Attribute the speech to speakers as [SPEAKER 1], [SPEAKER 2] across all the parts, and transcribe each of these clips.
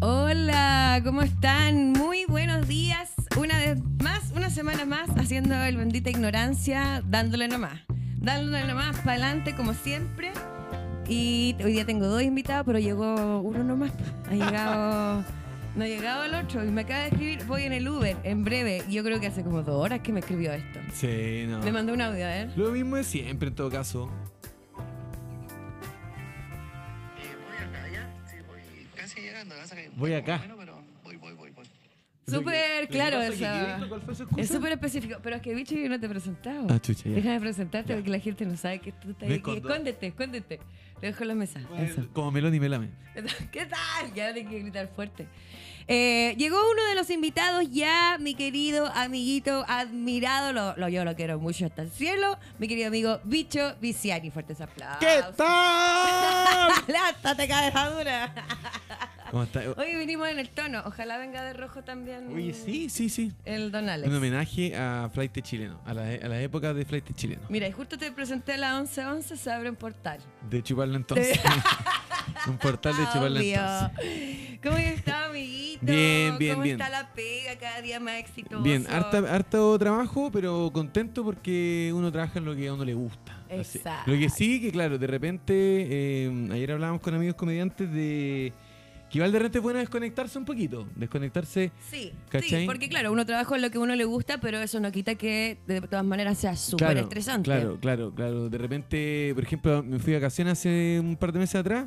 [SPEAKER 1] hola, ¿cómo están? Muy buenos días. Una vez más, una semana más, haciendo el bendita ignorancia, dándole nomás. Dándole nomás para adelante, como siempre. Y hoy día tengo dos invitados, pero llegó uno nomás. Ha llegado. No ha llegado el otro y me acaba de escribir, voy en el Uber, en breve. Yo creo que hace como dos horas que me escribió esto.
[SPEAKER 2] Sí, no.
[SPEAKER 1] Me mandó un audio, a ver.
[SPEAKER 2] Lo mismo es siempre en todo caso.
[SPEAKER 3] Eh, voy acá, ya. Sí, voy casi llegando. ya saqué un
[SPEAKER 2] Voy
[SPEAKER 3] poco
[SPEAKER 2] acá.
[SPEAKER 3] más o menos, pero voy, voy, voy, voy.
[SPEAKER 2] Lo que-
[SPEAKER 1] Súper
[SPEAKER 2] lo que
[SPEAKER 1] claro
[SPEAKER 2] pasa es que
[SPEAKER 1] esa-
[SPEAKER 2] Kirito, ¿Cuál fue su
[SPEAKER 1] Es
[SPEAKER 2] excusa?
[SPEAKER 1] súper específico, pero es que bicho yo no te he presentado.
[SPEAKER 2] Ah, chucha, ya.
[SPEAKER 1] Deja de presentarte
[SPEAKER 2] Ya.
[SPEAKER 1] porque la gente no sabe que tú estás
[SPEAKER 2] Me
[SPEAKER 1] aquí.
[SPEAKER 2] escondo.
[SPEAKER 1] Escóndete, escóndete. Te dejo en la mesa.
[SPEAKER 2] Bueno,
[SPEAKER 1] Eso.
[SPEAKER 2] Como melón y melame.
[SPEAKER 1] ¿Qué tal? Ya tengo que gritar fuerte. Eh, llegó uno de los invitados ya, mi querido amiguito, admirado, lo, lo- yo lo quiero mucho hasta el cielo, mi querido amigo Bicho Viciani. Fuertes aplausos.
[SPEAKER 2] ¿Qué tal?
[SPEAKER 1] ¡Lata, te cae la dura!
[SPEAKER 2] ¿Cómo está?
[SPEAKER 1] Hoy vinimos en el tono, ojalá venga de rojo también.
[SPEAKER 2] Oye, sí, sí, sí.
[SPEAKER 1] El Don Alex.
[SPEAKER 2] Un homenaje a Flight chileno, a la, a la época de Flight chileno.
[SPEAKER 1] Mira, y justo te presenté a las 11.11, se abre un portal.
[SPEAKER 2] De chuparlo entonces. un portal de chuparlo
[SPEAKER 1] Obvio.
[SPEAKER 2] entonces.
[SPEAKER 1] ¿Cómo está, amiguito?
[SPEAKER 2] Bien, bien,
[SPEAKER 1] ¿Cómo
[SPEAKER 2] bien.
[SPEAKER 1] está la pega cada día más exitosa?
[SPEAKER 2] Bien, harta, harto trabajo, pero contento porque uno trabaja en lo que a uno le gusta. Así-
[SPEAKER 1] Exacto.
[SPEAKER 2] Lo que sí, que claro, de repente, eh, ayer hablábamos con amigos comediantes de que igual de repente es bueno desconectarse un poquito, desconectarse.
[SPEAKER 1] Sí, sí,
[SPEAKER 2] ¿Cachai?
[SPEAKER 1] porque claro, uno trabaja en lo que uno le gusta, pero eso no quita que de todas maneras sea súper
[SPEAKER 2] Claro,
[SPEAKER 1] estresante.
[SPEAKER 2] Claro, claro, claro. De repente, por ejemplo, me fui de vacaciones hace un par de meses atrás.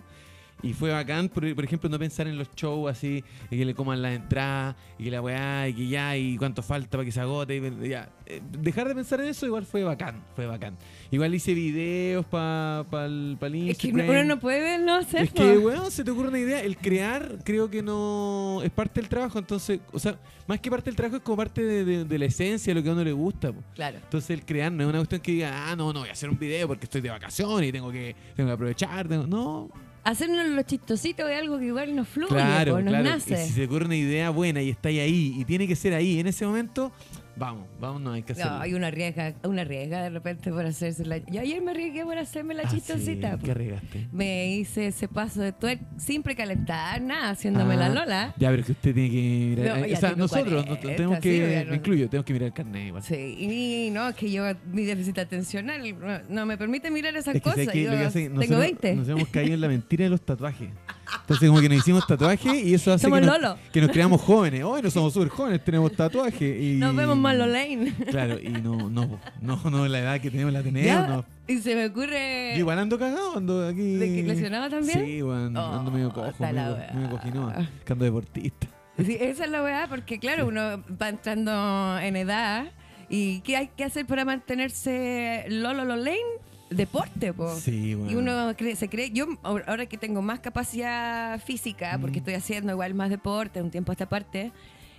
[SPEAKER 2] Y fue bacán, por, por ejemplo, no pensar en los shows así, y que le coman las entradas, y que la weá, y que ya, y cuánto falta para que se agote, y ya. Eh, Dejar de pensar en eso igual fue bacán, fue bacán. Igual hice videos para pa, el- pa el
[SPEAKER 1] Es que
[SPEAKER 2] Instagram.
[SPEAKER 1] uno no puede no hacer
[SPEAKER 2] Es que, weón, se te ocurre una idea. El crear, creo que no. Es parte del trabajo, entonces. O sea, más que parte del trabajo, es como parte de, de- de la esencia, de lo que a uno le gusta. po.
[SPEAKER 1] Claro.
[SPEAKER 2] Entonces, el crear no es una cuestión que diga, ah, no, no voy a hacer un video porque estoy de vacaciones y tengo que, tengo que aprovechar. tengo-". No.
[SPEAKER 1] Hacernos los chistositos de algo que igual nos fluye
[SPEAKER 2] claro,
[SPEAKER 1] o nos
[SPEAKER 2] claro.
[SPEAKER 1] nace.
[SPEAKER 2] Y si se te ocurre una idea buena y está ahí, ahí, y tiene que ser ahí en ese momento, vamos, vamos, no hay que hacerlo.
[SPEAKER 1] No, hay una arriesga, una arriesga de repente por hacerse la... Yo ayer me arriesgué por hacerme la
[SPEAKER 2] Ah,
[SPEAKER 1] chistosita. pues.
[SPEAKER 2] sí, ¿Qué regaste?
[SPEAKER 1] Me hice ese paso de tuer sin precalentar nada, haciéndome la
[SPEAKER 2] Ah,
[SPEAKER 1] lola.
[SPEAKER 2] Ya, pero es que usted tiene que mirar.
[SPEAKER 1] No,
[SPEAKER 2] eh,
[SPEAKER 1] ya
[SPEAKER 2] o sea,
[SPEAKER 1] tengo
[SPEAKER 2] nosotros
[SPEAKER 1] 40,
[SPEAKER 2] no- tenemos
[SPEAKER 1] sí,
[SPEAKER 2] que.
[SPEAKER 1] ya no-
[SPEAKER 2] me incluyo, tenemos que mirar el carnet igual.
[SPEAKER 1] Sí, y no, es que yo, mi déficit atencional no, no me permite mirar esas
[SPEAKER 2] Es que sé
[SPEAKER 1] cosas.
[SPEAKER 2] que
[SPEAKER 1] yo
[SPEAKER 2] lo que hace-
[SPEAKER 1] tengo
[SPEAKER 2] nosotros
[SPEAKER 1] 20.
[SPEAKER 2] Nos hemos caído en la mentira de los tatuajes. Entonces, como que nos hicimos tatuajes y eso hace
[SPEAKER 1] Somos
[SPEAKER 2] que
[SPEAKER 1] Lolo.
[SPEAKER 2] nos, que nos creamos jóvenes. Hoy no somos súper jóvenes, tenemos tatuajes. Y...
[SPEAKER 1] Nos vemos más lane.
[SPEAKER 2] Claro, y no, no, no, no, la edad que tenemos la
[SPEAKER 1] Ya,
[SPEAKER 2] tenemos. No.
[SPEAKER 1] Y se me
[SPEAKER 2] Yo
[SPEAKER 1] ocurre.
[SPEAKER 2] igual ando cagado, ando aquí.
[SPEAKER 1] ¿De que lesionado también?
[SPEAKER 2] Sí, weón, ando
[SPEAKER 1] Oh,
[SPEAKER 2] medio cojo,
[SPEAKER 1] está la
[SPEAKER 2] medio,
[SPEAKER 1] weá.
[SPEAKER 2] medio cojinoa, que ando deportista.
[SPEAKER 1] Sí, esa es la weá, porque claro, uno va entrando en edad. ¿Y qué hay que hacer para mantenerse lolo lo lane? Deporte, po.
[SPEAKER 2] Sí, weón.
[SPEAKER 1] Oh. Y uno cree- se cree, yo ahora ahora que tengo más capacidad física,
[SPEAKER 2] Mm.
[SPEAKER 1] porque estoy haciendo igual más deporte, un tiempo a esta parte,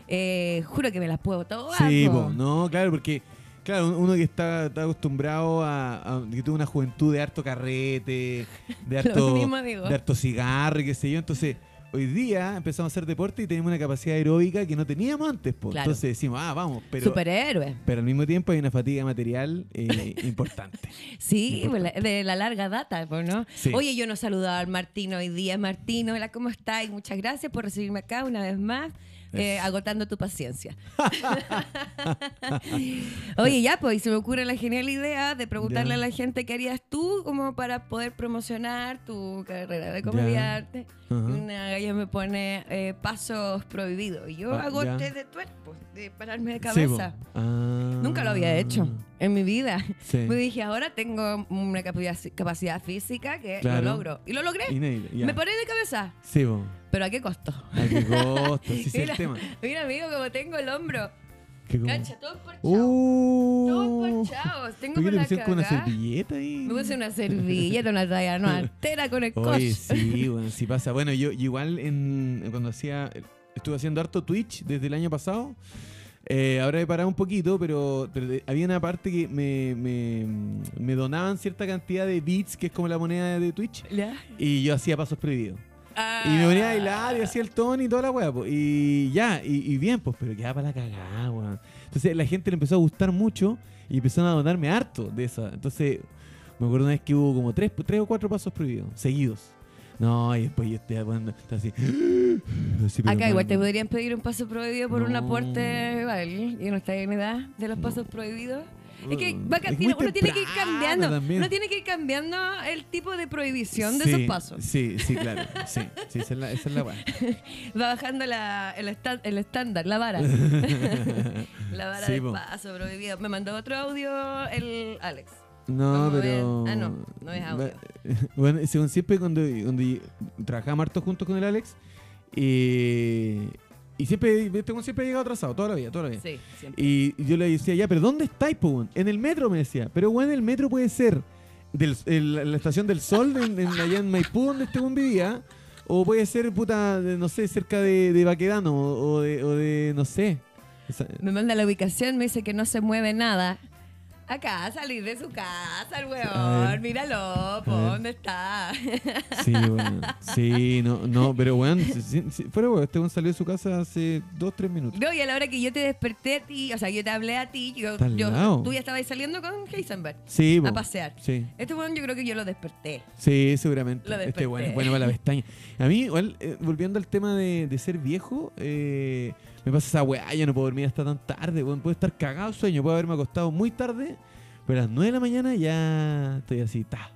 [SPEAKER 1] eh, juro que me las puedo todas.
[SPEAKER 2] Sí,
[SPEAKER 1] po.
[SPEAKER 2] po, no, claro, porque claro, un- uno que está, está acostumbrado a, a- que tuvo una juventud de harto carrete, de
[SPEAKER 1] Lo
[SPEAKER 2] harto
[SPEAKER 1] mismo digo.
[SPEAKER 2] de harto cigarro, y qué sé yo, entonces Hoy día empezamos a hacer deporte y tenemos una capacidad aeróbica que no teníamos antes. po.
[SPEAKER 1] Claro.
[SPEAKER 2] Entonces decimos, ah, vamos, pero,
[SPEAKER 1] Superhéroe.
[SPEAKER 2] pero al mismo tiempo hay una fatiga material eh, importante.
[SPEAKER 1] Sí, pues, la- de la larga data, pues, ¿no?
[SPEAKER 2] Sí.
[SPEAKER 1] Oye, yo no saludaba al Martín hoy día. Martín, hola, ¿cómo estás? Muchas gracias por recibirme acá una vez más, eh,
[SPEAKER 2] Eso.
[SPEAKER 1] agotando tu paciencia. Oye, ya, pues, y se me ocurre la genial idea de preguntarle
[SPEAKER 2] Ya.
[SPEAKER 1] a la gente qué harías tú como para poder promocionar tu carrera de comediante.
[SPEAKER 2] Ajá.
[SPEAKER 1] Y Una galla me pone eh, pasos prohibidos. Y yo
[SPEAKER 2] Ah,
[SPEAKER 1] hago
[SPEAKER 2] ya.
[SPEAKER 1] test de tuerpo, de pararme de
[SPEAKER 2] Sí, po.
[SPEAKER 1] cabeza.
[SPEAKER 2] Ah.
[SPEAKER 1] Nunca lo había hecho en mi vida.
[SPEAKER 2] Sí.
[SPEAKER 1] Me Pues dije, ahora tengo una capaci- capacidad física que
[SPEAKER 2] Claro.
[SPEAKER 1] lo logro. Y lo logré.
[SPEAKER 2] Inédito, ya.
[SPEAKER 1] Me paré de cabeza.
[SPEAKER 2] Sí, po.
[SPEAKER 1] Pero ¿a qué costo?
[SPEAKER 2] Ay, qué costo, sí, sí,
[SPEAKER 1] mira,
[SPEAKER 2] el tema. Uh.
[SPEAKER 1] mira, amigo, como tengo el hombro.
[SPEAKER 2] Qué como-
[SPEAKER 1] Cacha, todo emparchado. Todo
[SPEAKER 2] ¡Uh!
[SPEAKER 1] emparchado. pues, Tengo
[SPEAKER 2] ¿Por qué
[SPEAKER 1] por
[SPEAKER 2] te
[SPEAKER 1] la
[SPEAKER 2] pusieron con una
[SPEAKER 1] cagá.
[SPEAKER 2] servilleta ahí?
[SPEAKER 1] Me puse una servilleta, una talla, no, altera con el
[SPEAKER 2] Oye,
[SPEAKER 1] coche.
[SPEAKER 2] sí, bueno, sí pasa. Bueno, yo yo igual en, cuando hacía. Estuve haciendo harto Twitch desde el año pasado. Eh, ahora he parado un poquito, pero, pero de- había una parte que me, me, me donaban cierta cantidad de bits, que es como la moneda de Twitch, y yo hacía pasos prohibidos. Y me ponía a bailar y hacía el tono y toda la weá, po. Y ya, y, y bien, pues, pero quedaba para la cagada, weón. Entonces la gente le empezó a gustar mucho y empezaron a donarme harto de esa. Entonces, me acuerdo una vez que hubo como tres, tres o cuatro pasos prohibidos, seguidos. No, y después yo estoy hablando, está así. así, pero
[SPEAKER 1] Acá
[SPEAKER 2] mal,
[SPEAKER 1] igual te
[SPEAKER 2] mal.
[SPEAKER 1] podrían pedir un paso prohibido por un
[SPEAKER 2] No.
[SPEAKER 1] aporte igual. Y uno está en edad de los pasos prohibidos. Es que va
[SPEAKER 2] Es muy
[SPEAKER 1] tiene- uno tiene que ir
[SPEAKER 2] temprano
[SPEAKER 1] cambiando.
[SPEAKER 2] también.
[SPEAKER 1] Uno tiene que ir cambiando el tipo de prohibición de
[SPEAKER 2] Sí,
[SPEAKER 1] esos pasos.
[SPEAKER 2] Sí, sí, claro. Sí, sí, esa es la, esa es la weá.
[SPEAKER 1] Va bajando la- el, esta- el estándar, la vara. la vara
[SPEAKER 2] Sí,
[SPEAKER 1] de
[SPEAKER 2] po.
[SPEAKER 1] paso prohibido. Me mandó otro audio el Alex.
[SPEAKER 2] No,
[SPEAKER 1] Vamos a
[SPEAKER 2] pero.
[SPEAKER 1] ver. Ah, no, no es audio.
[SPEAKER 2] Va- Bueno, según siempre, cuando, cuando trabajamos harto juntos con el Alex, eh, y siempre, este weón siempre ha llegado atrasado, toda la vida, toda la vida.
[SPEAKER 1] Sí, siempre.
[SPEAKER 2] Y yo le decía, ya, pero ¿dónde estáis, po, weón? En el metro, me decía. Pero, bueno, el metro puede ser del, el- la estación del sol, en, en- allá en Maipú, donde este weón vivía. O puede ser, puta, de- no sé, cerca de, de Baquedano o o de, o de, no sé. Esa-
[SPEAKER 1] Me manda la ubicación, me dice que no se mueve nada. Acá, salir de su casa, el
[SPEAKER 2] A ver.
[SPEAKER 1] weón. Míralo, po,
[SPEAKER 2] A ver.
[SPEAKER 1] ¿dónde está?
[SPEAKER 2] Sí, bueno. Sí, no, no, pero bueno, fuera bueno, este weón salió de su casa hace dos, tres minutos.
[SPEAKER 1] No, y a la hora que yo te desperté a ti, o sea, yo te hablé a ti, yo,
[SPEAKER 2] Está al
[SPEAKER 1] yo-
[SPEAKER 2] lado.
[SPEAKER 1] tú ya estabas saliendo con Heisenberg
[SPEAKER 2] Sí,
[SPEAKER 1] a
[SPEAKER 2] po.
[SPEAKER 1] pasear.
[SPEAKER 2] Sí.
[SPEAKER 1] Este weón yo creo que yo lo desperté.
[SPEAKER 2] Sí, seguramente.
[SPEAKER 1] Lo
[SPEAKER 2] Este
[SPEAKER 1] desperté.
[SPEAKER 2] bueno, es bueno para la pestaña. A mí, igual, eh, volviendo al tema de, de ser viejo, eh, me pasa esa weá, ya no puedo dormir hasta tan tarde, weón. Puedo estar cagado de sueño, puedo haberme acostado muy tarde, pero a las 9 de la mañana ya estoy así, ta.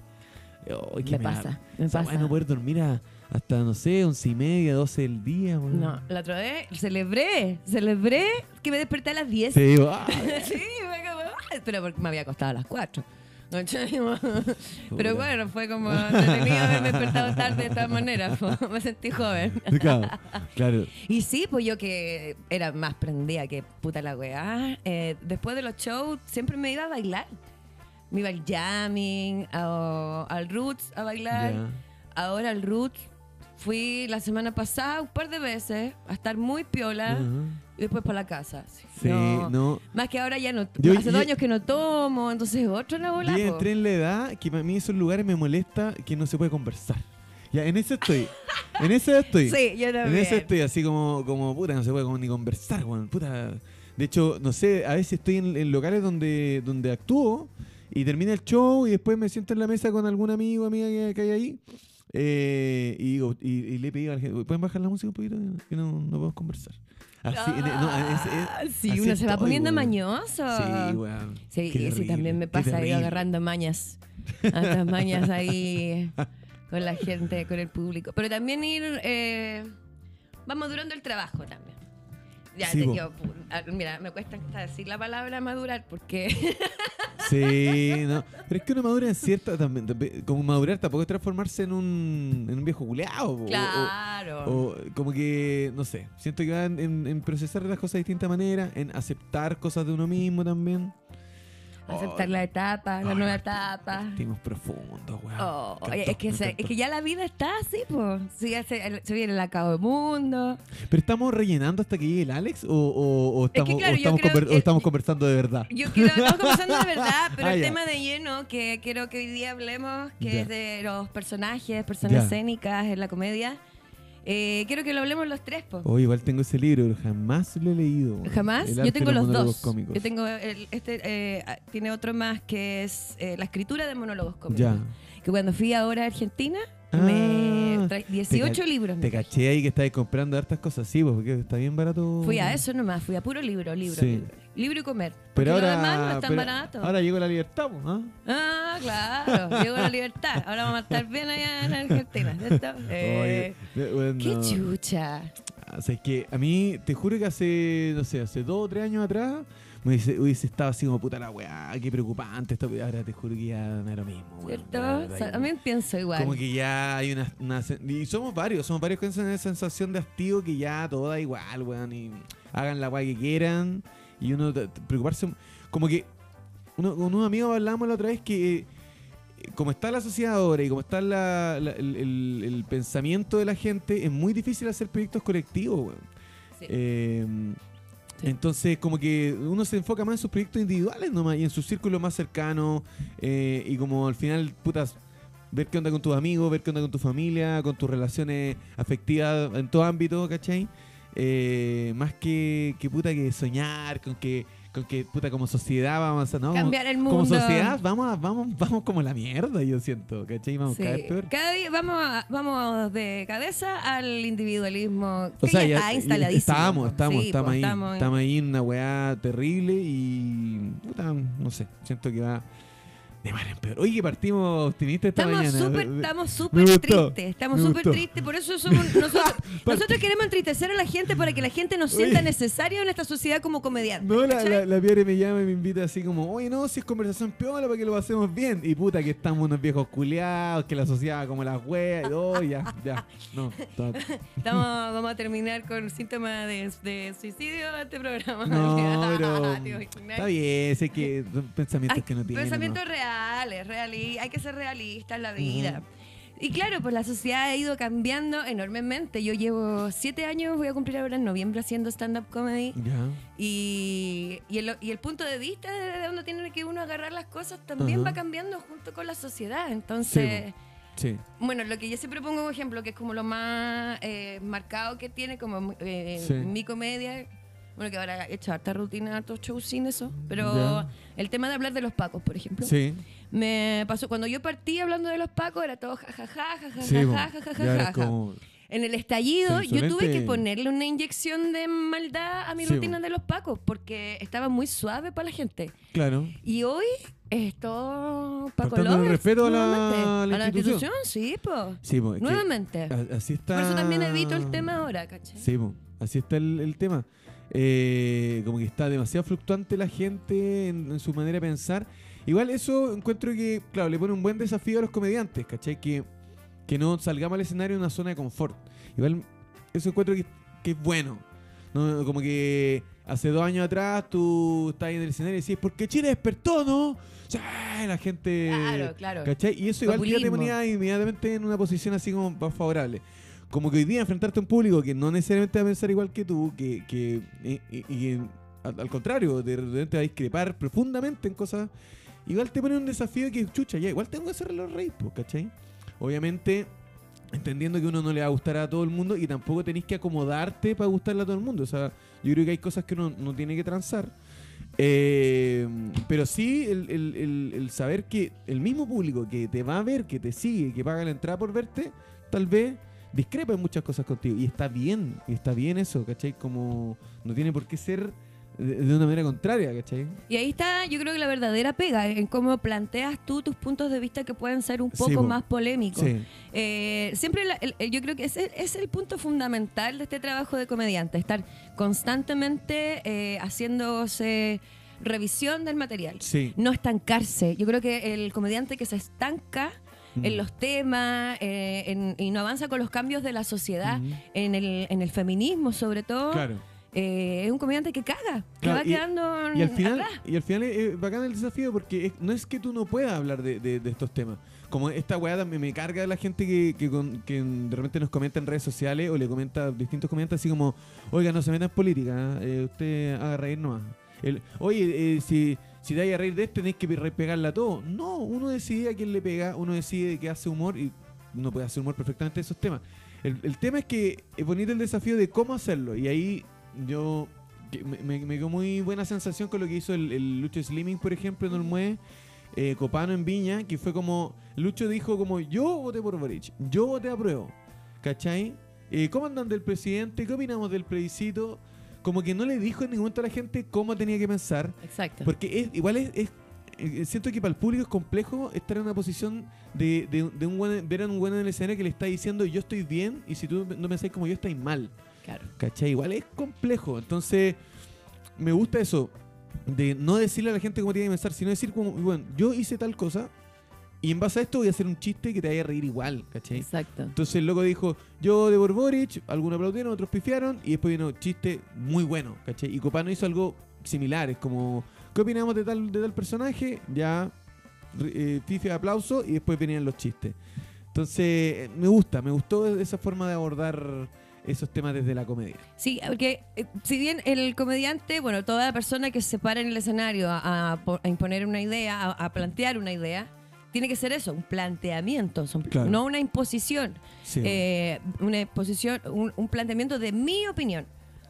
[SPEAKER 2] Oh,
[SPEAKER 1] me, pasa, me pasa.
[SPEAKER 2] no poder dormir a- hasta, no sé, once y media, 12 del día, weón.
[SPEAKER 1] No, la otra vez celebré, celebré que me desperté a las 10.
[SPEAKER 2] Sí, ah,
[SPEAKER 1] Sí, fue como, "Ah", pero porque me había acostado a las 4. Pero bueno, fue como entretenido haberme despertado tarde de todas maneras, po. me sentí joven.
[SPEAKER 2] claro, claro.
[SPEAKER 1] Y sí, pues yo que era más prendida que puta la weá. eh, después de los shows siempre me iba a bailar. Me iba al jamming, a- al roots a bailar.
[SPEAKER 2] Ya.
[SPEAKER 1] Ahora al roots fui la semana pasada un par de veces a estar muy piola
[SPEAKER 2] Ajá.
[SPEAKER 1] y después para la casa. sí.
[SPEAKER 2] Sí,
[SPEAKER 1] ¿Ah? No.
[SPEAKER 2] no.
[SPEAKER 1] Más que ahora ya no.
[SPEAKER 2] Yo-
[SPEAKER 1] hace dos
[SPEAKER 2] yo-
[SPEAKER 1] años que no tomo, entonces otro la bola.
[SPEAKER 2] Yo ya
[SPEAKER 1] po.
[SPEAKER 2] entré en la edad que para mí esos lugares me molesta que no se puede conversar. Ya, en eso estoy. En eso estoy.
[SPEAKER 1] Sí, yo
[SPEAKER 2] en eso
[SPEAKER 1] también.
[SPEAKER 2] estoy así como, como puta, no se puede como ni conversar, weón. Puta. De hecho, no sé, a veces estoy en, en locales donde, donde actúo y termina el show y después me siento en la mesa con algún amigo, amiga que, que hay ahí. eh, y, digo- y, y le pedí a la gente, ¿pueden bajar la música un poquito? Que no, no podemos conversar. Así, en- e- no, es- es-
[SPEAKER 1] Ah, sí,
[SPEAKER 2] así
[SPEAKER 1] uno se va
[SPEAKER 2] estoy,
[SPEAKER 1] poniendo
[SPEAKER 2] weón.
[SPEAKER 1] mañoso.
[SPEAKER 2] Sí, weón.
[SPEAKER 1] Sí,
[SPEAKER 2] Qué
[SPEAKER 1] sí, también me
[SPEAKER 2] terrible, qué
[SPEAKER 1] pasa ahí
[SPEAKER 2] terrible.
[SPEAKER 1] agarrando mañas. Estas mañas ahí con la gente, con el público. Pero también ir. eh, vamos durando el trabajo también. Ya,
[SPEAKER 2] Sí,
[SPEAKER 1] te-
[SPEAKER 2] po.
[SPEAKER 1] yo, pu- ah, mira, me cuesta hasta decir la palabra madurar porque.
[SPEAKER 2] Sí, no. Pero es que uno madura en cierta. También, también- como madurar tampoco es transformarse en un, en un viejo culeado. o- o-
[SPEAKER 1] claro.
[SPEAKER 2] O, como que, no sé, siento que va en, en- en procesar las cosas de distinta manera, en aceptar cosas de uno mismo también.
[SPEAKER 1] aceptar la etapa, la
[SPEAKER 2] Ay,
[SPEAKER 1] nueva
[SPEAKER 2] Martín,
[SPEAKER 1] etapa.
[SPEAKER 2] Sentimos profundos, weón.
[SPEAKER 1] Oh,
[SPEAKER 2] Me
[SPEAKER 1] es,
[SPEAKER 2] encantó,
[SPEAKER 1] que
[SPEAKER 2] me
[SPEAKER 1] se- es
[SPEAKER 2] encantó.
[SPEAKER 1] que ya la vida está así, pues. Sí, ya se, el- se viene el acabo del mundo.
[SPEAKER 2] ¿Pero estamos rellenando hasta que llegue el Alex o, o- o
[SPEAKER 1] que,
[SPEAKER 2] estamos, o
[SPEAKER 1] claro, yo
[SPEAKER 2] estamos
[SPEAKER 1] creo
[SPEAKER 2] conver- o
[SPEAKER 1] que-
[SPEAKER 2] estamos conversando de verdad?
[SPEAKER 1] Yo quiero, estamos conversando de verdad, pero
[SPEAKER 2] Ah,
[SPEAKER 1] el
[SPEAKER 2] ya.
[SPEAKER 1] tema de lleno que quiero que hoy día hablemos, que
[SPEAKER 2] Ya.
[SPEAKER 1] es de los personajes, personas
[SPEAKER 2] Ya.
[SPEAKER 1] escénicas en la comedia. Eh, quiero que lo hablemos los tres, po.
[SPEAKER 2] Hoy Oh, igual tengo ese libro, pero jamás lo he leído. weón.
[SPEAKER 1] Jamás.
[SPEAKER 2] El
[SPEAKER 1] Yo
[SPEAKER 2] arte
[SPEAKER 1] tengo
[SPEAKER 2] de
[SPEAKER 1] los
[SPEAKER 2] monólogos
[SPEAKER 1] dos.
[SPEAKER 2] cómicos.
[SPEAKER 1] Yo tengo el- este eh, ah, tiene otro más que es eh, la escritura de monólogos cómicos.
[SPEAKER 2] Ya.
[SPEAKER 1] Que cuando fui ahora a Argentina
[SPEAKER 2] Ah,
[SPEAKER 1] me traje 18
[SPEAKER 2] ca-
[SPEAKER 1] libros.
[SPEAKER 2] Te
[SPEAKER 1] me traje.
[SPEAKER 2] caché ahí que estabas comprando hartas cosas, sí, pues, porque está bien barato.
[SPEAKER 1] Fui a eso nomás, fui a puro libro, libro,
[SPEAKER 2] Sí.
[SPEAKER 1] libro, libro y comer. Porque
[SPEAKER 2] Pero
[SPEAKER 1] lo
[SPEAKER 2] ahora,
[SPEAKER 1] demás no es tan
[SPEAKER 2] pero
[SPEAKER 1] barato.
[SPEAKER 2] ahora llegó la libertad, pues, ¿ah?
[SPEAKER 1] Ah, claro, llegó la libertad. Ahora vamos a estar bien allá en Argentina, ¿cierto? Eh,
[SPEAKER 2] Oye, bueno,
[SPEAKER 1] ¡Qué chucha!
[SPEAKER 2] o sea, es que a mí, te juro que hace, no sé, hace dos o tres años atrás, me hubiese, hubiese estado así como puta la weá, qué preocupante esto. pero Ahora te juro que ya no es lo mismo, weón.
[SPEAKER 1] ¿Cierto?
[SPEAKER 2] La
[SPEAKER 1] O
[SPEAKER 2] verdad
[SPEAKER 1] sea,
[SPEAKER 2] que-
[SPEAKER 1] también pienso igual.
[SPEAKER 2] Como que ya hay una, una sen- Y somos varios, somos varios con esa sensación de hastío que ya todo da igual, weón. Y hagan la weá que quieran. Y uno t- t- preocuparse. Como que. uno- con unos amigos hablábamos la otra vez que. eh, Como está la sociedad ahora y como está la- la- el, el- el pensamiento de la gente, es muy difícil hacer proyectos colectivos, weón.
[SPEAKER 1] Sí.
[SPEAKER 2] Eh,
[SPEAKER 1] Sí.
[SPEAKER 2] Entonces, como que uno se enfoca más en sus proyectos individuales nomás y en su círculo más cercano. eh, y como al final, putas, ver qué onda con tus amigos, ver qué onda con tu familia, con tus relaciones afectivas en todo ámbito, ¿cachai? Eh, más que, que puta que soñar con que con que puta, como sociedad vamos a avanzar, ¿no? Como-
[SPEAKER 1] Cambiar el mundo.
[SPEAKER 2] Como sociedad vamos, a- vamos, vamos como la mierda, yo siento, ¿cachai? Vamos a
[SPEAKER 1] Sí.
[SPEAKER 2] caer peor.
[SPEAKER 1] Cada día vamos, a- vamos de cabeza al individualismo que
[SPEAKER 2] O sea,
[SPEAKER 1] ya,
[SPEAKER 2] ya-
[SPEAKER 1] está
[SPEAKER 2] ya
[SPEAKER 1] instaladísimo.
[SPEAKER 2] Estamos,
[SPEAKER 1] po.
[SPEAKER 2] estamos,
[SPEAKER 1] Sí,
[SPEAKER 2] estamos
[SPEAKER 1] po,
[SPEAKER 2] ahí.
[SPEAKER 1] estamos en-
[SPEAKER 2] Estamos, ahí en una weá terrible y. puta, no sé, siento que va de mal en peor. Oye, que partimos optimistas esta
[SPEAKER 1] Estamos
[SPEAKER 2] mañana.
[SPEAKER 1] súper,
[SPEAKER 2] eh, De- de-
[SPEAKER 1] estamos
[SPEAKER 2] me
[SPEAKER 1] súper
[SPEAKER 2] gustó,
[SPEAKER 1] tristes, estamos
[SPEAKER 2] me
[SPEAKER 1] súper
[SPEAKER 2] gustó.
[SPEAKER 1] tristes, por eso somos nosotros,
[SPEAKER 2] Parte.
[SPEAKER 1] nosotros queremos entristecer a la gente para que la gente nos
[SPEAKER 2] Oye.
[SPEAKER 1] sienta necesaria en esta sociedad como comediante.
[SPEAKER 2] No, la,
[SPEAKER 1] ¿cachai?
[SPEAKER 2] la, la Piedre me llama y me invita así como, oye, no, si es conversación piola para que lo pasemos bien. Y puta, que estamos unos viejos culiados, que la sociedad como las weas, y oh, ya, ya. No, ta-
[SPEAKER 1] Estamos, vamos a terminar con síntomas de, de suicidio de este programa.
[SPEAKER 2] no, pero
[SPEAKER 1] Te imaginas.
[SPEAKER 2] está bien, sé que son pensamientos
[SPEAKER 1] Hay
[SPEAKER 2] que no tienen.
[SPEAKER 1] Pensamientos reales, reali- hay que ser realistas en la vida. Y claro, pues la sociedad ha ido cambiando enormemente. Yo llevo siete años, voy a cumplir ahora en noviembre haciendo stand-up comedy.
[SPEAKER 2] ¿no? Ya.
[SPEAKER 1] Y, y el, y el punto de vista de de donde tiene que uno agarrar las cosas también
[SPEAKER 2] Ajá.
[SPEAKER 1] va cambiando junto con la sociedad. Entonces,
[SPEAKER 2] Sí.
[SPEAKER 1] bueno, lo que yo siempre pongo como ejemplo, que es como lo más eh, marcado que tiene como eh,
[SPEAKER 2] Sí.
[SPEAKER 1] mi comedia, bueno, que ahora he hecho harta rutina, hartos shows sin eso, pero
[SPEAKER 2] Ya.
[SPEAKER 1] el tema de hablar de los pacos, por ejemplo.
[SPEAKER 2] Sí.
[SPEAKER 1] Me pasó, cuando yo partí hablando de los pacos, era todo jajaja, jajaja,
[SPEAKER 2] Sí, bo.
[SPEAKER 1] jajaja,
[SPEAKER 2] Ya
[SPEAKER 1] jajaja.
[SPEAKER 2] eres como-
[SPEAKER 1] En el estallido, yo tuve
[SPEAKER 2] Insolente.
[SPEAKER 1] que ponerle una inyección de maldad a mi
[SPEAKER 2] Sí,
[SPEAKER 1] rutina
[SPEAKER 2] bo.
[SPEAKER 1] de los pacos, porque estaba muy suave para la gente.
[SPEAKER 2] Claro.
[SPEAKER 1] Y hoy es todo Paco
[SPEAKER 2] Faltándole
[SPEAKER 1] Lovers,
[SPEAKER 2] respeto a la-
[SPEAKER 1] nuevamente.
[SPEAKER 2] a la institución.
[SPEAKER 1] sí, po.
[SPEAKER 2] Sí, bo, es que
[SPEAKER 1] Nuevamente.
[SPEAKER 2] a- así está.
[SPEAKER 1] Por eso también evito el tema ahora, ¿cachai?
[SPEAKER 2] Sí, po. así está el, el tema. Eh, como que está demasiado fluctuante la gente en, en su manera de pensar. Igual eso encuentro que, claro, le pone un buen desafío a los comediantes, ¿cachai? Que, que no salgamos al escenario en una zona de confort. Igual eso encuentro que, que es bueno. No, como que hace dos años atrás tú estás en el escenario y decís, porque Chile despertó, ¿no? Sí, la gente...
[SPEAKER 1] Claro, claro.
[SPEAKER 2] ¿Cachai? Y eso igual ya te
[SPEAKER 1] Populismo.
[SPEAKER 2] ponía inmediatamente en una posición así como más favorable. Como que hoy día enfrentarte a un público que no necesariamente va a pensar igual que tú, que, que- y, y- y que, al, al contrario, de repente va a discrepar profundamente en cosas, igual te pone un desafío que, chucha, ya, igual tengo que hacer los reyes, po, ¿cachai? Obviamente, entendiendo que uno no le va a gustar a todo el mundo y tampoco tenés que acomodarte para gustarle a todo el mundo. O sea, yo creo que hay cosas que uno no tiene que transar. Eh, pero sí el, el- el- el saber que el mismo público que te va a ver, que te sigue, que paga la entrada por verte, tal vez discrepa en muchas cosas contigo. Y está bien, y está bien eso, ¿cachai? Como no tiene por qué ser de, de una manera contraria, ¿cachai?
[SPEAKER 1] Y ahí está, yo creo que la verdadera pega en cómo planteas tú tus puntos de vista que pueden ser un
[SPEAKER 2] Sí,
[SPEAKER 1] poco
[SPEAKER 2] po.
[SPEAKER 1] más polémicos.
[SPEAKER 2] Sí,
[SPEAKER 1] Eh, siempre la- el- el- yo creo que ese es el punto fundamental de este trabajo de comediante, estar constantemente eh, haciéndose revisión del material.
[SPEAKER 2] sí.
[SPEAKER 1] No estancarse. Yo creo que el comediante que se estanca en
[SPEAKER 2] Mm.
[SPEAKER 1] los temas eh, en- y no avanza con los cambios de la sociedad,
[SPEAKER 2] Ujú.
[SPEAKER 1] en, el, en el feminismo sobre todo,
[SPEAKER 2] Claro.
[SPEAKER 1] eh, es un comediante que caga, que
[SPEAKER 2] Claro,
[SPEAKER 1] va
[SPEAKER 2] y-
[SPEAKER 1] quedando en-
[SPEAKER 2] Y al final,
[SPEAKER 1] atrás.
[SPEAKER 2] y al final es, es bacán el desafío porque es- no es que tú no puedas hablar de, de- de estos temas. Como esta weá también me carga de la gente que, que, con- que de repente nos comenta en redes sociales o le comenta distintos comentarios así como, oiga, no se meta en política, eh, usted haga reír nomás. El, Oye, eh, si, si te vayas a reír de este, tenés que pe- pegarle a todo. No, uno decide a quién le pega, uno decide que hace humor y uno puede hacer humor perfectamente de esos temas. El, el tema es que es bonito el desafío de cómo hacerlo. Y ahí yo que me, me, me quedó muy buena sensación con lo que hizo el, el Lucho Slimming, por ejemplo, en Olmué, eh, Copano en Viña, que fue como, Lucho dijo como, yo voté por Boric, yo voté a prueba, ¿cachai? Eh, ¿Cómo andan del presidente? ¿Qué opinamos del plebiscito? Como que no le dijo en ningún momento a la gente cómo tenía que pensar,
[SPEAKER 1] Exacto.
[SPEAKER 2] porque es, igual es, es- eh, siento que para el público es complejo estar en una posición de, de- de un buen- ver a un buen en el escenario que le está diciendo yo estoy bien y si tú no pensáis como yo estáis mal.
[SPEAKER 1] Claro.
[SPEAKER 2] ¿Cachai? Igual es complejo. Entonces, me gusta eso. De no decirle a la gente cómo tiene que pensar, sino decir como, bueno, yo hice tal cosa y en base a esto voy a hacer un chiste que te vaya a reír igual, ¿cachai?
[SPEAKER 1] Exacto.
[SPEAKER 2] Entonces el loco dijo, yo de Borboric, algunos aplaudieron, otros pifiaron, y después vino chiste muy bueno, ¿cachai? Y Copano hizo algo similar, es como, ¿qué opinamos de tal, de tal personaje? Ya, re- eh, pifia, aplauso, y después venían los chistes. Entonces, eh, me gusta, me gustó esa forma de abordar esos temas desde la comedia.
[SPEAKER 1] Sí, porque eh, si bien el comediante, bueno, toda persona que se para en el escenario a, a po- a imponer una idea, a, a plantear una idea, tiene que ser eso, un planteamiento, son-
[SPEAKER 2] Claro.
[SPEAKER 1] no una imposición,
[SPEAKER 2] Sí,
[SPEAKER 1] eh, una imposición, un, un planteamiento de mi opinión.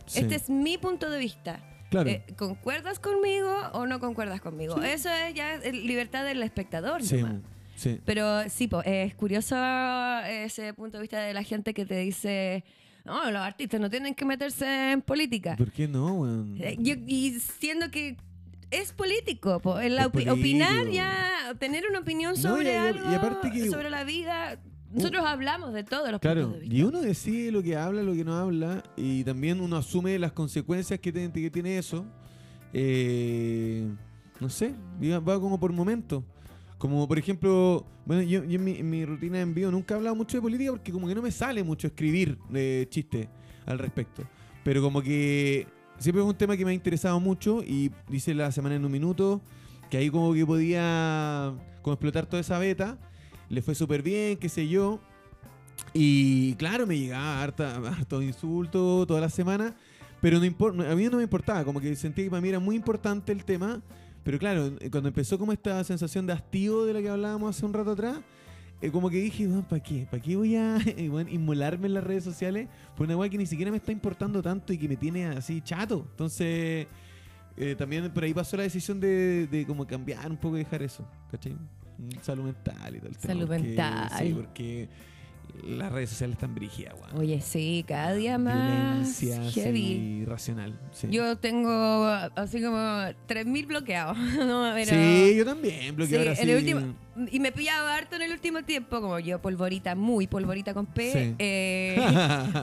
[SPEAKER 2] sí,
[SPEAKER 1] Este es mi punto de vista.
[SPEAKER 2] Claro.
[SPEAKER 1] Eh, ¿Concuerdas conmigo o no concuerdas conmigo? Eso es ya eh, libertad del espectador.
[SPEAKER 2] sí,
[SPEAKER 1] nomás.
[SPEAKER 2] sí.
[SPEAKER 1] Pero sí, po, eh, es curioso ese punto de vista de la gente que te dice, no, los artistas no tienen que meterse en política.
[SPEAKER 2] ¿Por qué no, weón?
[SPEAKER 1] Eh, yo- y siendo que es político, po, el
[SPEAKER 2] Es
[SPEAKER 1] opi- opinar
[SPEAKER 2] político.
[SPEAKER 1] ya, tener una opinión
[SPEAKER 2] No,
[SPEAKER 1] sobre
[SPEAKER 2] y- y- y
[SPEAKER 1] algo,
[SPEAKER 2] aparte que- Uh.
[SPEAKER 1] sobre la vida. Nosotros hablamos de todos los
[SPEAKER 2] Claro,
[SPEAKER 1] puntos de vista.
[SPEAKER 2] y uno decide lo que habla, lo que no habla, y también uno asume las consecuencias que, tiene- que tiene eso. Eh, no sé, va va como por momento. Como por ejemplo, bueno, yo, yo en, mi, en mi rutina de envío nunca he hablado mucho de política porque como que no me sale mucho escribir de chistes al respecto. Pero como que siempre es un tema que me ha interesado mucho y dice la semana en un minuto que ahí como que podía como explotar toda esa beta. Le fue súper bien, qué sé yo. Y claro, me llegaba harta, harto insulto toda la semana, pero no impor- a mí no me importaba, como que sentía que para mí era muy importante el tema, pero claro, eh, cuando empezó como esta sensación de hastío de la que hablábamos hace un rato atrás, eh, como que dije, ¿para qué? ¿Para qué voy a eh, weón, inmolarme en las redes sociales por una weá que ni siquiera me está importando tanto y que me tiene así chato? Entonces, eh, también por ahí pasó la decisión de, de como cambiar un poco y dejar eso, ¿cachai? Mm, Salud mental y tal.
[SPEAKER 1] Salud
[SPEAKER 2] porque-
[SPEAKER 1] mental.
[SPEAKER 2] sí, porque las redes sociales están brígidas, weón.
[SPEAKER 1] Oye, sí, cada día más
[SPEAKER 2] Violencia,
[SPEAKER 1] heavy.
[SPEAKER 2] sí, irracional. Sí.
[SPEAKER 1] Yo tengo ah, así como 3.000 bloqueados. No, pero-
[SPEAKER 2] sí, yo también,
[SPEAKER 1] Sí,
[SPEAKER 2] bloqueo ahora
[SPEAKER 1] en el
[SPEAKER 2] sí.
[SPEAKER 1] último- y me he pillado harto en el último tiempo, como yo, polvorita muy, polvorita con P.
[SPEAKER 2] Sí.
[SPEAKER 1] eh,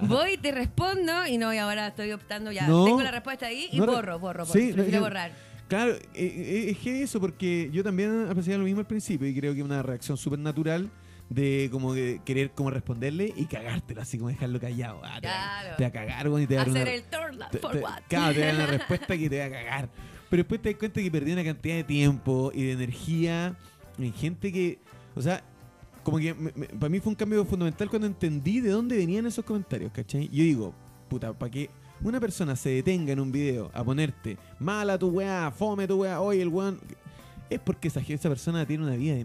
[SPEAKER 1] voy, te respondo y no, y ahora estoy optando ya.
[SPEAKER 2] No.
[SPEAKER 1] tengo la respuesta ahí y
[SPEAKER 2] No re-
[SPEAKER 1] borro, borro, borro.
[SPEAKER 2] Sí, no,
[SPEAKER 1] prefiero
[SPEAKER 2] yo-
[SPEAKER 1] borrar.
[SPEAKER 2] Claro, eh, eh, es que eso, porque yo también apreciaba lo mismo al principio y creo que una reacción súper natural de como que querer como responderle y cagártelo, así como dejarlo callado. Ah, te, va,
[SPEAKER 1] Claro.
[SPEAKER 2] te va a cagar, weón, y te va a dar
[SPEAKER 1] Hacer
[SPEAKER 2] una-
[SPEAKER 1] el turn
[SPEAKER 2] te-
[SPEAKER 1] for
[SPEAKER 2] te-
[SPEAKER 1] what.
[SPEAKER 2] Claro, te dan la respuesta que te va a cagar. Pero después te das cuenta que perdí una cantidad de tiempo y de energía en gente que. O sea, como que para mí fue un cambio fundamental cuando entendí de dónde venían esos comentarios, ¿cachai? Yo digo, puta, para que una persona se detenga en un video a ponerte mala tu weá, fome tu weá, oye el weón. Es porque esa, esa persona tiene una vida de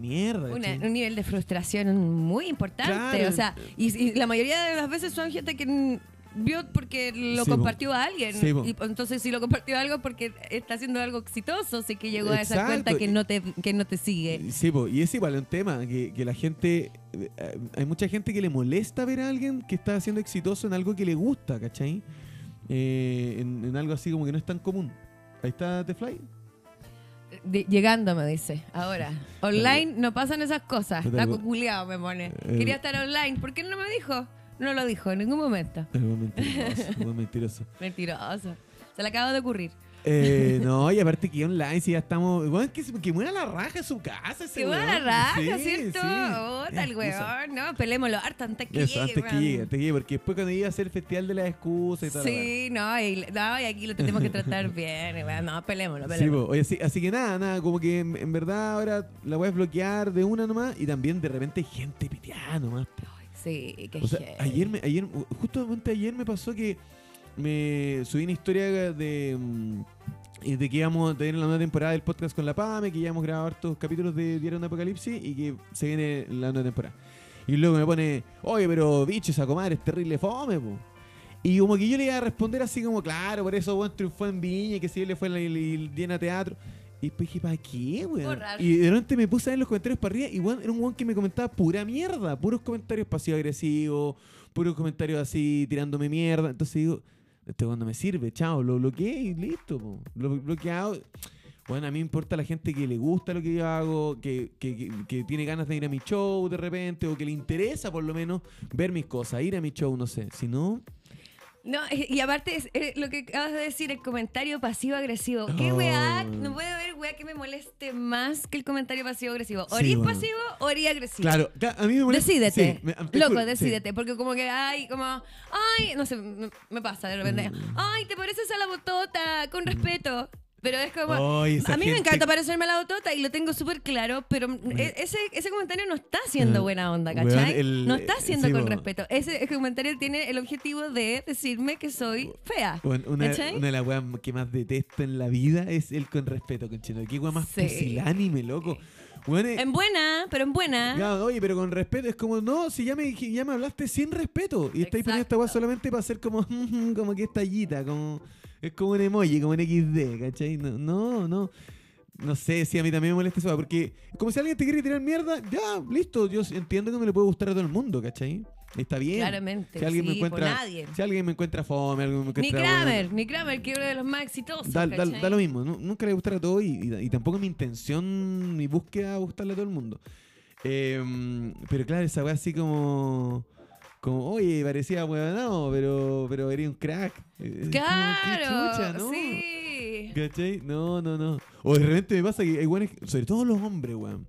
[SPEAKER 2] mierda.
[SPEAKER 1] Una-
[SPEAKER 2] ¿cachai?
[SPEAKER 1] un nivel de frustración muy importante.
[SPEAKER 2] Claro.
[SPEAKER 1] O sea, y, y la mayoría de las veces son gente que mm, vio porque lo
[SPEAKER 2] Sí, po.
[SPEAKER 1] compartió a alguien.
[SPEAKER 2] Sí, po.
[SPEAKER 1] y po- entonces, si lo compartió algo porque está haciendo algo exitoso, así que llegó a esa
[SPEAKER 2] Exacto.
[SPEAKER 1] cuenta que no te, que no te sigue.
[SPEAKER 2] Sí, po, y es igual un tema, que, que la gente, eh, eh, hay mucha gente que le molesta ver a alguien que está siendo exitoso en algo que le gusta, ¿cachai? Eh, en, en algo así como que no es tan común. Ahí está The Fly.
[SPEAKER 1] De- llegando, me dice. Ahora, online no pasan esas cosas.
[SPEAKER 2] Puta,
[SPEAKER 1] Está
[SPEAKER 2] algo-
[SPEAKER 1] cuculeado, me pone.
[SPEAKER 2] Eh,
[SPEAKER 1] Quería estar online. ¿Por qué no me dijo? No lo dijo en ningún momento.
[SPEAKER 2] Es un mentiroso, un buen mentiroso.
[SPEAKER 1] Mentiroso. Se le acaba de ocurrir.
[SPEAKER 2] Eh, no, y aparte que online, si ya estamos... Bueno, que, se- que muera la raja en su casa ese
[SPEAKER 1] Que buena
[SPEAKER 2] weón.
[SPEAKER 1] raja,
[SPEAKER 2] Sí,
[SPEAKER 1] ¿cierto?
[SPEAKER 2] sí.
[SPEAKER 1] Ota el
[SPEAKER 2] Excusa.
[SPEAKER 1] weón, ¿no? Peleémoslo harto antes que
[SPEAKER 2] Eso,
[SPEAKER 1] llegue,
[SPEAKER 2] antes que
[SPEAKER 1] weón.
[SPEAKER 2] llegue, antes que llegue, porque después cuando iba a hacer el festival de las excusas y tal.
[SPEAKER 1] Sí, no y, no, y aquí lo tenemos que tratar bien. y weón, No, peleémoslo,
[SPEAKER 2] Sí,
[SPEAKER 1] peleémoslo.
[SPEAKER 2] po. Oye, sí, así que nada, nada, como que en, en verdad ahora la voy a bloquear de una nomás y también de repente gente piteada nomás. po.
[SPEAKER 1] Sí, que
[SPEAKER 2] O sea,
[SPEAKER 1] heavy.
[SPEAKER 2] ayer, me, ayer, justamente ayer me pasó que me subí una historia de, mm, de que íbamos a tener la nueva temporada del podcast con la PAME, que íbamos a grabar hartos capítulos de Diario de un Apocalipsis y que se viene la nueva temporada. Y luego me pone, oye, pero bicho, esa comadre es terrible fome, po. Y como que yo le iba a responder así como, claro, por eso Juan triunfó en Viña, que si él le fue en la- el Diana Teatro. Y después dije, ¿para qué, weón?
[SPEAKER 1] Borrar.
[SPEAKER 2] Y de repente me puse a ver los comentarios para arriba y weón, era un weón que me comentaba pura mierda, puros comentarios pasivo-agresivos, puros comentarios así tirándome mierda. Entonces digo, este weón no me sirve, chao, lo bloqueé y listo, po. Lo bloqueado. Bueno, a mí me importa la gente que le gusta lo que yo hago, que, que- que- que tiene ganas de ir a mi show de repente, o que le interesa por lo menos ver mis cosas, ir a mi show, no sé. Si no,
[SPEAKER 1] No, y y aparte, es- eh, lo que acabas de decir, el comentario pasivo-agresivo. ¿Qué
[SPEAKER 2] Oh.
[SPEAKER 1] weá? No puede haber weá que me moleste más que el comentario pasivo-agresivo.
[SPEAKER 2] Sí,
[SPEAKER 1] ¿O eres
[SPEAKER 2] bueno.
[SPEAKER 1] pasivo o eres agresivo?
[SPEAKER 2] claro, ca- a mí me molesta-
[SPEAKER 1] Decídete.
[SPEAKER 2] sí, me- te
[SPEAKER 1] Loco,
[SPEAKER 2] juro, sí.
[SPEAKER 1] decídete. Porque como que ay, como, ay, no sé, me, me pasa de repente.
[SPEAKER 2] Mm.
[SPEAKER 1] Ay, te pareces a la botota, con respeto. Pero es como.
[SPEAKER 2] Ay, esa
[SPEAKER 1] a mí me
[SPEAKER 2] gente-
[SPEAKER 1] encanta parecerme a la botota y lo tengo súper claro, pero e- ese, ese comentario no está siendo
[SPEAKER 2] Eh,
[SPEAKER 1] buena onda,
[SPEAKER 2] weón,
[SPEAKER 1] ¿cachai?
[SPEAKER 2] el- eh,
[SPEAKER 1] no está siendo
[SPEAKER 2] sí,
[SPEAKER 1] con
[SPEAKER 2] bo.
[SPEAKER 1] respeto. Ese, ese comentario tiene el objetivo de decirme que soy fea.
[SPEAKER 2] Bueno, una,
[SPEAKER 1] ¿Cachai?
[SPEAKER 2] una de las weas que más detesto en la vida es el con respeto, conchino. Qué wea más
[SPEAKER 1] Sí.
[SPEAKER 2] pusilánime, loco. Bueno,
[SPEAKER 1] En buena, pero en buena.
[SPEAKER 2] Ya, oye, pero con respeto es como, no, si ya me, dij- ya me hablaste sin respeto. Y estáis poniendo esta weá
[SPEAKER 1] Exacto.
[SPEAKER 2] solamente para hacer como, como que estallita, como. Es como un emoji, como un XD, ¿cachai? No, no. No, no sé si a mí también me molesta eso, porque como si alguien te quiere tirar mierda, ya, listo, yo entiendo que me le puede gustar a todo el mundo, ¿cachai? Está bien.
[SPEAKER 1] Claramente,
[SPEAKER 2] Si alguien me
[SPEAKER 1] sí, por
[SPEAKER 2] encuentra,
[SPEAKER 1] nadie.
[SPEAKER 2] Si alguien me encuentra fome, alguien me
[SPEAKER 1] Ni
[SPEAKER 2] encuentra bueno,
[SPEAKER 1] Kramer, ni Kramer, que es uno de los más exitosos.
[SPEAKER 2] Da, da-
[SPEAKER 1] ¿cachai?
[SPEAKER 2] da lo mismo, nu- nunca le gustará a todo y, y- y tampoco es mi intención, mi búsqueda a gustarle a todo el mundo. Em, pero claro, esa weá así como, como, oye, parecía weón, no, pero, pero era un crack. Eh, es como, qué
[SPEAKER 1] Claro,
[SPEAKER 2] chucha, ¿no?
[SPEAKER 1] sí.
[SPEAKER 2] ¿Cachai? No, no, no. O de repente me pasa que hay weones, sobre todo los hombres, weón.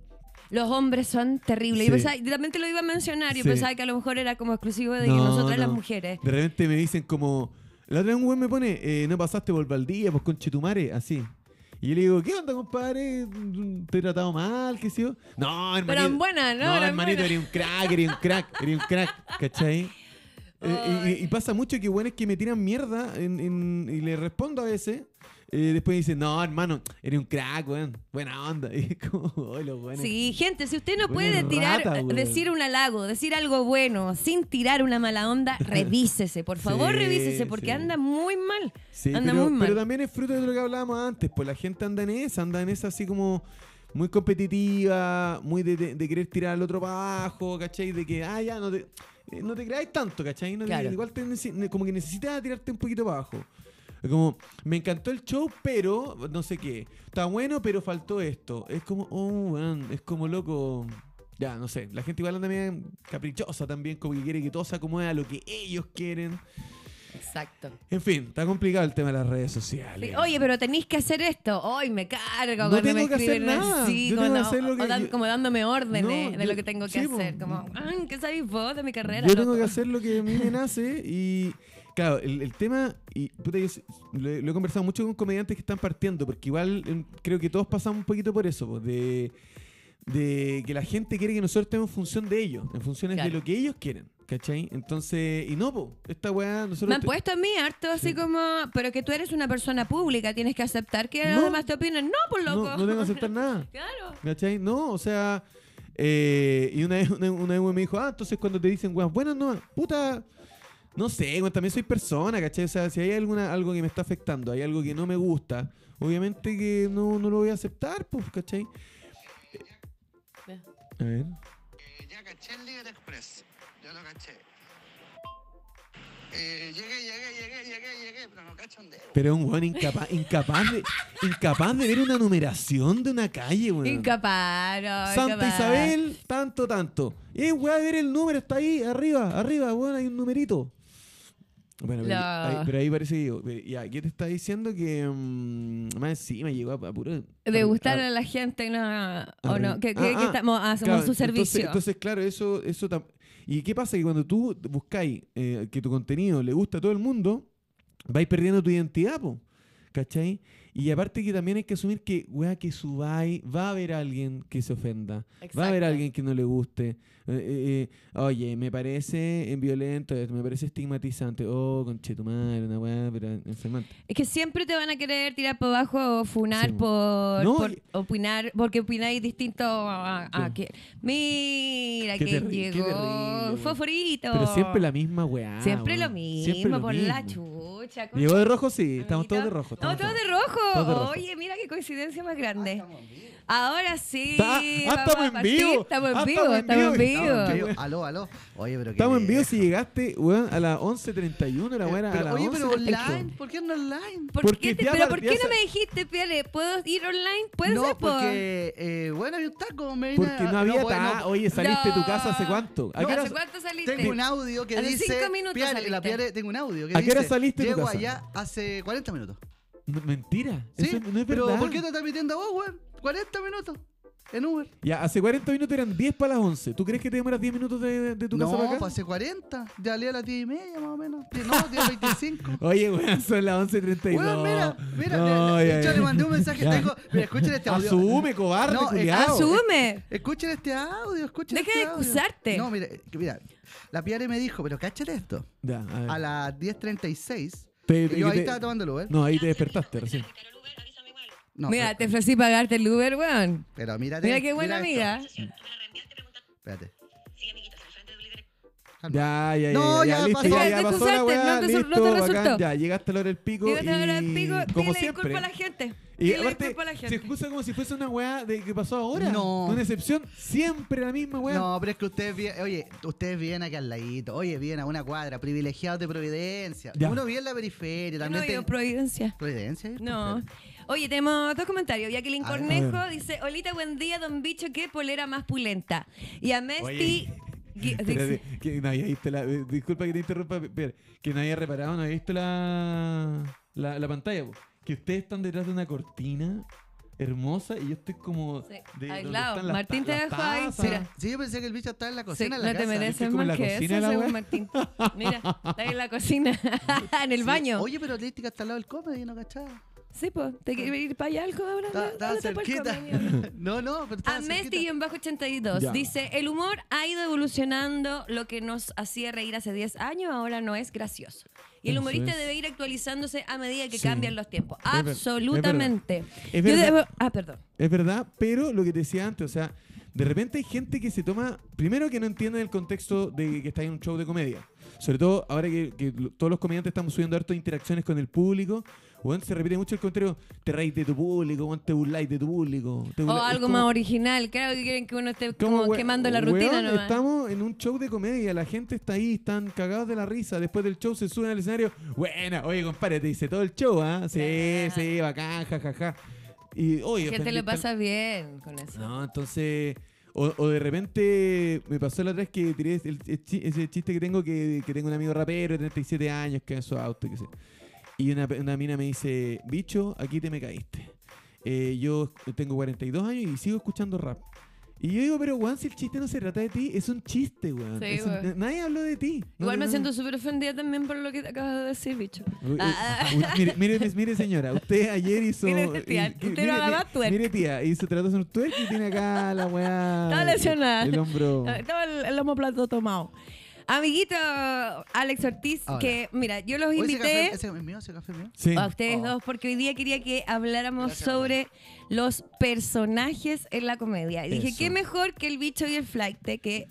[SPEAKER 1] Los hombres son terribles.
[SPEAKER 2] Sí.
[SPEAKER 1] Yo pensaba- yo también te lo iba a mencionar. Yo
[SPEAKER 2] Sí.
[SPEAKER 1] pensaba que a lo mejor era como exclusivo de
[SPEAKER 2] No,
[SPEAKER 1] nosotras las
[SPEAKER 2] no.
[SPEAKER 1] mujeres.
[SPEAKER 2] De repente me dicen como, la otra vez un weón me pone, eh, no pasaste por Valdivia, pues, por Conchetumare, así. Y yo le digo, ¿qué onda, compadre? ¿Te he tratado mal? ¿Qué sé yo? No, hermanito.
[SPEAKER 1] Pero en buena, ¿no? Pero en
[SPEAKER 2] hermanito,
[SPEAKER 1] buena.
[SPEAKER 2] eres un crack, eres un crack, eres un crack, ¿cachai? Eh, y- y, y pasa mucho que weones que me tiran mierda en- en- y le respondo a veces. eh, después dicen, no, hermano, eres un crack, weón. Buena onda. Y es como, "Oh, los weones".
[SPEAKER 1] Sí, gente, si usted no
[SPEAKER 2] Buena
[SPEAKER 1] puede tirar,
[SPEAKER 2] rata, weón.
[SPEAKER 1] decir un halago, decir algo bueno, sin tirar una mala onda, revísese, por favor,
[SPEAKER 2] Sí,
[SPEAKER 1] revísese, porque
[SPEAKER 2] sí.
[SPEAKER 1] anda muy mal.
[SPEAKER 2] Sí,
[SPEAKER 1] anda
[SPEAKER 2] pero,
[SPEAKER 1] muy mal.
[SPEAKER 2] pero también es fruto de lo que hablábamos antes, pues la gente anda en esa, anda en esa así como muy competitiva, muy de, de- de querer tirar al otro para abajo, ¿cachai? De que, ah, ya, no te, eh, no te creáis tanto, ¿cachai? No te-
[SPEAKER 1] Claro.
[SPEAKER 2] igual te nece- ne- como que necesitas tirarte un poquito para abajo. Como, me encantó el show, pero no sé qué. Está bueno, pero faltó esto. Es como, oh, weón, es como loco. Ya, no sé. La gente igual anda medio caprichosa también, como que quiere que todo se acomode a lo que ellos quieren.
[SPEAKER 1] Exacto.
[SPEAKER 2] En fin, está complicado el tema de las redes sociales.
[SPEAKER 1] Oye, pero tenéis que hacer esto. Hoy me cargo
[SPEAKER 2] No
[SPEAKER 1] cuando me
[SPEAKER 2] tengo que hacer
[SPEAKER 1] escriben
[SPEAKER 2] nada.
[SPEAKER 1] así,
[SPEAKER 2] Yo tengo
[SPEAKER 1] cuando-
[SPEAKER 2] que hacer lo
[SPEAKER 1] o
[SPEAKER 2] que
[SPEAKER 1] dan-
[SPEAKER 2] yo-
[SPEAKER 1] como dándome órdenes
[SPEAKER 2] No,
[SPEAKER 1] de
[SPEAKER 2] yo-
[SPEAKER 1] lo que tengo que
[SPEAKER 2] sí, po.
[SPEAKER 1] hacer. Como, "Ah, ¿qué sabéis vos de mi carrera?
[SPEAKER 2] yo tengo
[SPEAKER 1] loco?".
[SPEAKER 2] que hacer lo que a mí me nace y claro, el, el tema y puta, yo s- lo, he- lo he conversado mucho con comediantes que están partiendo porque igual em, creo que todos pasamos un poquito por eso, pues, de de que la gente quiere que nosotros estemos en función de ellos, en funciones de
[SPEAKER 1] Claro.
[SPEAKER 2] lo que ellos quieren, ¿cachai? Entonces, y no, po, esta weá nosotros
[SPEAKER 1] Me han
[SPEAKER 2] te-
[SPEAKER 1] puesto a mí harto así
[SPEAKER 2] Sí.
[SPEAKER 1] como, pero que tú eres una persona pública, tienes que aceptar que
[SPEAKER 2] No.
[SPEAKER 1] los demás te opinen. No, por
[SPEAKER 2] no,
[SPEAKER 1] loco.
[SPEAKER 2] no tengo que aceptar nada.
[SPEAKER 1] Claro.
[SPEAKER 2] ¿Cachai? No, o sea. eh, y una vez, una, una vez me dijo, ah, entonces cuando te dicen weas buenas, no, puta. No sé, weón, también soy persona, ¿cachai? O sea, si hay alguna, algo que me está afectando, hay algo que no me gusta, obviamente que no, no lo voy a aceptar, pues, ¿cachai?
[SPEAKER 1] Ve.
[SPEAKER 2] A ver.
[SPEAKER 3] Eh, ya caché el Libre Express. Ya lo caché. Eh, llegué, llegué, llegué, llegué, llegué, pero no cacho un dedo.
[SPEAKER 2] Pero es un weón incapaz, incapaz, de, incapaz de ver una numeración de una calle, weón.
[SPEAKER 1] Incapaz, no,
[SPEAKER 2] Santa
[SPEAKER 1] incapaz.
[SPEAKER 2] Isabel, tanto, tanto. Y eh, weá, ver el número, está ahí, arriba, arriba, weón, hay un numerito. Bueno, pero,
[SPEAKER 1] Lo-
[SPEAKER 2] ahí, pero ahí parece que yo- pero Ya, ¿qué te está diciendo? Que mm, más encima llegó a, a puro.
[SPEAKER 1] De
[SPEAKER 2] a-
[SPEAKER 1] gustar
[SPEAKER 2] a-
[SPEAKER 1] a la gente, no,
[SPEAKER 2] Ah, a-
[SPEAKER 1] o no, que, que-
[SPEAKER 2] Ah,
[SPEAKER 1] que
[SPEAKER 2] ah,
[SPEAKER 1] estamos, hacemos
[SPEAKER 2] claro,
[SPEAKER 1] su
[SPEAKER 2] entonces-
[SPEAKER 1] servicio.
[SPEAKER 2] Entonces, claro, eso. eso tam- ¿Y qué pasa? Que cuando tú buscáis eh, que tu contenido le gusta a todo el mundo, vais perdiendo tu identidad, po, ¿cachai? Y aparte que también hay que asumir que, weá, que subáis, va a haber alguien que se ofenda. Va a haber
[SPEAKER 1] Exacto.
[SPEAKER 2] alguien que no le guste. Eh, eh, eh, oye, me parece eh, violento, eh, me parece estigmatizante. Oh, conchetumar, una weá, pero enfermante.
[SPEAKER 1] Es que siempre te van a querer tirar por abajo o funar
[SPEAKER 2] Sí,
[SPEAKER 1] por,
[SPEAKER 2] No,
[SPEAKER 1] por
[SPEAKER 2] y-
[SPEAKER 1] opinar, porque opináis distinto a, a- a
[SPEAKER 2] Sí.
[SPEAKER 1] que. Mira,
[SPEAKER 2] Qué
[SPEAKER 1] que
[SPEAKER 2] terri- qué
[SPEAKER 1] llegó.
[SPEAKER 2] terrible,
[SPEAKER 1] Foforito.
[SPEAKER 2] Pero siempre la misma weá.
[SPEAKER 1] Oh. Siempre lo
[SPEAKER 2] weón.
[SPEAKER 1] mismo,
[SPEAKER 2] Siempre lo
[SPEAKER 1] por la
[SPEAKER 2] mismo.
[SPEAKER 1] chucha.
[SPEAKER 2] Llegó de rojo, sí, estamos
[SPEAKER 1] Amiguito.
[SPEAKER 2] todos de rojo.
[SPEAKER 1] Estamos todos de rojo.
[SPEAKER 2] Todos de rojo.
[SPEAKER 1] Oye, mira qué coincidencia más
[SPEAKER 4] Ah,
[SPEAKER 1] grande. Ahora sí.
[SPEAKER 2] Está- ah,
[SPEAKER 1] vamos
[SPEAKER 2] estamos
[SPEAKER 1] a
[SPEAKER 2] en
[SPEAKER 1] partir.
[SPEAKER 2] vivo.
[SPEAKER 1] Estamos
[SPEAKER 2] Ah,
[SPEAKER 1] en vivo, estamos en vivo.
[SPEAKER 4] Aló, aló. Oye, pero qué
[SPEAKER 2] Estamos en vivo
[SPEAKER 4] lejos.
[SPEAKER 2] si llegaste, weón, a las 11.31, la weá era a
[SPEAKER 4] Pero,
[SPEAKER 2] las
[SPEAKER 4] oye, pero
[SPEAKER 2] 11:30.
[SPEAKER 4] online, ¿por qué no online?
[SPEAKER 1] ¿Por
[SPEAKER 2] Porque
[SPEAKER 1] qué te-
[SPEAKER 2] ya
[SPEAKER 1] pero
[SPEAKER 2] par-
[SPEAKER 1] ¿por
[SPEAKER 2] ya
[SPEAKER 1] qué no
[SPEAKER 2] sa-
[SPEAKER 1] me dijiste, Piale? ¿Puedo ir online? ¿Puedes
[SPEAKER 4] no,
[SPEAKER 1] ser por-
[SPEAKER 4] porque, eh, bueno, había un taco, me vine
[SPEAKER 2] Porque
[SPEAKER 4] a-
[SPEAKER 2] no había
[SPEAKER 4] bueno,
[SPEAKER 2] ta- Oye, saliste de tu
[SPEAKER 1] No.
[SPEAKER 2] casa hace cuánto. ¿A
[SPEAKER 1] No,
[SPEAKER 2] qué hora-
[SPEAKER 1] ¿Hace cuánto saliste?
[SPEAKER 4] Tengo un audio que
[SPEAKER 1] A los
[SPEAKER 4] dice...
[SPEAKER 1] cinco minutos
[SPEAKER 4] Piare-
[SPEAKER 1] saliste.
[SPEAKER 4] la Piare- tengo un audio que
[SPEAKER 2] ¿A qué hora
[SPEAKER 4] dice,
[SPEAKER 2] saliste de tu
[SPEAKER 4] Llego
[SPEAKER 2] casa?
[SPEAKER 4] allá hace 40 minutos.
[SPEAKER 2] No, mentira.
[SPEAKER 4] ¿Sí?
[SPEAKER 2] Eso no es
[SPEAKER 4] pero
[SPEAKER 2] verdad.
[SPEAKER 4] ¿por qué te estás metiendo a vos, weón? 40 minutos en Uber.
[SPEAKER 2] Ya, hace 40 minutos eran 10 para las 11. ¿Tú crees que te demoras 10 minutos de, de tu
[SPEAKER 4] No,
[SPEAKER 2] casa para acá?
[SPEAKER 4] pues hace 40. Ya leí a las 10 y media, más o menos. No, 10 25.
[SPEAKER 2] Oye, weón, son las 11.32.
[SPEAKER 4] Weón, mira, mira,
[SPEAKER 2] No,
[SPEAKER 4] le- le-
[SPEAKER 2] ya,
[SPEAKER 4] yo
[SPEAKER 2] ya.
[SPEAKER 4] le mandé un mensaje,
[SPEAKER 2] Ya. Ah,
[SPEAKER 4] tengo, mira, escuchen este audio.
[SPEAKER 2] Asume, cobarde,
[SPEAKER 4] No, eh,
[SPEAKER 2] culiao.
[SPEAKER 1] Asume.
[SPEAKER 4] Escuchen este audio, escuchen
[SPEAKER 1] Deja
[SPEAKER 4] este
[SPEAKER 1] de
[SPEAKER 4] audio.
[SPEAKER 1] excusarte.
[SPEAKER 4] No, mira, que mira, la Piare me dijo, pero cáchate esto.
[SPEAKER 2] Ya, a ver.
[SPEAKER 4] A las 10.36,
[SPEAKER 2] Te-
[SPEAKER 4] y
[SPEAKER 2] te-
[SPEAKER 4] yo ahí
[SPEAKER 2] te-
[SPEAKER 4] estaba tomando el Uber.
[SPEAKER 2] No, ahí te despertaste recién.
[SPEAKER 4] No,
[SPEAKER 1] Mira, te
[SPEAKER 4] pero,
[SPEAKER 1] ofrecí pagarte el Uber, weón.
[SPEAKER 4] pero mírate,
[SPEAKER 1] Mira qué buena
[SPEAKER 4] mira esto.
[SPEAKER 1] amiga.
[SPEAKER 4] Espérate. Calma.
[SPEAKER 2] Ya, ya, ya.
[SPEAKER 4] No, ya
[SPEAKER 2] listo,
[SPEAKER 4] pasó.
[SPEAKER 2] ya,
[SPEAKER 1] Ya,
[SPEAKER 2] ya
[SPEAKER 1] de tu
[SPEAKER 2] pasó la
[SPEAKER 1] suerte,
[SPEAKER 2] weá,
[SPEAKER 1] no te su-
[SPEAKER 2] listo,
[SPEAKER 1] no te
[SPEAKER 2] bacán,
[SPEAKER 1] resultó.
[SPEAKER 2] Ya, llegaste a la hora del pico
[SPEAKER 1] Digo, te
[SPEAKER 2] y,
[SPEAKER 1] ahora pico,
[SPEAKER 2] como
[SPEAKER 1] pídele
[SPEAKER 2] siempre.
[SPEAKER 1] disculpa a la gente.
[SPEAKER 2] Y
[SPEAKER 1] Pídele
[SPEAKER 2] aparte,
[SPEAKER 1] disculpa a la
[SPEAKER 2] se
[SPEAKER 1] gente.
[SPEAKER 2] excusa como si fuese una weá de que pasó ahora.
[SPEAKER 4] No.
[SPEAKER 2] Una excepción, siempre la misma weá.
[SPEAKER 4] No, pero es que ustedes vienen, oye, ustedes vienen acá al ladito, oye, vienen a una cuadra, privilegiados de Providencia.
[SPEAKER 2] Ya.
[SPEAKER 4] Uno viene en la periferia,
[SPEAKER 1] Yo no
[SPEAKER 4] también.
[SPEAKER 1] digo
[SPEAKER 4] te-
[SPEAKER 1] Providencia.
[SPEAKER 4] Providencia.
[SPEAKER 1] No. Oye, tenemos dos comentarios. Jacqueline
[SPEAKER 4] A ver.
[SPEAKER 2] A
[SPEAKER 1] Cornejo
[SPEAKER 2] ver.
[SPEAKER 1] dice, Olita, buen día, don bicho, qué polera más pulenta. Y a Mesti...
[SPEAKER 2] Oye.
[SPEAKER 1] Gui-
[SPEAKER 2] Espérate,
[SPEAKER 1] dice-
[SPEAKER 2] que no había visto la. eh, Disculpa que te interrumpa, pero que no había reparado, no había visto la, la, la pantalla. po. Que ustedes están detrás de una cortina hermosa y yo estoy como.
[SPEAKER 1] Sí,
[SPEAKER 2] de
[SPEAKER 1] al
[SPEAKER 2] donde
[SPEAKER 1] lado.
[SPEAKER 2] están las
[SPEAKER 1] Martín
[SPEAKER 2] ta-
[SPEAKER 1] te
[SPEAKER 2] las
[SPEAKER 1] dejó ahí.
[SPEAKER 2] tazas.
[SPEAKER 1] Mira.
[SPEAKER 4] ah, Sí, yo pensé que el bicho estaba en la
[SPEAKER 1] Sí,
[SPEAKER 4] cocina,
[SPEAKER 1] no
[SPEAKER 4] en la
[SPEAKER 1] te
[SPEAKER 4] casa.
[SPEAKER 1] mereces
[SPEAKER 2] como
[SPEAKER 1] más
[SPEAKER 2] en la
[SPEAKER 1] que
[SPEAKER 2] cocina,
[SPEAKER 1] eso,
[SPEAKER 2] la
[SPEAKER 1] según
[SPEAKER 2] wea.
[SPEAKER 1] Martín. Mira, está en la cocina, en el
[SPEAKER 4] Sí.
[SPEAKER 1] baño.
[SPEAKER 4] Oye, pero Atlética está al lado del comedy, no cachaba.
[SPEAKER 1] Sí, pues, ¿te quieres ir para allá algo ahora?
[SPEAKER 4] Está-
[SPEAKER 1] ¿Dónde
[SPEAKER 4] Estaba
[SPEAKER 1] está para el
[SPEAKER 4] cerquita.
[SPEAKER 1] convenio?
[SPEAKER 4] No, no, pero
[SPEAKER 2] Ah,
[SPEAKER 4] estaba cerquita.
[SPEAKER 1] Amesti-82
[SPEAKER 2] Ya.
[SPEAKER 1] dice, el humor ha ido evolucionando, lo que nos hacía reír hace 10 años ahora no es gracioso. Y el
[SPEAKER 2] Eso
[SPEAKER 1] humorista
[SPEAKER 2] es.
[SPEAKER 1] debe ir actualizándose a medida que
[SPEAKER 2] Sí.
[SPEAKER 1] cambian los tiempos.
[SPEAKER 2] Es ver- es
[SPEAKER 1] Absolutamente.
[SPEAKER 2] Es
[SPEAKER 1] Yo
[SPEAKER 2] verdad.
[SPEAKER 1] debo- ah, perdón.
[SPEAKER 2] Es verdad, pero lo que te decía antes, o sea, de repente hay gente que se toma, primero que no entiende el contexto de que está en un show de comedia. Sobre todo ahora que, que lo- todos los comediantes estamos subiendo harto de interacciones con el público. Weón, se repite mucho el contrario. Te reís de tu público, weón, te burláis de tu público. te
[SPEAKER 1] O
[SPEAKER 2] burláis- es
[SPEAKER 1] algo
[SPEAKER 2] como-
[SPEAKER 1] más original. Creo que quieren que uno esté
[SPEAKER 2] como,
[SPEAKER 1] como
[SPEAKER 2] we-
[SPEAKER 1] quemando la
[SPEAKER 2] weón,
[SPEAKER 1] rutina nomás.
[SPEAKER 2] Estamos en un show de comedia, la gente está ahí, están cagados de la risa. Después del show se suben al escenario. Buena, oye, compadre, te dice todo el show, ¿ah? Sí,
[SPEAKER 1] Claro.
[SPEAKER 2] sí, bacán, jajaja. Y, oye,
[SPEAKER 1] La gente
[SPEAKER 2] ofendí
[SPEAKER 1] le
[SPEAKER 2] tal-
[SPEAKER 1] pasa bien con eso.
[SPEAKER 2] no, entonces. O, o de repente me pasó la otra vez que tiré el- el chi- ese chiste que tengo que, que tengo un amigo rapero de 37 años que en su auto, y qué sé. Y una, una mina me dice, bicho, aquí te me caíste. Eh, yo tengo 42 años y sigo escuchando rap. Y yo digo, pero weón, si el chiste no se trata de ti, es un chiste, weón.
[SPEAKER 1] Sí,
[SPEAKER 2] Es un-
[SPEAKER 1] weón.
[SPEAKER 2] nadie habló de ti. No,
[SPEAKER 1] Igual
[SPEAKER 2] no,
[SPEAKER 1] me
[SPEAKER 2] no.
[SPEAKER 1] siento súper ofendida también por lo que te acabas de decir, bicho.
[SPEAKER 2] Uy, uy,
[SPEAKER 1] Ah,
[SPEAKER 2] uy, mire, mire, mis- mire, señora, usted ayer hizo.
[SPEAKER 1] Mire, tía,
[SPEAKER 2] y- que-
[SPEAKER 1] usted no haga más twerk.
[SPEAKER 2] mire, tía, hizo trató de un twerk y tiene acá la weá.
[SPEAKER 1] Estaba lesionada.
[SPEAKER 2] El hombro.
[SPEAKER 1] Ah, Estaba el, el homoplato tomado. Amiguito Alex Ortiz,
[SPEAKER 4] Ahora.
[SPEAKER 1] que mira, yo los
[SPEAKER 4] Oye, ese café,
[SPEAKER 1] invité
[SPEAKER 4] ese es mío, ese café es mío.
[SPEAKER 2] Sí.
[SPEAKER 1] a ustedes
[SPEAKER 4] Oh.
[SPEAKER 1] dos porque hoy día quería que habláramos
[SPEAKER 4] Gracias,
[SPEAKER 1] sobre los personajes en la comedia. Y dije,
[SPEAKER 2] Eso.
[SPEAKER 1] qué mejor que el bicho y el flight, que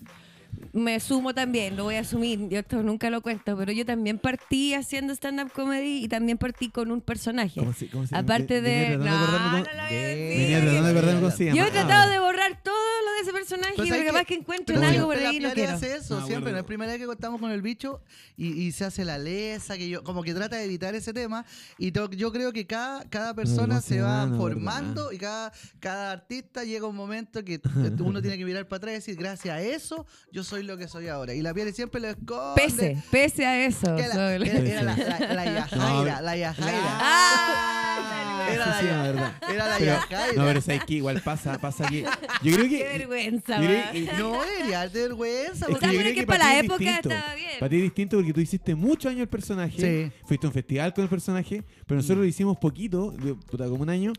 [SPEAKER 1] me sumo también, lo voy a asumir, yo esto nunca lo cuento, pero yo también partí haciendo stand-up comedy y también partí con un personaje.
[SPEAKER 2] ¿Cómo se- cómo se-
[SPEAKER 1] Aparte
[SPEAKER 2] venía
[SPEAKER 1] de...
[SPEAKER 2] tratando de
[SPEAKER 1] No,
[SPEAKER 2] acordarme
[SPEAKER 1] no
[SPEAKER 2] cómo-
[SPEAKER 1] lo voy a
[SPEAKER 4] Bien.
[SPEAKER 1] decir.
[SPEAKER 2] Venía tratando de acordarme cómo se
[SPEAKER 1] Yo he
[SPEAKER 2] llamaba.
[SPEAKER 1] tratado de borrar todo lo de ese personaje,
[SPEAKER 4] Pero
[SPEAKER 1] pero
[SPEAKER 4] ¿sabes
[SPEAKER 1] capaz
[SPEAKER 4] qué?
[SPEAKER 1] que encuentren
[SPEAKER 4] Pues Pero
[SPEAKER 1] algo por
[SPEAKER 4] siempre
[SPEAKER 1] ahí y
[SPEAKER 4] la
[SPEAKER 1] no
[SPEAKER 4] Piare
[SPEAKER 1] quiero.
[SPEAKER 4] hace eso,
[SPEAKER 2] Ah,
[SPEAKER 4] siempre.
[SPEAKER 2] bueno.
[SPEAKER 4] No es la primera vez que contamos con el bicho y, y se hace la lesa, que yo, como que trata de evitar ese tema. Y to- yo creo que cada, cada persona
[SPEAKER 2] no,
[SPEAKER 4] se
[SPEAKER 2] sí,
[SPEAKER 4] va
[SPEAKER 2] bueno,
[SPEAKER 4] formando
[SPEAKER 2] verdad.
[SPEAKER 4] y cada, cada artista llega un momento que t- uno tiene que mirar para atrás y decir, gracias a eso, yo soy lo que soy ahora. Y la piel siempre lo esconde.
[SPEAKER 1] Pese, pese a eso.
[SPEAKER 4] Que Era,
[SPEAKER 1] sobre-
[SPEAKER 4] era- era la, la, la Yajaira,
[SPEAKER 2] No,
[SPEAKER 4] la Yajaira.
[SPEAKER 1] ¡Ah!
[SPEAKER 4] Era
[SPEAKER 2] Sí,
[SPEAKER 4] la
[SPEAKER 2] sí, la
[SPEAKER 4] ya-
[SPEAKER 2] verdad.
[SPEAKER 4] Era la
[SPEAKER 2] Pero-
[SPEAKER 4] Yajaira.
[SPEAKER 2] No, pero sabes que igual pasa, pasa que. Yo creo que.
[SPEAKER 1] ¡Qué vergüenza,
[SPEAKER 2] yo creo
[SPEAKER 1] man.
[SPEAKER 2] que-
[SPEAKER 4] No debería darte vergüenza.
[SPEAKER 2] Es
[SPEAKER 1] O sea, pero
[SPEAKER 2] yo creo
[SPEAKER 1] que para
[SPEAKER 2] ti
[SPEAKER 1] la
[SPEAKER 2] es
[SPEAKER 1] época
[SPEAKER 2] distinto.
[SPEAKER 1] estaba bien.
[SPEAKER 2] Para ti es distinto porque tú hiciste muchos años el personaje. Fuiste a un festival con el personaje, pero nosotros lo hicimos poquito, de- puta, como un año.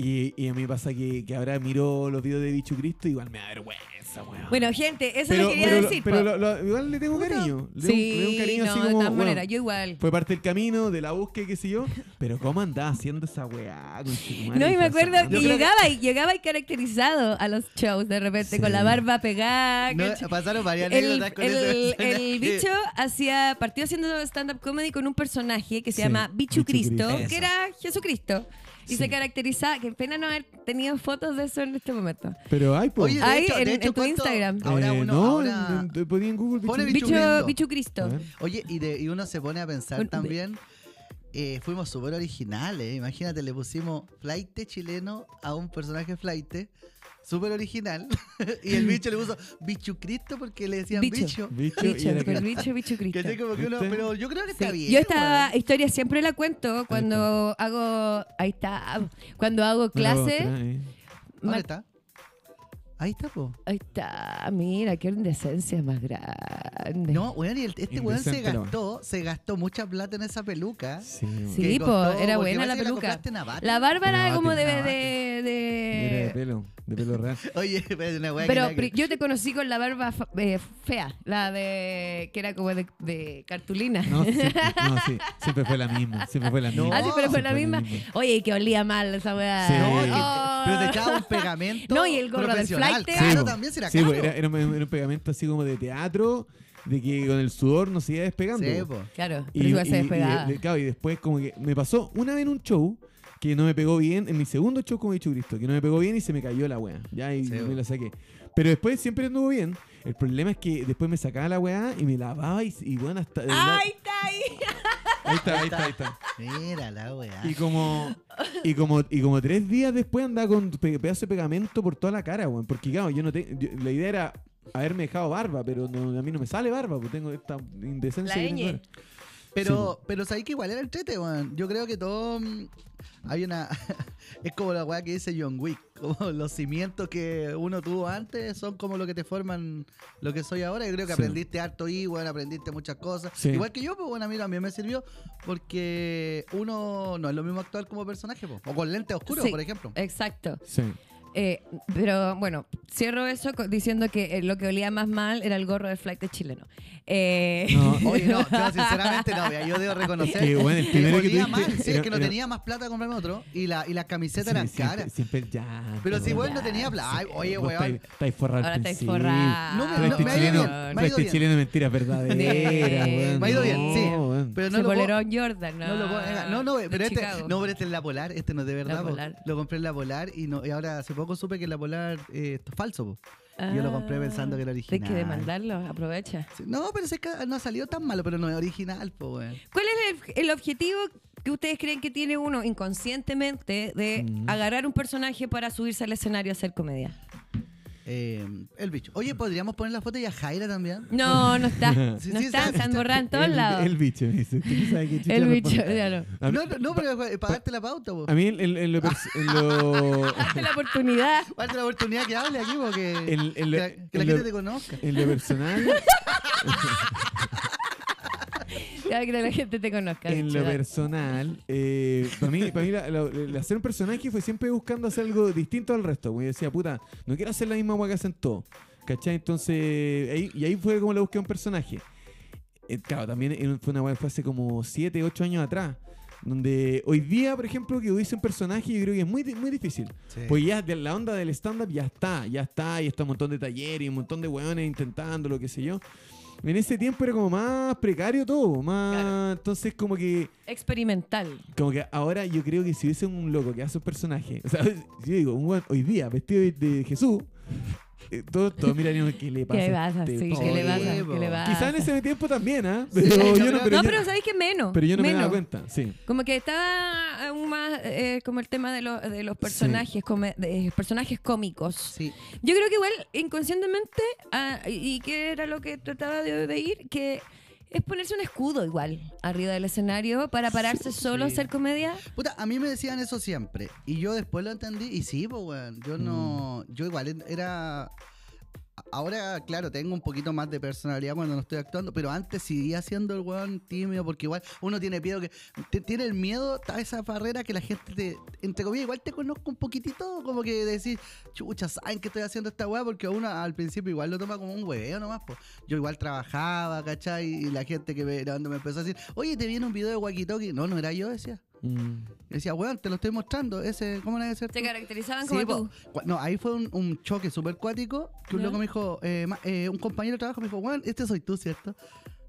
[SPEAKER 2] Y, y a mí me pasa que, que ahora miro los videos de Bicho Cristo y igual me da vergüenza, weón.
[SPEAKER 1] Bueno, gente, eso lo
[SPEAKER 2] pero,
[SPEAKER 1] quería
[SPEAKER 2] pero lo-
[SPEAKER 1] decir.
[SPEAKER 2] pero
[SPEAKER 1] po.
[SPEAKER 2] lo- lo- igual le tengo cariño. Le,
[SPEAKER 1] sí,
[SPEAKER 2] tengo, le tengo cariño
[SPEAKER 1] no,
[SPEAKER 2] así
[SPEAKER 1] de
[SPEAKER 2] como.
[SPEAKER 1] todas
[SPEAKER 2] weón,
[SPEAKER 1] maneras, yo igual.
[SPEAKER 2] Fue parte del camino, de la búsqueda, qué sé yo. Pero cómo andaba haciendo esa weá. conchetumare,
[SPEAKER 1] No, y me acuerdo
[SPEAKER 2] disfrazado?
[SPEAKER 1] que
[SPEAKER 4] creo que-
[SPEAKER 1] llegaba, y llegaba y caracterizado a los shows de repente,
[SPEAKER 2] Sí.
[SPEAKER 1] con la barba pegada.
[SPEAKER 4] No,
[SPEAKER 1] ¿cachai?
[SPEAKER 4] pasaron varias
[SPEAKER 1] Ah, el,
[SPEAKER 4] anécdotas con
[SPEAKER 1] el-
[SPEAKER 4] ese
[SPEAKER 1] el
[SPEAKER 4] personaje.
[SPEAKER 1] bicho hacía, partió haciendo stand-up comedy con un personaje que se
[SPEAKER 2] Sí,
[SPEAKER 1] llama Bichu
[SPEAKER 2] Bichu Cristo.
[SPEAKER 1] Cristo,
[SPEAKER 2] Eso.
[SPEAKER 1] que era Jesucristo. Y
[SPEAKER 2] Sí.
[SPEAKER 1] se caracterizaba, que pena no haber tenido fotos de eso en este momento.
[SPEAKER 2] Pero ay, pues.
[SPEAKER 4] Oye, de
[SPEAKER 1] Ahí
[SPEAKER 4] hecho- de
[SPEAKER 1] en,
[SPEAKER 4] hecho,
[SPEAKER 1] en tu
[SPEAKER 4] ¿cuánto-
[SPEAKER 1] Instagram.
[SPEAKER 4] ahora uno-
[SPEAKER 2] Eh, no,
[SPEAKER 4] ahora-
[SPEAKER 2] en- en- ponía en Google
[SPEAKER 4] Pone
[SPEAKER 2] Bicho
[SPEAKER 4] Bichu
[SPEAKER 1] Bicho,
[SPEAKER 4] Cristo.
[SPEAKER 1] Bichu
[SPEAKER 2] A
[SPEAKER 1] Cristo.
[SPEAKER 2] ver.
[SPEAKER 4] Oye, y, de- y uno se pone a pensar
[SPEAKER 1] Un-
[SPEAKER 4] también. eh, fuimos súper originales. eh. Imagínate, le pusimos flaite chileno a un personaje flaite. Súper original. y el bicho le puso bichucristo porque le decían
[SPEAKER 1] Bicho.
[SPEAKER 4] bicho.
[SPEAKER 2] Bicho, y
[SPEAKER 1] Bicho,
[SPEAKER 2] era
[SPEAKER 1] con
[SPEAKER 2] que-
[SPEAKER 1] Bicho, Bichu Cristo.
[SPEAKER 4] ¿Cachai? Como que uno-
[SPEAKER 2] ¿Viste?
[SPEAKER 4] pero yo creo que está
[SPEAKER 1] Sí.
[SPEAKER 4] bien.
[SPEAKER 1] Yo esta
[SPEAKER 4] weón.
[SPEAKER 1] historia siempre la cuento cuando hago, ahí está, cuando hago
[SPEAKER 2] No la puedo
[SPEAKER 1] clase.
[SPEAKER 2] mostrar, eh.
[SPEAKER 1] ma-
[SPEAKER 4] ¿Dónde está? Ahí está, po.
[SPEAKER 1] ahí está, mira, qué indecencia más grande.
[SPEAKER 4] No, weón, y el- este weón se
[SPEAKER 2] Indecente, la
[SPEAKER 4] gastó, se gastó mucha plata en esa peluca.
[SPEAKER 2] Sí,
[SPEAKER 1] Sí,
[SPEAKER 4] que
[SPEAKER 1] po,
[SPEAKER 4] costó,
[SPEAKER 1] era
[SPEAKER 4] porque
[SPEAKER 1] buena la
[SPEAKER 4] parece que
[SPEAKER 1] peluca.
[SPEAKER 4] compraste en Abate.
[SPEAKER 1] La barba era
[SPEAKER 2] Navate,
[SPEAKER 1] como de...
[SPEAKER 4] navate.
[SPEAKER 1] de-
[SPEAKER 2] Era de
[SPEAKER 1] de-
[SPEAKER 2] pelo, de pelo real.
[SPEAKER 4] Oye, pero una weá que
[SPEAKER 1] pero
[SPEAKER 4] nada que-
[SPEAKER 1] pri- yo te conocí con la barba fa- eh, fea, la de... que era como de, de cartulina.
[SPEAKER 2] No, siempre, no, sí, siempre fue la misma, siempre fue la misma.
[SPEAKER 1] Ah, sí, pero fue
[SPEAKER 2] Siempre
[SPEAKER 1] la misma. Oye, que olía mal esa weá.
[SPEAKER 2] Sí.
[SPEAKER 4] No,
[SPEAKER 2] Eh,
[SPEAKER 4] que-
[SPEAKER 1] Oh.
[SPEAKER 4] pero te echaba un pegamento.
[SPEAKER 1] No, y el gorro del
[SPEAKER 4] profesional.
[SPEAKER 1] flight.
[SPEAKER 2] Sí, pues,
[SPEAKER 4] Claro,
[SPEAKER 2] po.
[SPEAKER 4] también será
[SPEAKER 2] Sí,
[SPEAKER 4] caro.
[SPEAKER 2] po, era, era un, era un pegamento así como de teatro de que con el sudor nos iba despegando.
[SPEAKER 4] Sí,
[SPEAKER 2] po.
[SPEAKER 4] po.
[SPEAKER 1] Claro, pero igual se despegaba.
[SPEAKER 2] de- de- claro, y después como que me pasó una vez en un show que no me pegó bien, en mi segundo show con Bicho Cristo, que no me pegó bien y se me cayó la weá. Ya, y
[SPEAKER 4] Sí,
[SPEAKER 2] me
[SPEAKER 4] bo.
[SPEAKER 2] la saqué. Pero después siempre anduvo bien. El problema es que después me sacaba la weá y me lavaba y, y bueno, hasta... de verdad-
[SPEAKER 1] ¡Ay, está ahí!
[SPEAKER 2] Ahí está, ahí está, ahí está.
[SPEAKER 4] Mira la weá.
[SPEAKER 2] Y como, y como, y como tres días después andaba con pe- pedazo de pegamento por toda la cara, weón. Porque, claro, yo no te- yo- la idea era haberme dejado barba, pero no- a mí no me sale barba, porque tengo esta indecencia.
[SPEAKER 1] La
[SPEAKER 2] que tengo
[SPEAKER 1] ñ.
[SPEAKER 2] ahora.
[SPEAKER 4] Pero, pero sabéis que igual era el trete, weón. Yo creo que todo. mm, Hay una. es como la weá que dice John Wick. Como los cimientos que uno tuvo antes son como lo que te forman lo que soy ahora. Yo creo que
[SPEAKER 2] Sí.
[SPEAKER 4] aprendiste harto y, weón, aprendiste muchas cosas.
[SPEAKER 2] Sí.
[SPEAKER 4] Igual que yo, pues, bueno, mira, a mí me sirvió porque uno no es lo mismo actuar como personaje, po. O con lentes oscuros,
[SPEAKER 1] Sí.
[SPEAKER 4] por ejemplo.
[SPEAKER 1] Exacto.
[SPEAKER 2] Sí.
[SPEAKER 1] Eh, pero bueno, cierro eso co- diciendo que eh, lo que olía más mal era el gorro del flight de chileno. Eh,
[SPEAKER 2] No, oh,
[SPEAKER 4] Oye, no, yo sinceramente no, vea, yo debo reconocer
[SPEAKER 2] Que, bueno, el primero que
[SPEAKER 4] olía
[SPEAKER 2] tuviste
[SPEAKER 4] mal, sí,
[SPEAKER 2] era-
[SPEAKER 4] que no
[SPEAKER 2] era-
[SPEAKER 4] tenía más plata para comprarme otro y, la, y las camisetas
[SPEAKER 2] Sí,
[SPEAKER 4] eran
[SPEAKER 2] siempre-
[SPEAKER 4] caras.
[SPEAKER 2] Siempre ya.
[SPEAKER 4] Pero si
[SPEAKER 1] bueno,
[SPEAKER 4] weón no tenía plata. Ay, Oye, weón.
[SPEAKER 2] Estáis forrados.
[SPEAKER 1] Ahora estáis forrados.
[SPEAKER 4] No, pero
[SPEAKER 1] Flight
[SPEAKER 4] no,
[SPEAKER 1] de
[SPEAKER 4] me
[SPEAKER 2] este chileno,
[SPEAKER 4] ha ido bien, me ha
[SPEAKER 2] flight
[SPEAKER 4] ido bien.
[SPEAKER 2] chileno mentiras verdaderas,
[SPEAKER 1] Sí.
[SPEAKER 2] weón.
[SPEAKER 4] Me ha ido bien, sí.
[SPEAKER 2] No, weón.
[SPEAKER 4] Pero no
[SPEAKER 1] se
[SPEAKER 4] lo, puedo,
[SPEAKER 1] poleró Jordan, ¿no?
[SPEAKER 4] no lo puedo negar. No, no,
[SPEAKER 1] de
[SPEAKER 4] pero este,
[SPEAKER 1] Chicago.
[SPEAKER 4] no, pero este es la polar, este no es de verdad.
[SPEAKER 1] La
[SPEAKER 4] po.
[SPEAKER 1] Polar.
[SPEAKER 4] Lo compré en la polar y, no, y ahora hace poco supe que la polar eh, esto es falso. po. yo lo compré pensando que era
[SPEAKER 1] Ah, Hay
[SPEAKER 4] original.
[SPEAKER 1] que demandarlo, aprovecha.
[SPEAKER 4] Sí, No, pero es que no ha salido tan malo, pero no es original, po, weón.
[SPEAKER 1] ¿Cuál es el, el objetivo que ustedes creen que tiene uno inconscientemente de
[SPEAKER 2] Mm.
[SPEAKER 1] agarrar un personaje para subirse al escenario a hacer comedia?
[SPEAKER 4] Eh, el bicho. Oye, ¿podríamos poner la foto de Yajaira también?
[SPEAKER 1] No, no está.
[SPEAKER 4] Sí,
[SPEAKER 1] no
[SPEAKER 4] sí,
[SPEAKER 1] está,
[SPEAKER 4] está-
[SPEAKER 1] se han borrado en todos
[SPEAKER 2] el,
[SPEAKER 1] lados.
[SPEAKER 2] El bicho, me dice. ¿Tú no sabes qué chucha
[SPEAKER 1] El bicho,
[SPEAKER 2] responde?
[SPEAKER 1] ya no.
[SPEAKER 2] A mí-
[SPEAKER 4] No, no, no, pero eh, pagaste la pauta, po.
[SPEAKER 2] A mí, en, en- en lo. pers- en lo-
[SPEAKER 1] Date la oportunidad.
[SPEAKER 4] Pagaste la oportunidad que hable aquí, porque
[SPEAKER 2] El- el-
[SPEAKER 4] Ah, que la, que la
[SPEAKER 2] el-
[SPEAKER 4] gente te conozca.
[SPEAKER 2] en lo personal.
[SPEAKER 1] Ya que la gente te conozca.
[SPEAKER 2] En
[SPEAKER 1] bicho,
[SPEAKER 2] lo
[SPEAKER 1] va.
[SPEAKER 2] personal, eh, para mí, para mí la- la- la- hacer un personaje fue siempre buscando hacer algo distinto al resto. Como yo decía, puta, no quiero hacer la misma hueá que hacen todos. ¿Cachai? Entonces, ahí- y ahí fue como le busqué a un personaje. Eh, claro, también en- fue una hueá que fue hace como 7, 8 años atrás. Donde hoy día, por ejemplo, que hubiese un personaje, yo creo que es muy, di- muy difícil.
[SPEAKER 4] Sí.
[SPEAKER 2] Pues ya de la onda del stand-up ya está, ya está, y está un montón de talleres, y un montón de hueones intentando, lo que sé yo. En ese tiempo era como más precario todo, más. Entonces, como que.
[SPEAKER 1] Experimental.
[SPEAKER 2] Como que ahora yo creo que si hubiese un loco que hace un personaje. O sea, si yo digo, un weón hoy día vestido de, de Jesús. eh, todos todos miran ¿qué le pasa?
[SPEAKER 1] ¿Qué le
[SPEAKER 2] a
[SPEAKER 1] pasa?
[SPEAKER 2] este
[SPEAKER 1] Sí,
[SPEAKER 2] pobre
[SPEAKER 1] ¿qué le pasa?
[SPEAKER 2] weón?
[SPEAKER 1] ¿Qué le pasa?
[SPEAKER 2] Quizá en ese tiempo también, ¿ah?
[SPEAKER 4] Sí,
[SPEAKER 2] Pero,
[SPEAKER 4] yo
[SPEAKER 2] yo no,
[SPEAKER 4] creo-
[SPEAKER 2] pero
[SPEAKER 1] no,
[SPEAKER 2] yo-
[SPEAKER 1] pero ¿sabéis que menos?
[SPEAKER 2] pero yo no me
[SPEAKER 1] menos.
[SPEAKER 2] daba cuenta, sí.
[SPEAKER 1] Como que estaba aún más eh, como el tema de, los- de los personajes, come- de personajes cómicos.
[SPEAKER 4] Sí.
[SPEAKER 1] Yo creo que igual inconscientemente, ah, y y que era lo que trataba de, de ir, que es ponerse un escudo igual arriba del escenario para pararse solo a
[SPEAKER 4] sí.
[SPEAKER 1] hacer comedia.
[SPEAKER 4] Puta, a mí me decían eso siempre. Y yo después lo entendí. Y sí, pues, weón. Yo no. Yo igual era. Ahora, claro, tengo un poquito más de personalidad cuando no estoy actuando, pero antes seguía siendo el weón tímido, porque igual uno tiene miedo que. te- tiene el miedo a esa barrera que la gente te. Entre comillas, igual te conozco un poquitito, como que decir, chucha, saben que estoy haciendo esta weá, porque uno al principio igual lo toma como un hueveo nomás, pues. Yo igual trabajaba, ¿cachai? Y la gente que me, cuando me empezó a decir, oye, te viene un video de Walkie Talkie. No, no era yo, decía.
[SPEAKER 2] Mm.
[SPEAKER 4] Y decía, weón, te lo estoy mostrando. Ese, ¿Cómo le debe ser?
[SPEAKER 1] Se
[SPEAKER 4] tú?".
[SPEAKER 1] caracterizaban
[SPEAKER 4] Sí,
[SPEAKER 1] como
[SPEAKER 4] po.
[SPEAKER 1] tú.
[SPEAKER 4] Cu- No, ahí fue un, un choque súper cuático. Que un
[SPEAKER 1] ¿Ya?
[SPEAKER 4] loco me dijo, eh, ma- eh, un compañero de trabajo me dijo, weón, este soy tú, ¿cierto?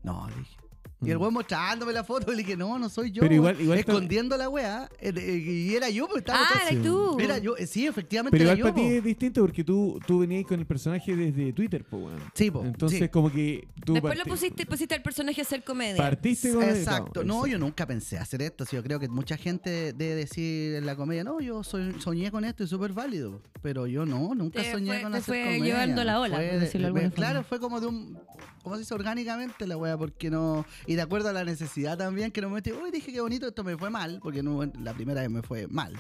[SPEAKER 4] No, le dije. Y el
[SPEAKER 2] Mm.
[SPEAKER 4] weón mostrándome la foto, y le dije, no, no soy yo.
[SPEAKER 2] Pero
[SPEAKER 4] weón".
[SPEAKER 2] igual- igual está-
[SPEAKER 4] Escondiendo la weá. eh, eh, y era yo, porque estaba.
[SPEAKER 1] Ah,
[SPEAKER 4] atrás.
[SPEAKER 1] eres tú.
[SPEAKER 4] Era yo, eh, sí, efectivamente
[SPEAKER 2] Pero
[SPEAKER 4] era
[SPEAKER 2] igual
[SPEAKER 4] yo.
[SPEAKER 2] para ti
[SPEAKER 4] po.
[SPEAKER 2] es distinto porque tú, tú venías con el personaje desde Twitter, po, weón.
[SPEAKER 4] Sí, po,
[SPEAKER 2] Entonces,
[SPEAKER 4] sí.
[SPEAKER 2] como que tú.
[SPEAKER 1] Después lo
[SPEAKER 2] parti-
[SPEAKER 1] pusiste, pusiste al personaje a hacer comedia.
[SPEAKER 2] Partiste con el-
[SPEAKER 4] Exacto.
[SPEAKER 2] claro,
[SPEAKER 4] No,
[SPEAKER 2] exacto.
[SPEAKER 4] yo nunca pensé hacer esto. sí, Yo creo que mucha gente debe decir en la comedia, no, yo soy- soñé con esto y súper válido. Pero yo no, nunca
[SPEAKER 1] Te
[SPEAKER 4] soñé
[SPEAKER 1] fue-
[SPEAKER 4] con
[SPEAKER 1] te
[SPEAKER 4] hacer
[SPEAKER 1] fue
[SPEAKER 4] comedia.
[SPEAKER 1] llevando la ola, por
[SPEAKER 4] de-
[SPEAKER 1] decirlo de alguna
[SPEAKER 4] me- Claro,
[SPEAKER 1] forma.
[SPEAKER 4] fue como de un... ¿Cómo se dice? Orgánicamente la wea, porque no... Y de acuerdo a la necesidad también, que no me metí, uy, dije que bonito, esto me fue mal, porque no, la primera vez me fue mal.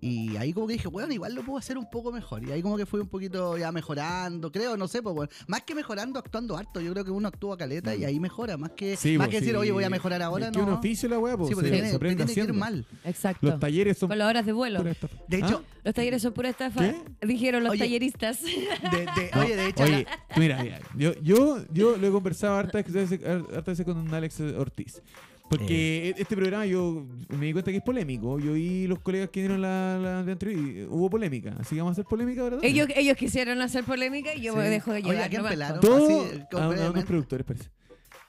[SPEAKER 4] Y ahí como que dije, bueno, igual lo puedo hacer un poco mejor. Y ahí como que fui un poquito ya mejorando, creo, no sé, pues bueno. Más que mejorando, actuando harto. Yo creo que uno actúa caleta
[SPEAKER 2] Mm.
[SPEAKER 4] y ahí mejora. Más que,
[SPEAKER 2] Sí,
[SPEAKER 4] más
[SPEAKER 2] po,
[SPEAKER 4] que decir,
[SPEAKER 2] sí.
[SPEAKER 4] oye, voy a mejorar ahora,
[SPEAKER 2] Es que
[SPEAKER 4] no.
[SPEAKER 2] un oficio la weá, po,
[SPEAKER 4] sí,
[SPEAKER 2] se-
[SPEAKER 4] porque
[SPEAKER 2] se
[SPEAKER 4] te tiene, te
[SPEAKER 2] aprende
[SPEAKER 4] tiene que ir
[SPEAKER 2] haciendo.
[SPEAKER 4] mal.
[SPEAKER 1] Exacto.
[SPEAKER 2] Los talleres son
[SPEAKER 1] con las horas de vuelo.
[SPEAKER 2] pura estafa.
[SPEAKER 4] De
[SPEAKER 2] ¿Ah?
[SPEAKER 4] hecho,
[SPEAKER 1] Los talleres son pura estafa.
[SPEAKER 2] ¿Qué?
[SPEAKER 1] Dijeron los
[SPEAKER 4] Oye.
[SPEAKER 1] talleristas.
[SPEAKER 4] de- de-
[SPEAKER 2] ¿Ah? No,
[SPEAKER 4] oye, de hecho,
[SPEAKER 2] oye, tú mira, mira, yo, yo, yo lo he conversado hartas veces, hartas veces con Alex Ortiz.
[SPEAKER 4] Eh.
[SPEAKER 2] Porque e- este programa yo me di cuenta que es polémico. Yo y los colegas que dieron la, la de anterior y hubo polémica. Así que vamos a hacer polémica, ¿verdad?
[SPEAKER 1] Ellos, ellos quisieron hacer polémica y yo
[SPEAKER 4] Sí.
[SPEAKER 1] me dejo de
[SPEAKER 4] Oye,
[SPEAKER 1] llevar.
[SPEAKER 4] ¿a quién
[SPEAKER 1] nomás,
[SPEAKER 4] pelaron?
[SPEAKER 1] po.
[SPEAKER 2] Todo,
[SPEAKER 4] Así,
[SPEAKER 2] a- a unos
[SPEAKER 4] brevemente.
[SPEAKER 2] productores, parece.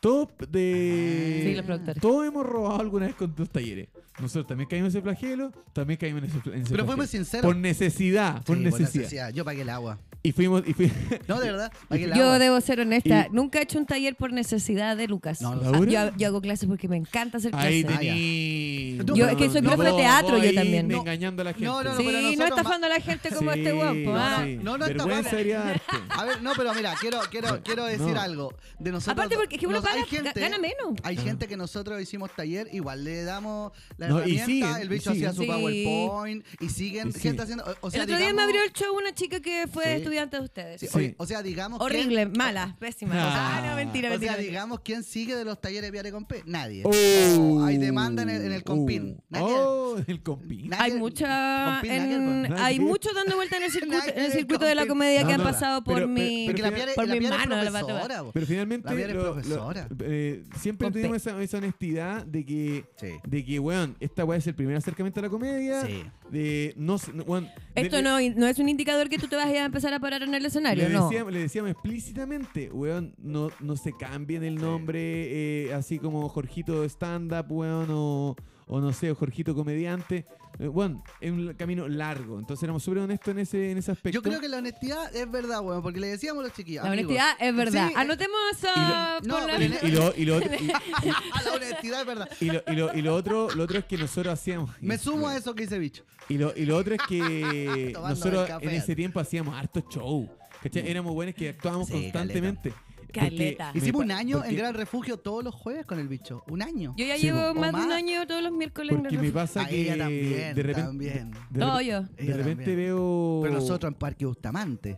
[SPEAKER 2] Top
[SPEAKER 4] Ah.
[SPEAKER 2] de.
[SPEAKER 1] Sí, los productores.
[SPEAKER 2] Todos hemos robado alguna vez con los talleres. Nosotros también caímos en ese flagelo, también caímos en ese, fla- en ese flagelo.
[SPEAKER 4] Pero fuimos sinceros.
[SPEAKER 2] Por necesidad, por,
[SPEAKER 4] Sí, por
[SPEAKER 2] necesidad.
[SPEAKER 4] necesidad. Yo pagué el agua.
[SPEAKER 2] Y fuimos. Y fui-
[SPEAKER 4] No, de verdad, pagué el
[SPEAKER 1] Yo
[SPEAKER 4] agua.
[SPEAKER 1] debo ser honesta,
[SPEAKER 2] Y-
[SPEAKER 1] nunca he hecho un taller por necesidad de Lucas.
[SPEAKER 4] No,
[SPEAKER 2] ¿Laura?
[SPEAKER 1] Ah, yo, yo hago clases porque me encanta hacer
[SPEAKER 2] Ahí
[SPEAKER 1] clases.
[SPEAKER 2] tení.
[SPEAKER 4] Yo- es que soy
[SPEAKER 2] no,
[SPEAKER 1] profe de teatro
[SPEAKER 2] vos
[SPEAKER 1] yo
[SPEAKER 2] ahí
[SPEAKER 1] también.
[SPEAKER 2] me
[SPEAKER 1] No.
[SPEAKER 2] Engañando a la gente.
[SPEAKER 4] Ah, No, no, no,
[SPEAKER 1] Sí,
[SPEAKER 4] pero
[SPEAKER 1] no
[SPEAKER 4] nosotros
[SPEAKER 1] estafando a la gente como este guapo. ah.
[SPEAKER 4] sí. No, no, está
[SPEAKER 2] Vergüenza
[SPEAKER 4] mal.
[SPEAKER 2] debería darte.
[SPEAKER 4] A ver, no, pero mira, quiero, quiero, quiero decir
[SPEAKER 2] No. Ah.
[SPEAKER 4] algo. De nosotros,
[SPEAKER 1] Aparte porque es que uno
[SPEAKER 4] nos- hay
[SPEAKER 1] paga-
[SPEAKER 4] gente-
[SPEAKER 1] gana menos.
[SPEAKER 4] Hay gente que nosotros hicimos taller, igual le damos la
[SPEAKER 2] No, y
[SPEAKER 4] herramienta,
[SPEAKER 2] siguen,
[SPEAKER 4] el
[SPEAKER 2] y
[SPEAKER 4] bicho hacía su
[SPEAKER 1] siguen. Sí.
[SPEAKER 4] PowerPoint
[SPEAKER 2] Y
[SPEAKER 4] y siguen
[SPEAKER 2] siguen.
[SPEAKER 4] gente haciendo. o- O,
[SPEAKER 1] el
[SPEAKER 4] sea,
[SPEAKER 1] otro día me
[SPEAKER 4] digamos-
[SPEAKER 1] abrió el show una chica que fue
[SPEAKER 4] Sí.
[SPEAKER 1] estudiante de ustedes.
[SPEAKER 4] Sí,
[SPEAKER 2] Sí.
[SPEAKER 4] oye, O sea, digamos. que-
[SPEAKER 1] Horrible, mala, pésima.
[SPEAKER 2] Ah.
[SPEAKER 1] Ah, no, mentira, mentira.
[SPEAKER 4] O sea,
[SPEAKER 1] mentira.
[SPEAKER 4] digamos, ¿quién sigue de los talleres Viare Compé? Nadie.
[SPEAKER 2] Oh,
[SPEAKER 4] hay demanda en el, en el compín.
[SPEAKER 2] oh,
[SPEAKER 4] Nadie.
[SPEAKER 2] Oh, en el compín.
[SPEAKER 4] Nadie-
[SPEAKER 1] hay mucha
[SPEAKER 4] Compín, nadie,
[SPEAKER 1] en-
[SPEAKER 2] po.
[SPEAKER 1] hay
[SPEAKER 2] Nadie.
[SPEAKER 1] mucho dando vuelta en el circuito,
[SPEAKER 4] Nadie
[SPEAKER 1] en el
[SPEAKER 4] del
[SPEAKER 1] circuito de la
[SPEAKER 4] Compín.
[SPEAKER 1] comedia
[SPEAKER 2] No,
[SPEAKER 1] que han
[SPEAKER 2] no,
[SPEAKER 1] pasado por
[SPEAKER 2] pero-
[SPEAKER 1] mi
[SPEAKER 4] Porque la Viare,
[SPEAKER 1] por
[SPEAKER 4] la
[SPEAKER 1] mi
[SPEAKER 4] Viare
[SPEAKER 1] mano, la
[SPEAKER 4] es
[SPEAKER 1] bata-
[SPEAKER 4] profesora. bo.
[SPEAKER 2] Pero finalmente.
[SPEAKER 4] La Viera es
[SPEAKER 2] lo- lo-
[SPEAKER 4] profesora.
[SPEAKER 2] eh, siempre
[SPEAKER 1] Compe.
[SPEAKER 2] tuvimos esa, esa honestidad de que.
[SPEAKER 4] Sí.
[SPEAKER 2] De que, weón, esta weá es el primer acercamiento a la comedia.
[SPEAKER 4] Sí.
[SPEAKER 2] De, no, sé, no, weón, de-
[SPEAKER 1] Esto
[SPEAKER 2] le-
[SPEAKER 1] no, no es un indicador que tú te vas a ir a empezar a parar en el escenario,
[SPEAKER 2] le,
[SPEAKER 1] no.
[SPEAKER 2] decíamos, le decíamos explícitamente, weón, no, no se cambien el nombre, eh, así como Jorgito Stand Up, weón, o, o no sé, o Jorgito Comediante. Eh, weón, es un camino largo. Entonces éramos súper honestos en ese, en ese aspecto.
[SPEAKER 4] Yo creo que la honestidad es verdad, weón, porque le decíamos a los chiquillos.
[SPEAKER 1] La
[SPEAKER 4] amigos,
[SPEAKER 1] honestidad es verdad. Ah,
[SPEAKER 4] sí,
[SPEAKER 1] Anotemos eso
[SPEAKER 4] y lo-
[SPEAKER 1] por eh,
[SPEAKER 4] no,
[SPEAKER 1] la-
[SPEAKER 4] pero-
[SPEAKER 2] Y, y lo, y lo otro, y-
[SPEAKER 4] Ah, la honestidad es verdad.
[SPEAKER 2] y lo- y lo- y lo otro, lo otro es que nosotros hacíamos.
[SPEAKER 4] Me sumo a eso que dice bicho.
[SPEAKER 2] Y lo, y lo otro es que
[SPEAKER 4] Tomando
[SPEAKER 2] nosotros
[SPEAKER 4] el café. Mm.
[SPEAKER 2] en ese tiempo hacíamos harto show. ¿Cachai? Éramos buenos que actuábamos
[SPEAKER 4] Sí,
[SPEAKER 2] constantemente. Porque
[SPEAKER 1] Caleta.
[SPEAKER 2] me
[SPEAKER 4] Hicimos un
[SPEAKER 2] pa-
[SPEAKER 4] año en
[SPEAKER 2] porque-
[SPEAKER 4] Gran Refugio todos los jueves con el bicho. Un año.
[SPEAKER 1] Yo ya
[SPEAKER 2] Sí,
[SPEAKER 1] llevo
[SPEAKER 2] po.
[SPEAKER 1] más de
[SPEAKER 4] O
[SPEAKER 1] un
[SPEAKER 4] más.
[SPEAKER 1] año todos los miércoles en
[SPEAKER 2] Porque
[SPEAKER 1] la
[SPEAKER 2] me
[SPEAKER 1] reunión.
[SPEAKER 2] pasa
[SPEAKER 4] A
[SPEAKER 2] que
[SPEAKER 4] ella también,
[SPEAKER 2] de repente
[SPEAKER 4] también.
[SPEAKER 2] de,
[SPEAKER 1] Todo
[SPEAKER 2] repen-
[SPEAKER 1] yo.
[SPEAKER 2] de
[SPEAKER 4] Ella
[SPEAKER 2] repente
[SPEAKER 4] también.
[SPEAKER 2] veo
[SPEAKER 4] Pero nosotros en Parque Bustamante.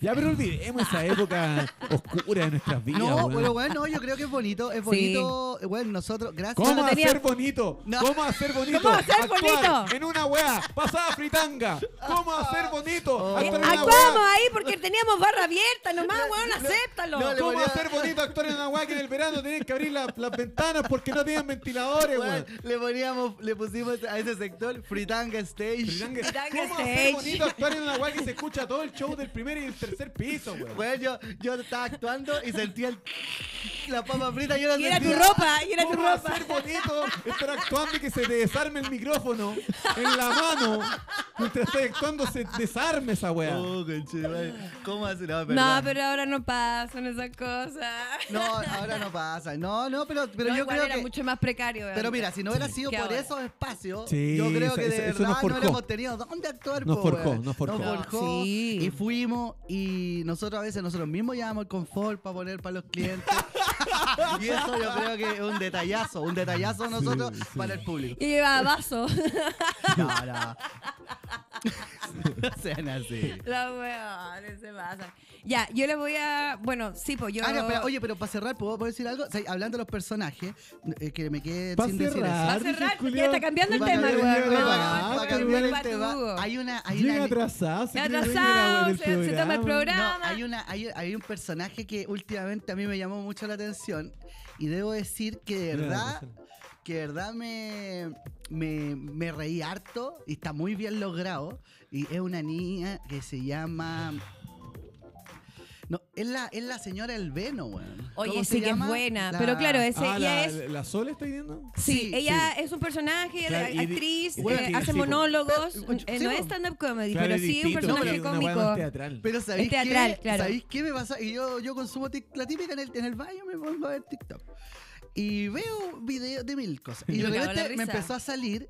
[SPEAKER 2] ya pero olvidemos esa época oscura de nuestras vidas.
[SPEAKER 4] No,
[SPEAKER 2] weón.
[SPEAKER 4] pero bueno, no, yo creo que es bonito, es bonito. Bueno, nosotros, gracias.
[SPEAKER 2] ¿Cómo
[SPEAKER 1] Cuando tenía-
[SPEAKER 2] hacer bonito?
[SPEAKER 4] No.
[SPEAKER 2] ¿Cómo hacer bonito?
[SPEAKER 1] ¿Cómo hacer
[SPEAKER 2] Actuar
[SPEAKER 1] bonito?
[SPEAKER 2] En una weá, pasada fritanga. ¿Cómo hacer bonito?
[SPEAKER 4] Oh.
[SPEAKER 2] Actuar en una
[SPEAKER 1] Eh, Actuamos
[SPEAKER 2] weá.
[SPEAKER 1] ahí porque teníamos barra abierta, nomás, weón, acéptalo.
[SPEAKER 4] no, le
[SPEAKER 2] ¿Cómo
[SPEAKER 4] ponía-
[SPEAKER 2] hacer bonito actuar en una weá que en el verano tienen que abrir la- las ventanas porque no tienen ventiladores,
[SPEAKER 4] Bueno,
[SPEAKER 2] weón?
[SPEAKER 4] le poníamos, le pusimos a ese sector Fritanga Stage.
[SPEAKER 2] Fritanga-
[SPEAKER 1] Fritanga
[SPEAKER 2] ¿Cómo
[SPEAKER 1] stage.
[SPEAKER 2] hacer bonito actuar en una weá que se escucha todo el show del primer y el tercer piso, weón?
[SPEAKER 4] Bueno, Pues yo, yo estaba actuando y sentía el la papa frita y yo la
[SPEAKER 1] Y era tu
[SPEAKER 4] sentía.
[SPEAKER 1] ropa, y era tu
[SPEAKER 2] ¿Cómo va a
[SPEAKER 1] ropa.
[SPEAKER 2] ser bonito estar actuando y que se te desarme el micrófono en la mano? Mientras estás actuando se desarme esa weá.
[SPEAKER 4] Oh, conchetumare. ¿Cómo hace? No,
[SPEAKER 1] No,
[SPEAKER 4] perdón.
[SPEAKER 1] pero ahora no pasan esas cosas.
[SPEAKER 4] No, ahora no pasa. No, no, pero, pero
[SPEAKER 1] No,
[SPEAKER 4] yo
[SPEAKER 1] igual
[SPEAKER 4] creo
[SPEAKER 1] era
[SPEAKER 4] que.
[SPEAKER 1] mucho más precario. weón.
[SPEAKER 4] Pero mira, si no hubiera sido
[SPEAKER 1] Que
[SPEAKER 4] por
[SPEAKER 1] ahora.
[SPEAKER 4] esos espacios,
[SPEAKER 2] Sí,
[SPEAKER 4] yo creo
[SPEAKER 2] eso-
[SPEAKER 4] que de
[SPEAKER 2] eso- eso nos
[SPEAKER 4] verdad no
[SPEAKER 2] forjó.
[SPEAKER 4] hubiéramos tenido dónde actuar.
[SPEAKER 2] Nos
[SPEAKER 4] po,
[SPEAKER 2] forjó,
[SPEAKER 4] weón.
[SPEAKER 2] nos forjó.
[SPEAKER 4] Nos forjó
[SPEAKER 1] No, sí.
[SPEAKER 4] Y fuimos y nosotros a veces nosotros mismos llevamos el confort para poner para los clientes. y eso yo creo que es un detallazo, un detallazo nosotros
[SPEAKER 2] sí.
[SPEAKER 4] para el público.
[SPEAKER 1] Yo llevaba vaso.
[SPEAKER 4] No, no. no sean así.
[SPEAKER 1] La weón, se pasa. Ya, yo les voy a. Bueno, sí, pues yo.
[SPEAKER 4] Ah, no, pero, oye, pero para cerrar, ¿puedo puedo decir algo? O sea, hablando de los personajes, eh, que me quedé
[SPEAKER 2] Pa'
[SPEAKER 4] sin decir eso.
[SPEAKER 1] Va a
[SPEAKER 2] dice
[SPEAKER 1] cerrar,
[SPEAKER 2] culiao.
[SPEAKER 1] ya está cambiando el
[SPEAKER 2] Va a
[SPEAKER 1] tema,
[SPEAKER 2] cambiar el
[SPEAKER 1] weón.
[SPEAKER 2] tema,
[SPEAKER 1] No,
[SPEAKER 2] va a
[SPEAKER 1] weón,
[SPEAKER 2] cambiar
[SPEAKER 1] muy
[SPEAKER 2] el
[SPEAKER 4] el tema.
[SPEAKER 1] patudo.
[SPEAKER 4] Hay una, hay
[SPEAKER 2] Llega
[SPEAKER 4] una
[SPEAKER 2] atrasado. se
[SPEAKER 1] Está
[SPEAKER 2] cree dueño de la
[SPEAKER 1] atrasado,
[SPEAKER 2] weá del
[SPEAKER 1] se- se toma el programa.
[SPEAKER 4] No, hay, una, hay, hay un personaje que últimamente a mí me llamó mucho la atención y debo decir que de
[SPEAKER 2] Mira,
[SPEAKER 4] verdad,
[SPEAKER 2] Marcelo.
[SPEAKER 4] que de verdad me, me, me reí harto y está muy bien logrado. Y es una niña que se llama... No, es la, es la señora El Veno, weón.
[SPEAKER 1] Oye,
[SPEAKER 4] ¿Cómo se
[SPEAKER 1] sí que es
[SPEAKER 4] llama?
[SPEAKER 1] buena.
[SPEAKER 4] La-
[SPEAKER 1] Pero claro, ese,
[SPEAKER 2] Ah,
[SPEAKER 1] ella
[SPEAKER 2] la,
[SPEAKER 1] es.
[SPEAKER 2] ¿La Sol está viendo?
[SPEAKER 1] Sí,
[SPEAKER 4] sí,
[SPEAKER 1] ella es un personaje, ella
[SPEAKER 2] Claro,
[SPEAKER 1] es
[SPEAKER 2] y di-
[SPEAKER 1] actriz,
[SPEAKER 2] y bueno,
[SPEAKER 1] eh,
[SPEAKER 2] sí,
[SPEAKER 1] hace
[SPEAKER 2] sí, po.
[SPEAKER 1] monólogos,
[SPEAKER 4] Pero,
[SPEAKER 1] eh,
[SPEAKER 4] sí,
[SPEAKER 1] no
[SPEAKER 4] po.
[SPEAKER 1] es stand-up comedy,
[SPEAKER 2] Claro,
[SPEAKER 1] pero
[SPEAKER 2] es
[SPEAKER 1] sí un
[SPEAKER 2] distinto,
[SPEAKER 1] personaje
[SPEAKER 2] pero una weá más
[SPEAKER 1] cómico.
[SPEAKER 2] teatral.
[SPEAKER 4] Pero sabéis
[SPEAKER 1] Es teatral,
[SPEAKER 4] qué,
[SPEAKER 1] claro.
[SPEAKER 4] ¿sabéis qué me pasa? Y yo, yo consumo tic- la típica en el, en el baño, me pongo a ver TikTok. Y veo videos de mil cosas. Y de
[SPEAKER 1] Me cago en la
[SPEAKER 4] repente me
[SPEAKER 1] risa.
[SPEAKER 4] empezó a salir.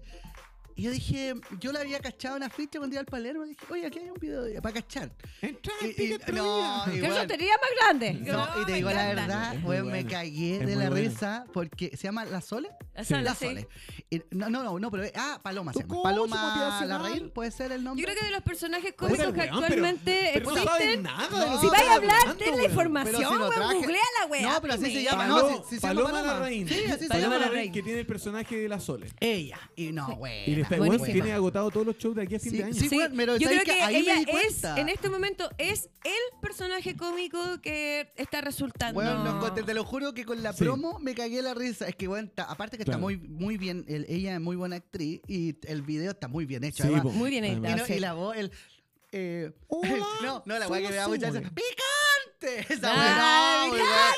[SPEAKER 4] Y yo dije, yo le había cachado una ficha cuando iba al Palermo. Dije, oye, aquí hay un video de- para cachar.
[SPEAKER 2] Entra,
[SPEAKER 4] Y- y-
[SPEAKER 2] pica tu
[SPEAKER 4] no,
[SPEAKER 2] vida.
[SPEAKER 1] ¡Qué
[SPEAKER 4] Igual.
[SPEAKER 1] soltería más grande!
[SPEAKER 4] No, y te
[SPEAKER 1] me
[SPEAKER 4] digo la
[SPEAKER 1] encanta.
[SPEAKER 4] verdad,
[SPEAKER 2] Es muy
[SPEAKER 4] weón, me
[SPEAKER 2] buena.
[SPEAKER 4] cagué
[SPEAKER 2] Es
[SPEAKER 4] de
[SPEAKER 2] muy
[SPEAKER 4] la
[SPEAKER 2] buena.
[SPEAKER 4] risa porque se llama La Sole.
[SPEAKER 1] La
[SPEAKER 2] Sí.
[SPEAKER 1] Sole,
[SPEAKER 4] La
[SPEAKER 1] sí.
[SPEAKER 4] Sole. Y- no, no, no, no, pero ah, Paloma
[SPEAKER 2] Tu
[SPEAKER 4] se llama.
[SPEAKER 2] coach
[SPEAKER 4] Paloma
[SPEAKER 2] motivacional.
[SPEAKER 4] Larraín puede ser el nombre.
[SPEAKER 1] Yo creo que de los personajes
[SPEAKER 2] Puta,
[SPEAKER 1] cómicos que
[SPEAKER 2] weón, pero-
[SPEAKER 1] actualmente
[SPEAKER 2] pero no sabes
[SPEAKER 1] existen...
[SPEAKER 2] nada de lo
[SPEAKER 4] No,
[SPEAKER 2] que
[SPEAKER 1] si vais a
[SPEAKER 2] estás
[SPEAKER 1] hablar,
[SPEAKER 2] hablando,
[SPEAKER 1] ten la
[SPEAKER 2] weón.
[SPEAKER 1] información,
[SPEAKER 4] Pero si lo
[SPEAKER 1] weón,
[SPEAKER 4] traje-
[SPEAKER 1] googlea la weá.
[SPEAKER 4] No, pero así se
[SPEAKER 1] primero.
[SPEAKER 4] llama,
[SPEAKER 2] Palo-
[SPEAKER 4] no, sí- sí se llama
[SPEAKER 2] Paloma
[SPEAKER 4] Paloma.
[SPEAKER 2] Larraín.
[SPEAKER 4] Sí, así se
[SPEAKER 1] Paloma
[SPEAKER 4] llama.
[SPEAKER 1] Larraín.
[SPEAKER 2] Que tiene el personaje de la Sole.
[SPEAKER 4] Ella. Y no, güey.
[SPEAKER 2] Y le está,
[SPEAKER 1] buenísima.
[SPEAKER 2] weón, tiene agotado todos los shows de aquí a fin de año.
[SPEAKER 4] Sí, weón, pero
[SPEAKER 1] yo creo
[SPEAKER 4] ¿sabes
[SPEAKER 1] que,
[SPEAKER 4] qué? Ahí me
[SPEAKER 1] ella es,
[SPEAKER 4] di cuenta.
[SPEAKER 1] en este momento, es el personaje cómico que está resultando.
[SPEAKER 4] Bueno, lo encontré, te lo juro que con la
[SPEAKER 2] Sí.
[SPEAKER 4] promo me cagué la risa. Es que, bueno, ta- aparte que está
[SPEAKER 2] Claro.
[SPEAKER 4] muy, muy bien, el- ella es muy buena actriz y el video está muy bien hecho.
[SPEAKER 2] Sí,
[SPEAKER 4] además.
[SPEAKER 2] po.
[SPEAKER 1] Muy bien editado.
[SPEAKER 4] y, no-
[SPEAKER 1] sí.
[SPEAKER 4] y la voz, el. eh,
[SPEAKER 2] Hola,
[SPEAKER 4] no, no, la
[SPEAKER 2] soy
[SPEAKER 4] weá que me da mucha
[SPEAKER 2] Azul.
[SPEAKER 4] risa. ¡Picante! Esa
[SPEAKER 1] Ah,
[SPEAKER 4] weá, no, weá.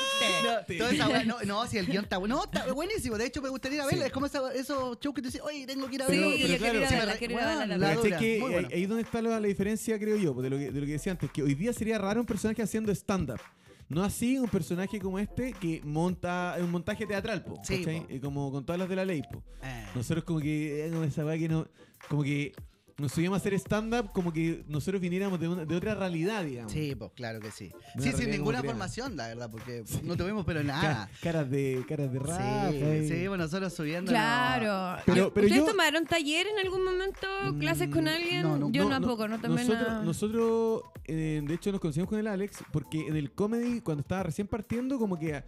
[SPEAKER 4] No, toda esa weá, no, no, si el guión está bueno. No, está buenísimo. De hecho, me gustaría ir a verla.
[SPEAKER 2] Sí.
[SPEAKER 4] Es como esa- esos shows que tú dices, oye, tengo que ir a
[SPEAKER 1] Sí,
[SPEAKER 4] verlo.
[SPEAKER 1] yo quiero
[SPEAKER 2] claro.
[SPEAKER 1] ir a
[SPEAKER 2] Sí,
[SPEAKER 1] verla,
[SPEAKER 4] me-
[SPEAKER 1] quiero ir a
[SPEAKER 4] weón,
[SPEAKER 1] verla
[SPEAKER 4] la-
[SPEAKER 1] también.
[SPEAKER 2] ¿Cachai
[SPEAKER 4] dura,
[SPEAKER 2] que
[SPEAKER 4] muy
[SPEAKER 2] ahí-
[SPEAKER 4] bueno.
[SPEAKER 2] ahí es donde está la, la diferencia, creo yo, de lo, que, de lo que decía antes, que hoy día sería raro un personaje haciendo stand-up. No así un personaje como este que monta es un montaje teatral, po,
[SPEAKER 4] Sí,
[SPEAKER 2] ¿cachai?
[SPEAKER 4] po.
[SPEAKER 2] Eh, como con todas las de la ley. Po.
[SPEAKER 4] Eh,
[SPEAKER 2] Nosotros como que eh, como esa weá que no, como que nos subíamos a hacer stand-up como que nosotros viniéramos de, una- de otra realidad, digamos.
[SPEAKER 4] Sí, pues claro que sí.
[SPEAKER 2] Una
[SPEAKER 4] Sí, sin
[SPEAKER 2] realidad
[SPEAKER 4] ninguna
[SPEAKER 2] concreta.
[SPEAKER 4] formación, la verdad, porque
[SPEAKER 2] Sí.
[SPEAKER 4] no tuvimos pero
[SPEAKER 2] Ca-
[SPEAKER 4] nada.
[SPEAKER 2] caras de caras de rap.
[SPEAKER 4] Sí, seguimos nosotros subiendo.
[SPEAKER 1] Claro.
[SPEAKER 2] Pero-
[SPEAKER 1] Ah,
[SPEAKER 2] pero
[SPEAKER 1] ¿Ustedes
[SPEAKER 2] yo-
[SPEAKER 1] tomaron taller en algún momento? ¿Clases con
[SPEAKER 2] Mm,
[SPEAKER 1] alguien?
[SPEAKER 4] no, no,
[SPEAKER 1] yo tampoco, no, tomé
[SPEAKER 2] nosotros,
[SPEAKER 1] nada.
[SPEAKER 2] Nosotros, eh, de hecho, nos conocimos con el Alex porque en el comedy, cuando estaba recién partiendo, como que ah,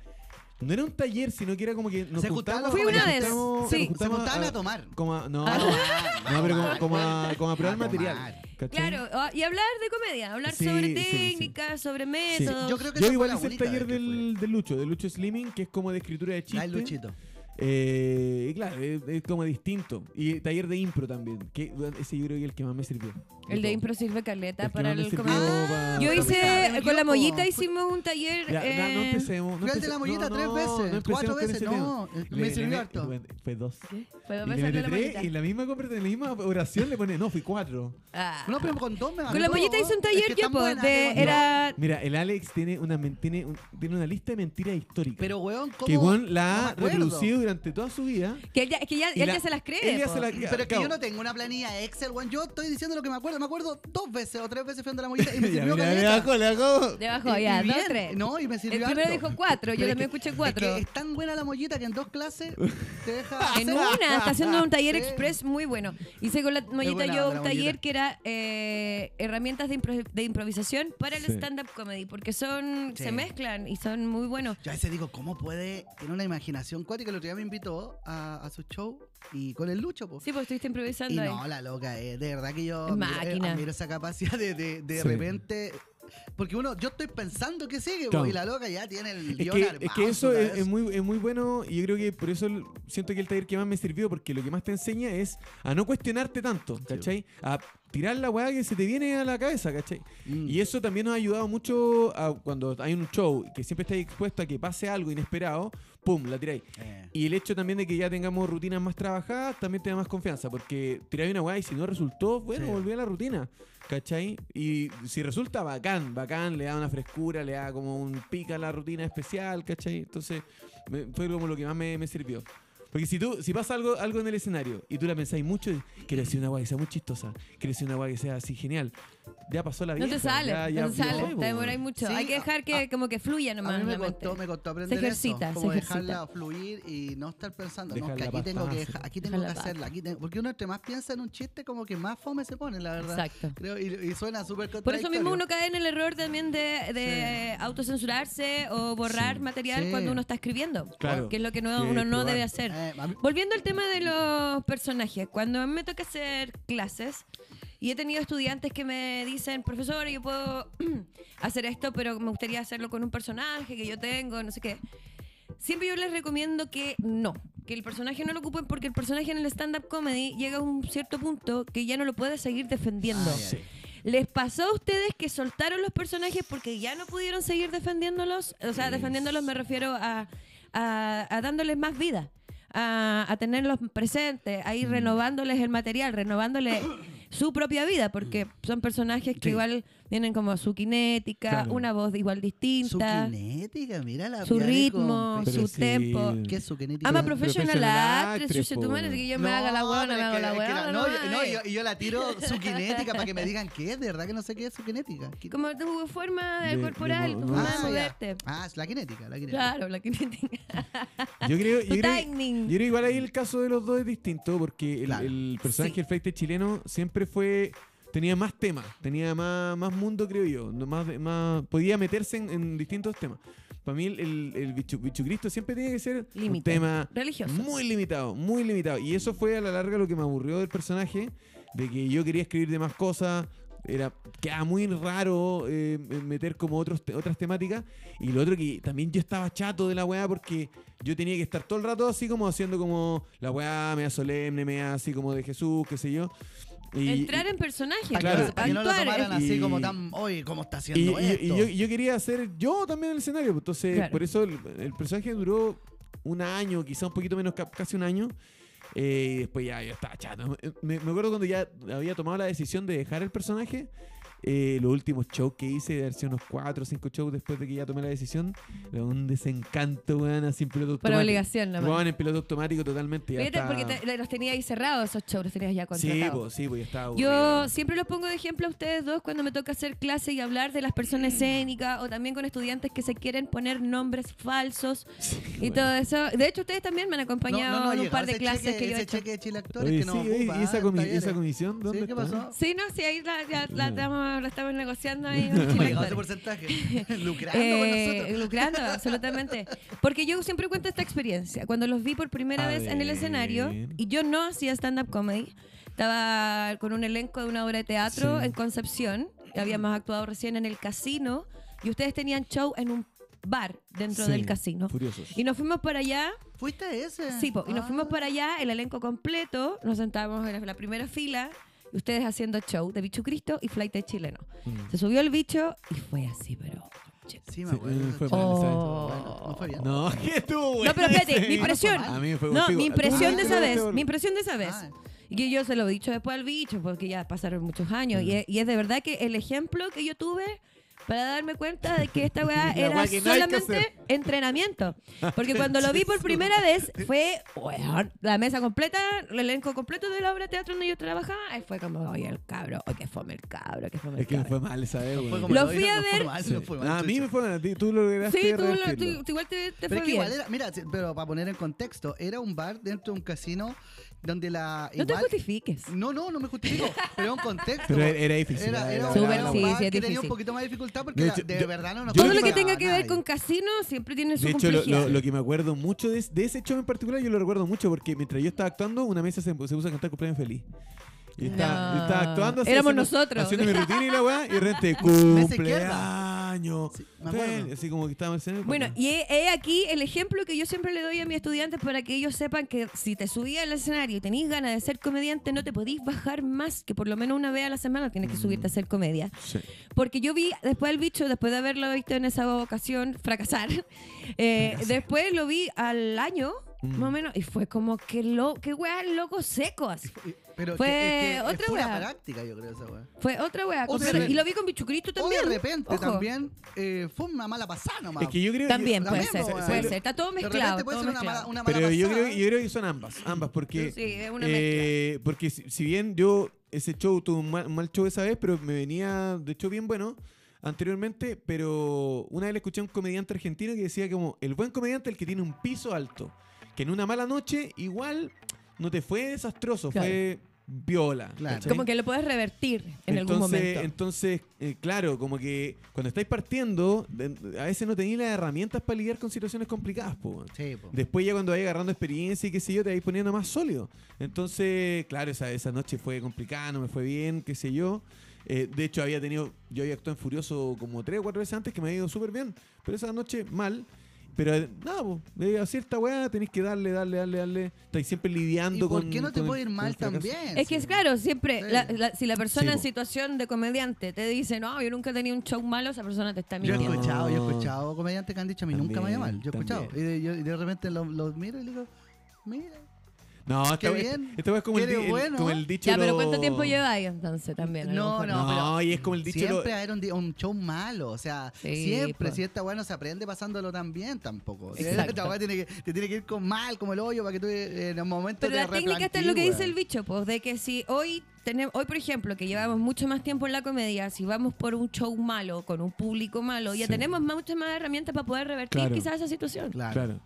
[SPEAKER 2] no era un taller, sino que era como que nos
[SPEAKER 4] Se juntaban
[SPEAKER 2] juntábamos.
[SPEAKER 4] Fui
[SPEAKER 2] nos
[SPEAKER 4] una
[SPEAKER 1] vez,
[SPEAKER 2] juntábamos-
[SPEAKER 1] sí.
[SPEAKER 2] nos
[SPEAKER 4] Se
[SPEAKER 2] juntábamos
[SPEAKER 4] juntaban a tomar.
[SPEAKER 2] Como a- no,
[SPEAKER 1] Ah.
[SPEAKER 2] no, pero
[SPEAKER 4] ah.
[SPEAKER 2] como, como a, como a probar
[SPEAKER 4] A tomar.
[SPEAKER 2] material. ¿cachai?
[SPEAKER 1] Claro, ah, y hablar de comedia, hablar
[SPEAKER 2] Sí,
[SPEAKER 1] sobre
[SPEAKER 2] sí, sí.
[SPEAKER 1] técnicas, sobre
[SPEAKER 2] Sí.
[SPEAKER 1] métodos.
[SPEAKER 4] Yo creo que
[SPEAKER 2] Yo
[SPEAKER 4] esa
[SPEAKER 2] igual
[SPEAKER 4] fue la
[SPEAKER 2] hice el
[SPEAKER 4] única
[SPEAKER 2] taller
[SPEAKER 4] vez que
[SPEAKER 2] del, de Lucho, de Lucho Slimming, que es como de escritura de
[SPEAKER 4] Dale,
[SPEAKER 2] chistes.
[SPEAKER 4] Luchito.
[SPEAKER 2] Eh, y claro, es, es como distinto. Y taller de impro también, que bueno, ese yo creo que es el que más me sirvió.
[SPEAKER 1] el de
[SPEAKER 2] todo.
[SPEAKER 1] impro sirve
[SPEAKER 2] que
[SPEAKER 1] caleta para
[SPEAKER 2] más me
[SPEAKER 1] el
[SPEAKER 2] sirvió
[SPEAKER 4] Ah,
[SPEAKER 1] comediante.
[SPEAKER 2] pa-
[SPEAKER 1] Yo
[SPEAKER 4] pero
[SPEAKER 1] hice,
[SPEAKER 4] mira,
[SPEAKER 1] eh,
[SPEAKER 4] me
[SPEAKER 1] con la
[SPEAKER 4] equivoco.
[SPEAKER 1] mollita hicimos un taller.
[SPEAKER 2] Ya, na- no
[SPEAKER 1] eh,
[SPEAKER 2] empecemos. No
[SPEAKER 4] Fui al
[SPEAKER 2] empecemos-
[SPEAKER 4] de la mollita
[SPEAKER 2] no,
[SPEAKER 4] tres
[SPEAKER 2] no, no
[SPEAKER 4] veces,
[SPEAKER 2] empecemos
[SPEAKER 4] cuatro
[SPEAKER 2] con ese
[SPEAKER 4] veces,
[SPEAKER 2] tema.
[SPEAKER 4] no.
[SPEAKER 2] Le-
[SPEAKER 4] me
[SPEAKER 2] le-
[SPEAKER 4] sirvió
[SPEAKER 2] le-
[SPEAKER 4] harto.
[SPEAKER 2] bueno, Fue dos.
[SPEAKER 1] ¿Qué? Puedo
[SPEAKER 2] Y
[SPEAKER 1] pasar de
[SPEAKER 2] le mete
[SPEAKER 1] la
[SPEAKER 2] tres,
[SPEAKER 1] mollita.
[SPEAKER 2] y en la misma conver- en la misma oración le pone, no, fui cuatro.
[SPEAKER 1] Ah.
[SPEAKER 4] No, pero con dos me
[SPEAKER 1] Con la
[SPEAKER 4] ganó,
[SPEAKER 1] mollita hice un
[SPEAKER 4] es que
[SPEAKER 1] taller yo,
[SPEAKER 4] están
[SPEAKER 1] pues,
[SPEAKER 4] buenas,
[SPEAKER 1] de-
[SPEAKER 4] están buenas.
[SPEAKER 1] era...
[SPEAKER 2] Mira, el Alex tiene una, men- tiene un- tiene una lista de mentiras históricas.
[SPEAKER 4] Pero, weón, ¿cómo?
[SPEAKER 2] que Juan
[SPEAKER 4] No me
[SPEAKER 2] la ha
[SPEAKER 4] acuerdo.
[SPEAKER 2] reproducido durante toda su vida.
[SPEAKER 1] Que él ya, que ya,
[SPEAKER 2] Y
[SPEAKER 1] él
[SPEAKER 2] la-
[SPEAKER 1] ya se las cree. pues.
[SPEAKER 2] Él ya
[SPEAKER 1] po.
[SPEAKER 2] se la-
[SPEAKER 4] Pero es que
[SPEAKER 2] Cabo.
[SPEAKER 4] yo no tengo una planilla Excel, weón. Yo estoy diciendo lo que me acuerdo. Me acuerdo dos veces, otra vez fui a la mollita y me
[SPEAKER 2] Ya,
[SPEAKER 4] sirvió
[SPEAKER 2] mira, le
[SPEAKER 4] caleta.
[SPEAKER 2] bajó, le bajó.
[SPEAKER 1] Debajo,
[SPEAKER 4] Y- y
[SPEAKER 1] ya, dos,
[SPEAKER 4] bien.
[SPEAKER 1] tres.
[SPEAKER 4] No, y me
[SPEAKER 1] el
[SPEAKER 4] sirvió
[SPEAKER 1] primero
[SPEAKER 4] harto.
[SPEAKER 1] dijo cuatro, yo
[SPEAKER 4] Pero es
[SPEAKER 1] también
[SPEAKER 4] que-
[SPEAKER 1] escuché cuatro.
[SPEAKER 4] Es, que es tan buena la mollita que en dos clases te deja.
[SPEAKER 1] En
[SPEAKER 4] hacer-
[SPEAKER 1] una, está haciendo un taller
[SPEAKER 4] Sí.
[SPEAKER 1] express muy bueno. Hice con la mollita
[SPEAKER 4] buena
[SPEAKER 1] yo
[SPEAKER 4] onda
[SPEAKER 1] un
[SPEAKER 4] la
[SPEAKER 1] taller
[SPEAKER 4] mollita.
[SPEAKER 1] que era eh, herramientas de, impro- de improvisación para el
[SPEAKER 2] Sí.
[SPEAKER 1] stand-up comedy, porque son
[SPEAKER 4] Sí.
[SPEAKER 1] se mezclan y son muy buenos.
[SPEAKER 4] Yo a veces digo, ¿cómo puede? Tiene una imaginación cuática. El otro día me invitó a, a su show y con el Lucho, pues.
[SPEAKER 1] Sí, porque estuviste improvisando
[SPEAKER 4] Y
[SPEAKER 1] ahí.
[SPEAKER 4] no, la loca, eh, de verdad que yo
[SPEAKER 1] Es
[SPEAKER 4] admiro-
[SPEAKER 1] máquina.
[SPEAKER 4] eh, admiro esa capacidad de, de, de
[SPEAKER 2] Sí.
[SPEAKER 4] repente. Porque uno, yo estoy pensando que sigue,
[SPEAKER 2] Claro.
[SPEAKER 4] po, y la loca ya tiene el
[SPEAKER 2] Es
[SPEAKER 4] guión
[SPEAKER 2] que,
[SPEAKER 4] armado
[SPEAKER 2] es que
[SPEAKER 4] en su
[SPEAKER 2] eso es,
[SPEAKER 4] cabeza.
[SPEAKER 2] es muy, es muy bueno y yo creo que por eso el- siento que el taller que más me sirvió, porque lo que más te enseña es a no cuestionarte tanto, ¿cachai? A tirar la weá que se te viene a la cabeza, ¿cachai?
[SPEAKER 4] Mm.
[SPEAKER 2] Y eso también nos ha ayudado mucho a cuando hay un show que siempre estás expuesto a que pase algo inesperado, ¡pum! La tiráis.
[SPEAKER 4] Eh,
[SPEAKER 2] Y el hecho también de que ya tengamos rutinas más trabajadas también te da más confianza, porque tiráis una weá y si no resultó, bueno,
[SPEAKER 4] Sí.
[SPEAKER 2] volví a la rutina, ¿cachai? Y si resulta, bacán, bacán, le da una frescura, le da como un pica a la rutina especial, ¿cachai? Entonces, me- fue como lo que más me, me sirvió. Porque si tú, si pasa algo, algo en el escenario y tú la pensáis mucho, y quiero decir una weá que sea muy chistosa, quiero decir una weá que sea así genial, ya pasó la vida.
[SPEAKER 1] no te sale,
[SPEAKER 2] ya, ya-
[SPEAKER 1] no te
[SPEAKER 2] ya
[SPEAKER 1] sale,
[SPEAKER 2] fue, po,
[SPEAKER 1] te demoráis mucho.
[SPEAKER 4] Sí,
[SPEAKER 1] Hay que dejar que
[SPEAKER 4] a-
[SPEAKER 1] como que fluya nomás.
[SPEAKER 4] a mí me
[SPEAKER 1] la mente.
[SPEAKER 4] costó, me costó aprender
[SPEAKER 1] ejercita, se
[SPEAKER 4] eso, como
[SPEAKER 1] ejercita.
[SPEAKER 4] dejarla fluir y no estar pensando, no,
[SPEAKER 2] Dejarla
[SPEAKER 4] que aquí tengo que,
[SPEAKER 2] pasar.
[SPEAKER 4] deja- aquí tengo que
[SPEAKER 1] Dejarla pasar.
[SPEAKER 4] hacerla, aquí tengo, porque uno entre más piensa en un chiste como que más fome se pone, la verdad.
[SPEAKER 1] Exacto.
[SPEAKER 4] Creo, y, y suena súper
[SPEAKER 1] Por eso mismo
[SPEAKER 4] contradictorio.
[SPEAKER 1] uno cae en el error también de, de autocensurarse o borrar
[SPEAKER 2] Sí.
[SPEAKER 1] material
[SPEAKER 4] Sí.
[SPEAKER 1] cuando uno está escribiendo,
[SPEAKER 2] Claro.
[SPEAKER 1] que es lo que no-
[SPEAKER 2] Que
[SPEAKER 1] uno no
[SPEAKER 2] probar.
[SPEAKER 1] debe hacer.
[SPEAKER 4] Eh, a mí-
[SPEAKER 1] Volviendo al tema de los personajes, cuando a mí me toca hacer clases y he tenido estudiantes que me dicen, profesora, yo puedo hacer esto, pero me gustaría hacerlo con un personaje que yo tengo, no sé qué. Siempre yo les recomiendo que no, que el personaje no lo ocupen porque el personaje en el stand-up comedy llega a un cierto punto que ya no lo puede seguir defendiendo.
[SPEAKER 4] Ah, ya.
[SPEAKER 2] Sí.
[SPEAKER 1] ¿Les pasó a ustedes que soltaron los personajes porque ya no pudieron seguir defendiéndolos? O sea, defendiéndolos me refiero a, a- a dándoles más vida, a, a tenerlos presentes, a ir renovándoles el material, renovándoles su propia vida, porque son personajes que
[SPEAKER 2] Sí.
[SPEAKER 1] igual tienen como su cinética,
[SPEAKER 2] Claro.
[SPEAKER 1] una voz igual
[SPEAKER 4] su
[SPEAKER 1] distinta,
[SPEAKER 4] kinética, mira la
[SPEAKER 1] su
[SPEAKER 4] Piare
[SPEAKER 1] ritmo,
[SPEAKER 4] con-
[SPEAKER 2] Pero
[SPEAKER 1] su
[SPEAKER 2] sí.
[SPEAKER 1] tempo.
[SPEAKER 4] ¿Qué es su kinética?
[SPEAKER 1] Ama
[SPEAKER 2] Pero-
[SPEAKER 1] professional
[SPEAKER 2] professional
[SPEAKER 1] actress,
[SPEAKER 2] actress,
[SPEAKER 1] chucha tu
[SPEAKER 2] po.
[SPEAKER 1] madre, que yo me haga la hueá,
[SPEAKER 4] huevona,
[SPEAKER 1] no me haga la hueá.
[SPEAKER 4] No, yo- no, y yo, y yo la tiro su kinética para que me digan qué es, de verdad que no sé qué es su kinética. Ki-
[SPEAKER 1] Como tu forma
[SPEAKER 2] De- de
[SPEAKER 1] corporal,
[SPEAKER 2] mo-
[SPEAKER 1] tu
[SPEAKER 2] no.
[SPEAKER 1] forma de
[SPEAKER 4] ya.
[SPEAKER 1] moverte.
[SPEAKER 4] Ah, es la kinética, la kinética.
[SPEAKER 1] Claro, la kinética.
[SPEAKER 2] Yo creo, yo
[SPEAKER 1] Tu
[SPEAKER 2] creo-
[SPEAKER 1] timing.
[SPEAKER 2] yo creo igual ahí el caso de los dos es distinto porque el,
[SPEAKER 4] Claro.
[SPEAKER 2] el personaje
[SPEAKER 1] Sí.
[SPEAKER 2] el flight chileno siempre fue tenía más temas, tenía más, más mundo creo yo, no- más, de- más podía meterse en, en distintos temas. Para mí el, el, el bichu- bichucristo siempre tiene que ser un
[SPEAKER 1] Límite.
[SPEAKER 2] tema
[SPEAKER 1] Religioso.
[SPEAKER 2] muy limitado, muy limitado. Y eso fue a la larga lo que me aburrió del personaje, de que yo quería escribir de más cosas, era quedaba muy raro eh, meter como otros te- otras temáticas. Y lo otro que también yo estaba chato de la weá porque yo tenía que estar todo el rato así como haciendo como la weá media solemne, media así como de Jesús, qué sé yo. Y-
[SPEAKER 1] Entrar en personaje,
[SPEAKER 2] Ah, claro.
[SPEAKER 1] pues,
[SPEAKER 4] para que no lo
[SPEAKER 1] actuar,
[SPEAKER 4] tomaran
[SPEAKER 1] es-
[SPEAKER 2] es-
[SPEAKER 4] así como
[SPEAKER 2] y-
[SPEAKER 4] tan, oye, ¿cómo está
[SPEAKER 2] y,
[SPEAKER 4] haciendo
[SPEAKER 2] y- y
[SPEAKER 4] esto?
[SPEAKER 2] yo, yo quería hacer yo también el escenario, pues, entonces
[SPEAKER 1] Claro.
[SPEAKER 2] por eso el, el personaje duró un año, quizá un poquito menos, ca- casi un año. eh, y después ya yo estaba chato. Me, me acuerdo cuando ya había tomado la decisión de dejar el personaje. eh, los últimos shows que hice, de haber sido unos 4 o 5 shows después de que ya tomé la decisión, era un desencanto, weón, así en piloto
[SPEAKER 1] por
[SPEAKER 2] automático.
[SPEAKER 1] obligación nomás.
[SPEAKER 2] Weón, en piloto automático totalmente. Ya
[SPEAKER 1] Fíjate,
[SPEAKER 2] estaba-
[SPEAKER 1] porque te- los tenía ahí cerrados esos shows, los tenías ya
[SPEAKER 2] sí,
[SPEAKER 1] contratados.
[SPEAKER 2] pues, sí, pues ya estaba. aburrido.
[SPEAKER 1] Yo siempre los pongo de ejemplo a ustedes dos cuando me toca hacer clase y hablar de las personas
[SPEAKER 4] Mm.
[SPEAKER 1] escénicas o también con estudiantes que se quieren poner nombres falsos
[SPEAKER 2] Sí,
[SPEAKER 1] y
[SPEAKER 2] weón.
[SPEAKER 1] todo eso. De hecho, ustedes también me han
[SPEAKER 4] No,
[SPEAKER 1] acompañado
[SPEAKER 4] no, no,
[SPEAKER 1] en un
[SPEAKER 4] llegó
[SPEAKER 1] par de
[SPEAKER 4] ese
[SPEAKER 1] clases
[SPEAKER 4] cheque-
[SPEAKER 1] que yo he
[SPEAKER 4] ese
[SPEAKER 1] hecho.
[SPEAKER 4] cheque de Chile Actores
[SPEAKER 2] Oye,
[SPEAKER 4] que nos
[SPEAKER 2] sí, oye,
[SPEAKER 4] ocupa,
[SPEAKER 2] y esa,
[SPEAKER 4] ¿eh?
[SPEAKER 2] comi-
[SPEAKER 4] Talleres.
[SPEAKER 2] esa comisión, ¿dónde
[SPEAKER 4] ¿Sí? ¿Qué
[SPEAKER 2] está?
[SPEAKER 4] pasó?
[SPEAKER 1] Sí, no, sí, ahí la, ya la
[SPEAKER 4] Mm.
[SPEAKER 2] Ya.
[SPEAKER 1] estamos, la estamos negociando ahí. con
[SPEAKER 4] ¿Cómo
[SPEAKER 1] Chile
[SPEAKER 4] llegó ese
[SPEAKER 1] Actores.
[SPEAKER 4] porcentaje? Lucrando
[SPEAKER 1] pues. Eh,
[SPEAKER 4] con nosotros.
[SPEAKER 1] lucrando, absolutamente. Porque yo siempre cuento esta experiencia. Cuando los vi por primera
[SPEAKER 2] A
[SPEAKER 1] vez en el
[SPEAKER 2] ver.
[SPEAKER 1] escenario, y yo no hacía stand-up comedy, estaba con un elenco de una obra de teatro
[SPEAKER 2] Sí.
[SPEAKER 1] en Concepción, y habíamos actuado recién en el casino, y ustedes tenían show en un bar dentro
[SPEAKER 2] Sí,
[SPEAKER 1] del casino.
[SPEAKER 2] Furiosos.
[SPEAKER 1] Y nos fuimos para allá,
[SPEAKER 4] ¿Fuiste a ese?
[SPEAKER 1] sí, po, y nos
[SPEAKER 4] Ah.
[SPEAKER 1] fuimos para allá, el elenco completo, nos sentábamos en la- la primera fila, y ustedes haciendo show de Bicho Cristo y Flight de Chileno.
[SPEAKER 2] Mm.
[SPEAKER 1] Se subió el bicho y fue así, pero...
[SPEAKER 4] Sí, me
[SPEAKER 2] Sí,
[SPEAKER 4] acuerdo.
[SPEAKER 2] eh, fue
[SPEAKER 4] Chile,
[SPEAKER 2] mal,
[SPEAKER 4] estuvo
[SPEAKER 1] ¿sabes?
[SPEAKER 4] bueno, No fue bien.
[SPEAKER 2] No, que estuvo bueno.
[SPEAKER 1] No, pero espérate, mi
[SPEAKER 2] ese.
[SPEAKER 1] impresión.
[SPEAKER 2] A mí me fue
[SPEAKER 1] No,
[SPEAKER 2] contigo.
[SPEAKER 1] mi impresión de
[SPEAKER 2] Ah,
[SPEAKER 1] esa
[SPEAKER 2] claro,
[SPEAKER 1] vez,
[SPEAKER 2] te-
[SPEAKER 1] mi impresión de esa vez.
[SPEAKER 4] Ah.
[SPEAKER 1] Y que yo se lo he dicho después al bicho, porque ya pasaron muchos años.
[SPEAKER 2] Mm.
[SPEAKER 1] Y, es, y es de verdad que el ejemplo que yo tuve para darme cuenta de que esta weá
[SPEAKER 2] La
[SPEAKER 1] era
[SPEAKER 2] weá que no hay que
[SPEAKER 1] solamente
[SPEAKER 2] hacer.
[SPEAKER 1] entrenamiento. Porque cuando lo vi por primera vez, fue weón, la mesa completa, el elenco completo de la obra de teatro donde yo trabajaba. Y fue como, oye, el cabro, oye, que fome el cabro, que fome el
[SPEAKER 2] Es que me
[SPEAKER 1] cabro.
[SPEAKER 2] fue mal esa vez,
[SPEAKER 4] Fue
[SPEAKER 2] güey.
[SPEAKER 4] como
[SPEAKER 1] Lo
[SPEAKER 4] el
[SPEAKER 1] fui
[SPEAKER 4] hoyo,
[SPEAKER 1] a
[SPEAKER 4] no fue
[SPEAKER 1] ver-
[SPEAKER 4] mal,
[SPEAKER 2] Sí.
[SPEAKER 4] no fue mal,
[SPEAKER 2] Ah, a mí
[SPEAKER 4] chucha.
[SPEAKER 2] me fue mal. a ti- Tú lograste
[SPEAKER 1] Sí, tú, lo-
[SPEAKER 2] revertirlo.
[SPEAKER 1] tú- tú igual te, te
[SPEAKER 4] Pero
[SPEAKER 1] fue
[SPEAKER 4] es que
[SPEAKER 1] bien.
[SPEAKER 4] igual era, mira, pero para poner en contexto, era un bar dentro de un casino donde la.
[SPEAKER 1] no te
[SPEAKER 4] igual-
[SPEAKER 1] justifiques.
[SPEAKER 4] No, no, no me justifico. Pero un contexto.
[SPEAKER 2] Pero era- era difícil,
[SPEAKER 4] Era,
[SPEAKER 2] era-
[SPEAKER 4] era un-
[SPEAKER 1] Súper,
[SPEAKER 4] era un
[SPEAKER 1] sí,
[SPEAKER 4] bar
[SPEAKER 1] sí, es
[SPEAKER 4] que tenía un
[SPEAKER 1] difícil.
[SPEAKER 4] poquito más de dificultad porque
[SPEAKER 2] De
[SPEAKER 4] la-
[SPEAKER 2] hecho,
[SPEAKER 4] de
[SPEAKER 2] yo-
[SPEAKER 4] verdad no nos
[SPEAKER 2] yo-
[SPEAKER 1] Todo lo que
[SPEAKER 4] conocía
[SPEAKER 1] tenga que ver
[SPEAKER 4] nadie.
[SPEAKER 1] con casino siempre tiene su
[SPEAKER 2] De hecho, lo,
[SPEAKER 1] complejidad.
[SPEAKER 2] lo- lo que me acuerdo mucho de, de ese show en particular, yo lo recuerdo mucho porque mientras yo estaba actuando, una mesa se, se puso a cantar cumpleaños feliz. Y estaba,
[SPEAKER 1] No.
[SPEAKER 2] yo estaba actuando así,
[SPEAKER 1] Ah. Éramos
[SPEAKER 2] haciendo-
[SPEAKER 1] nosotros.
[SPEAKER 2] Haciendo mi rutina y la weá, y de repente,
[SPEAKER 4] izquierda.
[SPEAKER 2] cumpleaños.
[SPEAKER 4] Sí, me acuerdo.
[SPEAKER 2] fel- Así como que estábamos haciendo.
[SPEAKER 1] Bueno, y he, he aquí el ejemplo que yo siempre le doy a mis estudiantes para que ellos sepan que si te subí al escenario y tenés ganas de ser comediante, no te podís bajar más, que por lo menos una vez a la semana tienes que subirte a
[SPEAKER 2] Mm.
[SPEAKER 1] hacer comedia.
[SPEAKER 2] Sí.
[SPEAKER 1] Porque yo vi después al bicho, después de haberlo visto en esa ocasión fracasar, eh, después lo vi al año,
[SPEAKER 2] Mm.
[SPEAKER 1] más o menos, y fue como que lo, qué weá, loco seco así.
[SPEAKER 4] Y- Pero
[SPEAKER 1] Fue
[SPEAKER 4] que- es que
[SPEAKER 1] otra
[SPEAKER 4] es pura
[SPEAKER 1] weá.
[SPEAKER 4] práctica, yo creo, esa weá.
[SPEAKER 1] Fue otra weá.
[SPEAKER 4] O de
[SPEAKER 1] completa.
[SPEAKER 4] repente-
[SPEAKER 1] y lo vi con Bichucristo
[SPEAKER 4] O
[SPEAKER 1] también.
[SPEAKER 4] de repente
[SPEAKER 1] Ojo.
[SPEAKER 4] también eh, fue una mala pasada nomás.
[SPEAKER 2] Es que yo creo
[SPEAKER 1] También
[SPEAKER 2] yo-
[SPEAKER 1] puede
[SPEAKER 4] también,
[SPEAKER 1] ser,
[SPEAKER 4] pues,
[SPEAKER 1] puede
[SPEAKER 4] bueno.
[SPEAKER 1] ser. Está todo
[SPEAKER 4] De repente
[SPEAKER 1] mezclado.
[SPEAKER 4] puede
[SPEAKER 1] todo
[SPEAKER 4] ser una
[SPEAKER 1] mezclado.
[SPEAKER 4] mala, una mala
[SPEAKER 2] Pero yo
[SPEAKER 4] pasada.
[SPEAKER 2] creo, yo creo que son ambas, ambas, porque.
[SPEAKER 1] Sí, es una
[SPEAKER 2] eh, Porque si, si bien yo, ese show tuve un mal, un mal show esa vez, pero me venía, de hecho, bien bueno anteriormente, pero una vez le escuché a un comediante argentino que decía como, el buen comediante es el que tiene un piso alto, que en una mala noche igual no te fue desastroso,
[SPEAKER 1] Claro.
[SPEAKER 2] fue viola.
[SPEAKER 4] Claro.
[SPEAKER 2] ¿cachai?
[SPEAKER 1] Como que lo puedes revertir en algún
[SPEAKER 2] Entonces-
[SPEAKER 1] momento.
[SPEAKER 2] Entonces, eh, claro, como que cuando estáis partiendo, de- a veces no tenéis las herramientas para lidiar con situaciones complicadas, po, weón.
[SPEAKER 4] Sí, po.
[SPEAKER 2] Después ya cuando vayas agarrando experiencia y qué sé yo, te vais poniendo más sólido. Entonces, claro, esa, esa noche fue complicada, no me fue bien, qué sé yo. Eh, de hecho, había tenido, yo había actuado en Furioso como tres o cuatro veces antes, que me había ido súper bien. Pero esa noche, mal. Pero eh, nada, po, de a cierta weá tenés que darle, darle, darle, darle. Estáis siempre lidiando
[SPEAKER 4] ¿Y
[SPEAKER 2] con...
[SPEAKER 4] por qué no te
[SPEAKER 2] con el-
[SPEAKER 4] puede ir
[SPEAKER 2] con el
[SPEAKER 4] mal
[SPEAKER 2] fracaso.
[SPEAKER 4] también?
[SPEAKER 1] es que es claro, siempre,
[SPEAKER 4] Sí.
[SPEAKER 1] la- la- si la persona
[SPEAKER 2] Sí,
[SPEAKER 1] en
[SPEAKER 2] po.
[SPEAKER 1] situación de comediante te dice, no, yo nunca he tenido un show malo, esa persona te está
[SPEAKER 4] Yo he
[SPEAKER 2] No.
[SPEAKER 1] mintiendo.
[SPEAKER 4] escuchado, yo he escuchado comediantes que han dicho a mí nunca me va mal. Yo he
[SPEAKER 2] También,
[SPEAKER 4] escuchado. Y
[SPEAKER 2] también.
[SPEAKER 4] de, yo- y de repente los lo miro y le digo, mira.
[SPEAKER 2] No, esta
[SPEAKER 4] Pues Qué
[SPEAKER 2] weá
[SPEAKER 4] bien.
[SPEAKER 2] esta weá es como el,
[SPEAKER 4] Qué
[SPEAKER 2] di- el-
[SPEAKER 4] bueno.
[SPEAKER 2] como el dicho...
[SPEAKER 1] Ya, pero
[SPEAKER 2] lo-
[SPEAKER 1] ¿cuánto tiempo lleva ahí entonces también? a lo
[SPEAKER 4] No,
[SPEAKER 1] mejor?
[SPEAKER 2] No,
[SPEAKER 4] no, pero
[SPEAKER 2] y es como el dicho... lo-
[SPEAKER 4] Siempre era un, di- un show malo, o sea,
[SPEAKER 1] Sí,
[SPEAKER 4] siempre,
[SPEAKER 1] po.
[SPEAKER 4] si esta weá no se aprende pasándolo tan bien tampoco. Si
[SPEAKER 1] Exacto.
[SPEAKER 4] Esta weá tiene que, te tiene que ir con mal, como el hoyo, para que tú eh, en un momento
[SPEAKER 1] Pero
[SPEAKER 4] te
[SPEAKER 1] la técnica está en lo que
[SPEAKER 4] replantees,
[SPEAKER 1] dice el
[SPEAKER 4] weón.
[SPEAKER 1] bicho, pues, de que si hoy tenemos, hoy por ejemplo, que llevamos mucho más tiempo en la comedia, si vamos por un show malo, con un público malo, ya
[SPEAKER 2] Sí.
[SPEAKER 1] tenemos más- muchas más herramientas para poder revertir
[SPEAKER 2] Claro.
[SPEAKER 1] quizás esa situación.
[SPEAKER 4] Claro.
[SPEAKER 2] Claro.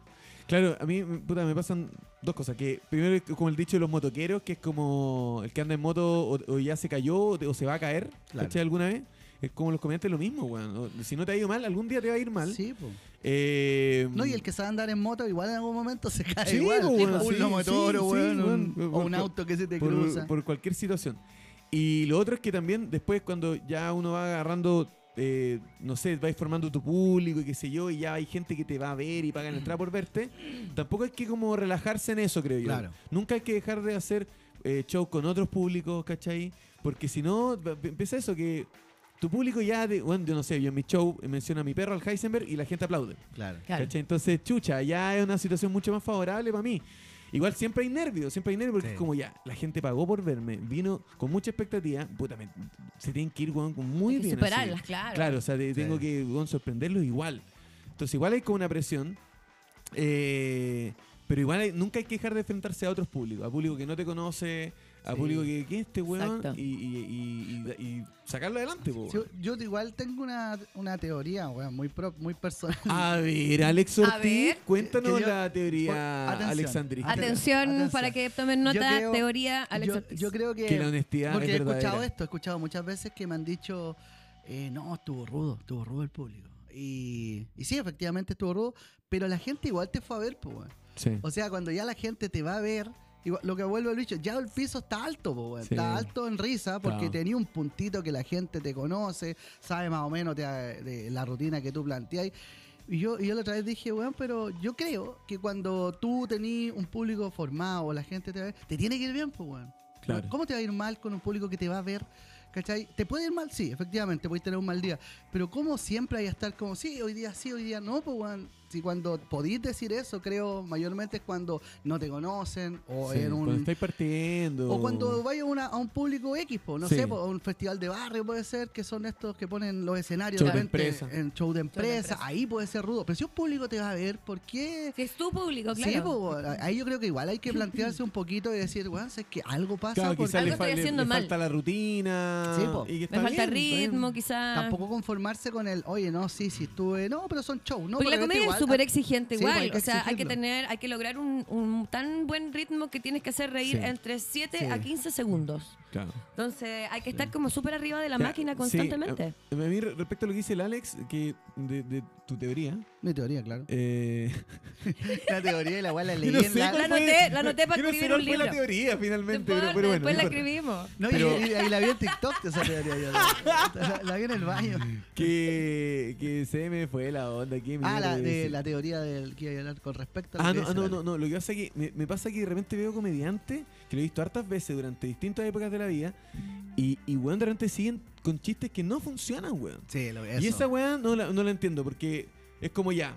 [SPEAKER 2] Claro, a mí, puta, me pasan dos cosas. Que primero, es como el dicho de los motoqueros, que es como el que anda en moto o, o ya se cayó o, te- o se va a caer,
[SPEAKER 4] Claro.
[SPEAKER 2] ¿cachai? Alguna vez. Es como los comediantes lo mismo, weón. O- Si no te ha ido mal, algún día te va a ir mal.
[SPEAKER 4] Sí, po.
[SPEAKER 2] Eh,
[SPEAKER 4] No, y el que sabe andar en moto igual en algún momento se cae
[SPEAKER 2] Sí,
[SPEAKER 4] igual.
[SPEAKER 2] po,
[SPEAKER 4] tipo,
[SPEAKER 2] weón,
[SPEAKER 4] un
[SPEAKER 2] sí,
[SPEAKER 4] lomotoro,
[SPEAKER 2] sí, sí,
[SPEAKER 4] weón, un-
[SPEAKER 2] weón.
[SPEAKER 4] o un
[SPEAKER 2] Por-
[SPEAKER 4] auto que se te cruza.
[SPEAKER 2] por, por cualquier situación. Y lo otro es que también después cuando ya uno va agarrando, eh, no sé, vais formando tu público y qué sé yo, y ya hay gente que te va a ver y pagan la entrada por verte, tampoco hay que como relajarse en eso, creo yo.
[SPEAKER 4] Claro.
[SPEAKER 2] Nunca hay que dejar de hacer eh, show con otros públicos, ¿cachai? Porque si no, va- empieza eso que... Tu público ya, de, bueno, yo no sé, yo en mi show eh, menciono a mi perro, al Heisenberg, y la gente aplaude.
[SPEAKER 4] Claro.
[SPEAKER 1] Claro.
[SPEAKER 2] ¿Cachai? Entonces, chucha, ya es una situación mucho más favorable para mí. Igual siempre hay nervios, siempre hay nervios, porque
[SPEAKER 4] Sí.
[SPEAKER 2] es como ya, la gente pagó por verme, vino con mucha expectativa, puta, me- se tienen que ir weón, con muy
[SPEAKER 1] Hay que
[SPEAKER 2] bien. así.
[SPEAKER 1] superarlas, claro.
[SPEAKER 2] Claro, o sea, te-
[SPEAKER 4] Sí.
[SPEAKER 2] tengo que weón, sorprenderlos igual. Entonces, igual hay como una presión, eh, pero igual hay- nunca hay que dejar de enfrentarse a otros públicos, a público que no te conoce, a
[SPEAKER 4] Sí.
[SPEAKER 2] público que, ¿quién es este weón?
[SPEAKER 1] Exacto.
[SPEAKER 2] Y, y- y- y- y sacarlo adelante, po,
[SPEAKER 4] Sí,
[SPEAKER 2] weón.
[SPEAKER 4] yo igual tengo una, una teoría, weón, muy, pro- muy personal.
[SPEAKER 2] A ver, Alex
[SPEAKER 1] A
[SPEAKER 2] Ortiz,
[SPEAKER 1] ver.
[SPEAKER 2] cuéndonos
[SPEAKER 4] Que yo-
[SPEAKER 2] la teoría
[SPEAKER 4] Por- atención.
[SPEAKER 2] alexandrista.
[SPEAKER 1] Atención,
[SPEAKER 4] Atención.
[SPEAKER 1] para que tomen
[SPEAKER 4] Yo
[SPEAKER 1] nota,
[SPEAKER 4] creo-
[SPEAKER 1] teoría Alex
[SPEAKER 4] yo,
[SPEAKER 1] Ortiz.
[SPEAKER 4] yo creo que...
[SPEAKER 2] Que la honestidad
[SPEAKER 4] porque he
[SPEAKER 2] es
[SPEAKER 4] escuchado
[SPEAKER 2] verdadera.
[SPEAKER 4] esto, he escuchado muchas veces que me han dicho, eh, no, estuvo rudo, estuvo rudo el público. Y, y sí, efectivamente estuvo rudo, pero la gente igual te fue a ver, pues, weón.
[SPEAKER 2] Sí.
[SPEAKER 4] O sea, cuando ya la gente te va a ver, igual- lo que vuelve el bicho, ya el piso está alto, po, weón.
[SPEAKER 2] Sí.
[SPEAKER 4] está alto en risa, porque
[SPEAKER 2] Claro.
[SPEAKER 4] tenía un puntito que la gente te conoce, sabe más o menos te- de la rutina que tú planteáis. Y yo, y yo la otra vez dije, weón, pero yo creo que cuando tú tenés un público formado, la gente te va a ver, te tiene que ir bien, pues, weón.
[SPEAKER 2] Claro.
[SPEAKER 4] ¿Cómo te va a ir mal con un público que te va a ver? ¿Cachai? ¿Te puede ir mal? Sí, efectivamente, puedes tener un mal día. Pero ¿cómo siempre hay que estar como, sí, hoy día sí, hoy día no? Pues, weón? Si cuando podís decir eso, creo, mayormente es cuando no te conocen o
[SPEAKER 2] Sí,
[SPEAKER 4] en un...
[SPEAKER 2] Cuando estáis partiendo.
[SPEAKER 4] O cuando vayas a una- a un público X, po, no
[SPEAKER 2] Sí.
[SPEAKER 4] sé, po, a un festival de barrio puede ser, que son estos que ponen los escenarios
[SPEAKER 2] Show de
[SPEAKER 4] repente
[SPEAKER 2] empresa.
[SPEAKER 4] en show de empresa,
[SPEAKER 1] empresa.
[SPEAKER 4] ahí puede ser rudo. Pero si un público te va a ver, ¿por qué?
[SPEAKER 1] Si es tu público, claro.
[SPEAKER 4] Sí,
[SPEAKER 2] pues,
[SPEAKER 4] po, ahí yo creo que igual hay que plantearse un poquito y decir, weón, es que algo pasa.
[SPEAKER 2] Claro,
[SPEAKER 4] porque-
[SPEAKER 2] quizás
[SPEAKER 1] Algo
[SPEAKER 2] le,
[SPEAKER 1] estoy
[SPEAKER 2] fa- le-
[SPEAKER 1] haciendo
[SPEAKER 2] le
[SPEAKER 1] mal.
[SPEAKER 2] falta la rutina.
[SPEAKER 4] Sí, po.
[SPEAKER 2] y que
[SPEAKER 1] Me
[SPEAKER 2] está
[SPEAKER 1] falta
[SPEAKER 2] bien, está bien.
[SPEAKER 1] ritmo, quizás.
[SPEAKER 4] Tampoco conformarse con el, oye, no, sí, sí estuve, no, pero son shows, ¿no?
[SPEAKER 1] Porque Pues la
[SPEAKER 2] este
[SPEAKER 4] Pero este
[SPEAKER 1] comedia
[SPEAKER 4] igual-
[SPEAKER 1] es súper exigente
[SPEAKER 4] Sí,
[SPEAKER 1] igual,
[SPEAKER 4] pues, hay que
[SPEAKER 1] o sea, hay que
[SPEAKER 4] exigirlo.
[SPEAKER 1] tener, hay que lograr un, un tan buen ritmo que tienes que hacer reír
[SPEAKER 2] Sí.
[SPEAKER 1] entre 7
[SPEAKER 4] Sí.
[SPEAKER 1] a 15 segundos.
[SPEAKER 2] Claro.
[SPEAKER 1] Entonces, hay que estar como súper arriba de la
[SPEAKER 2] Ya,
[SPEAKER 1] máquina
[SPEAKER 2] sí,
[SPEAKER 1] constantemente.
[SPEAKER 2] a- a mí, re- respecto a lo que dice el Alex, que de, de tu teoría.
[SPEAKER 4] Mi teoría, claro.
[SPEAKER 2] Eh,
[SPEAKER 4] La teoría de la cual la
[SPEAKER 2] yo no sé
[SPEAKER 4] leyenda.
[SPEAKER 2] cuál
[SPEAKER 1] La
[SPEAKER 2] fue-
[SPEAKER 1] anoté- la anoté para
[SPEAKER 2] yo no sé
[SPEAKER 1] escribir
[SPEAKER 2] cuál
[SPEAKER 1] un
[SPEAKER 2] fue la
[SPEAKER 1] libro.
[SPEAKER 2] teoría finalmente, pero,
[SPEAKER 1] Después,
[SPEAKER 2] pero bueno.
[SPEAKER 1] después la
[SPEAKER 2] no importa.
[SPEAKER 1] escribimos.
[SPEAKER 4] No, y-
[SPEAKER 2] Pero-
[SPEAKER 4] y, y la vi en TikTok esa teoría. yo. La, la vi en el baño.
[SPEAKER 2] que, que se me fue la onda aquí.
[SPEAKER 4] Ah,
[SPEAKER 2] mierda,
[SPEAKER 4] la, de,
[SPEAKER 2] sí.
[SPEAKER 4] la teoría del que iba a hablar con respecto a lo
[SPEAKER 2] Ah,
[SPEAKER 4] que
[SPEAKER 2] no, ah,
[SPEAKER 4] dice
[SPEAKER 2] no,
[SPEAKER 4] la-
[SPEAKER 2] no, no, Lo que pasa es que me, me pasa que de repente veo comediantes que lo he visto hartas veces durante distintas épocas de la vida y, y weón, de repente siguen con chistes que no funcionan, weón.
[SPEAKER 4] Sí, lo,
[SPEAKER 2] Y
[SPEAKER 4] eso.
[SPEAKER 2] esa weá no la, no la entiendo porque es como ya.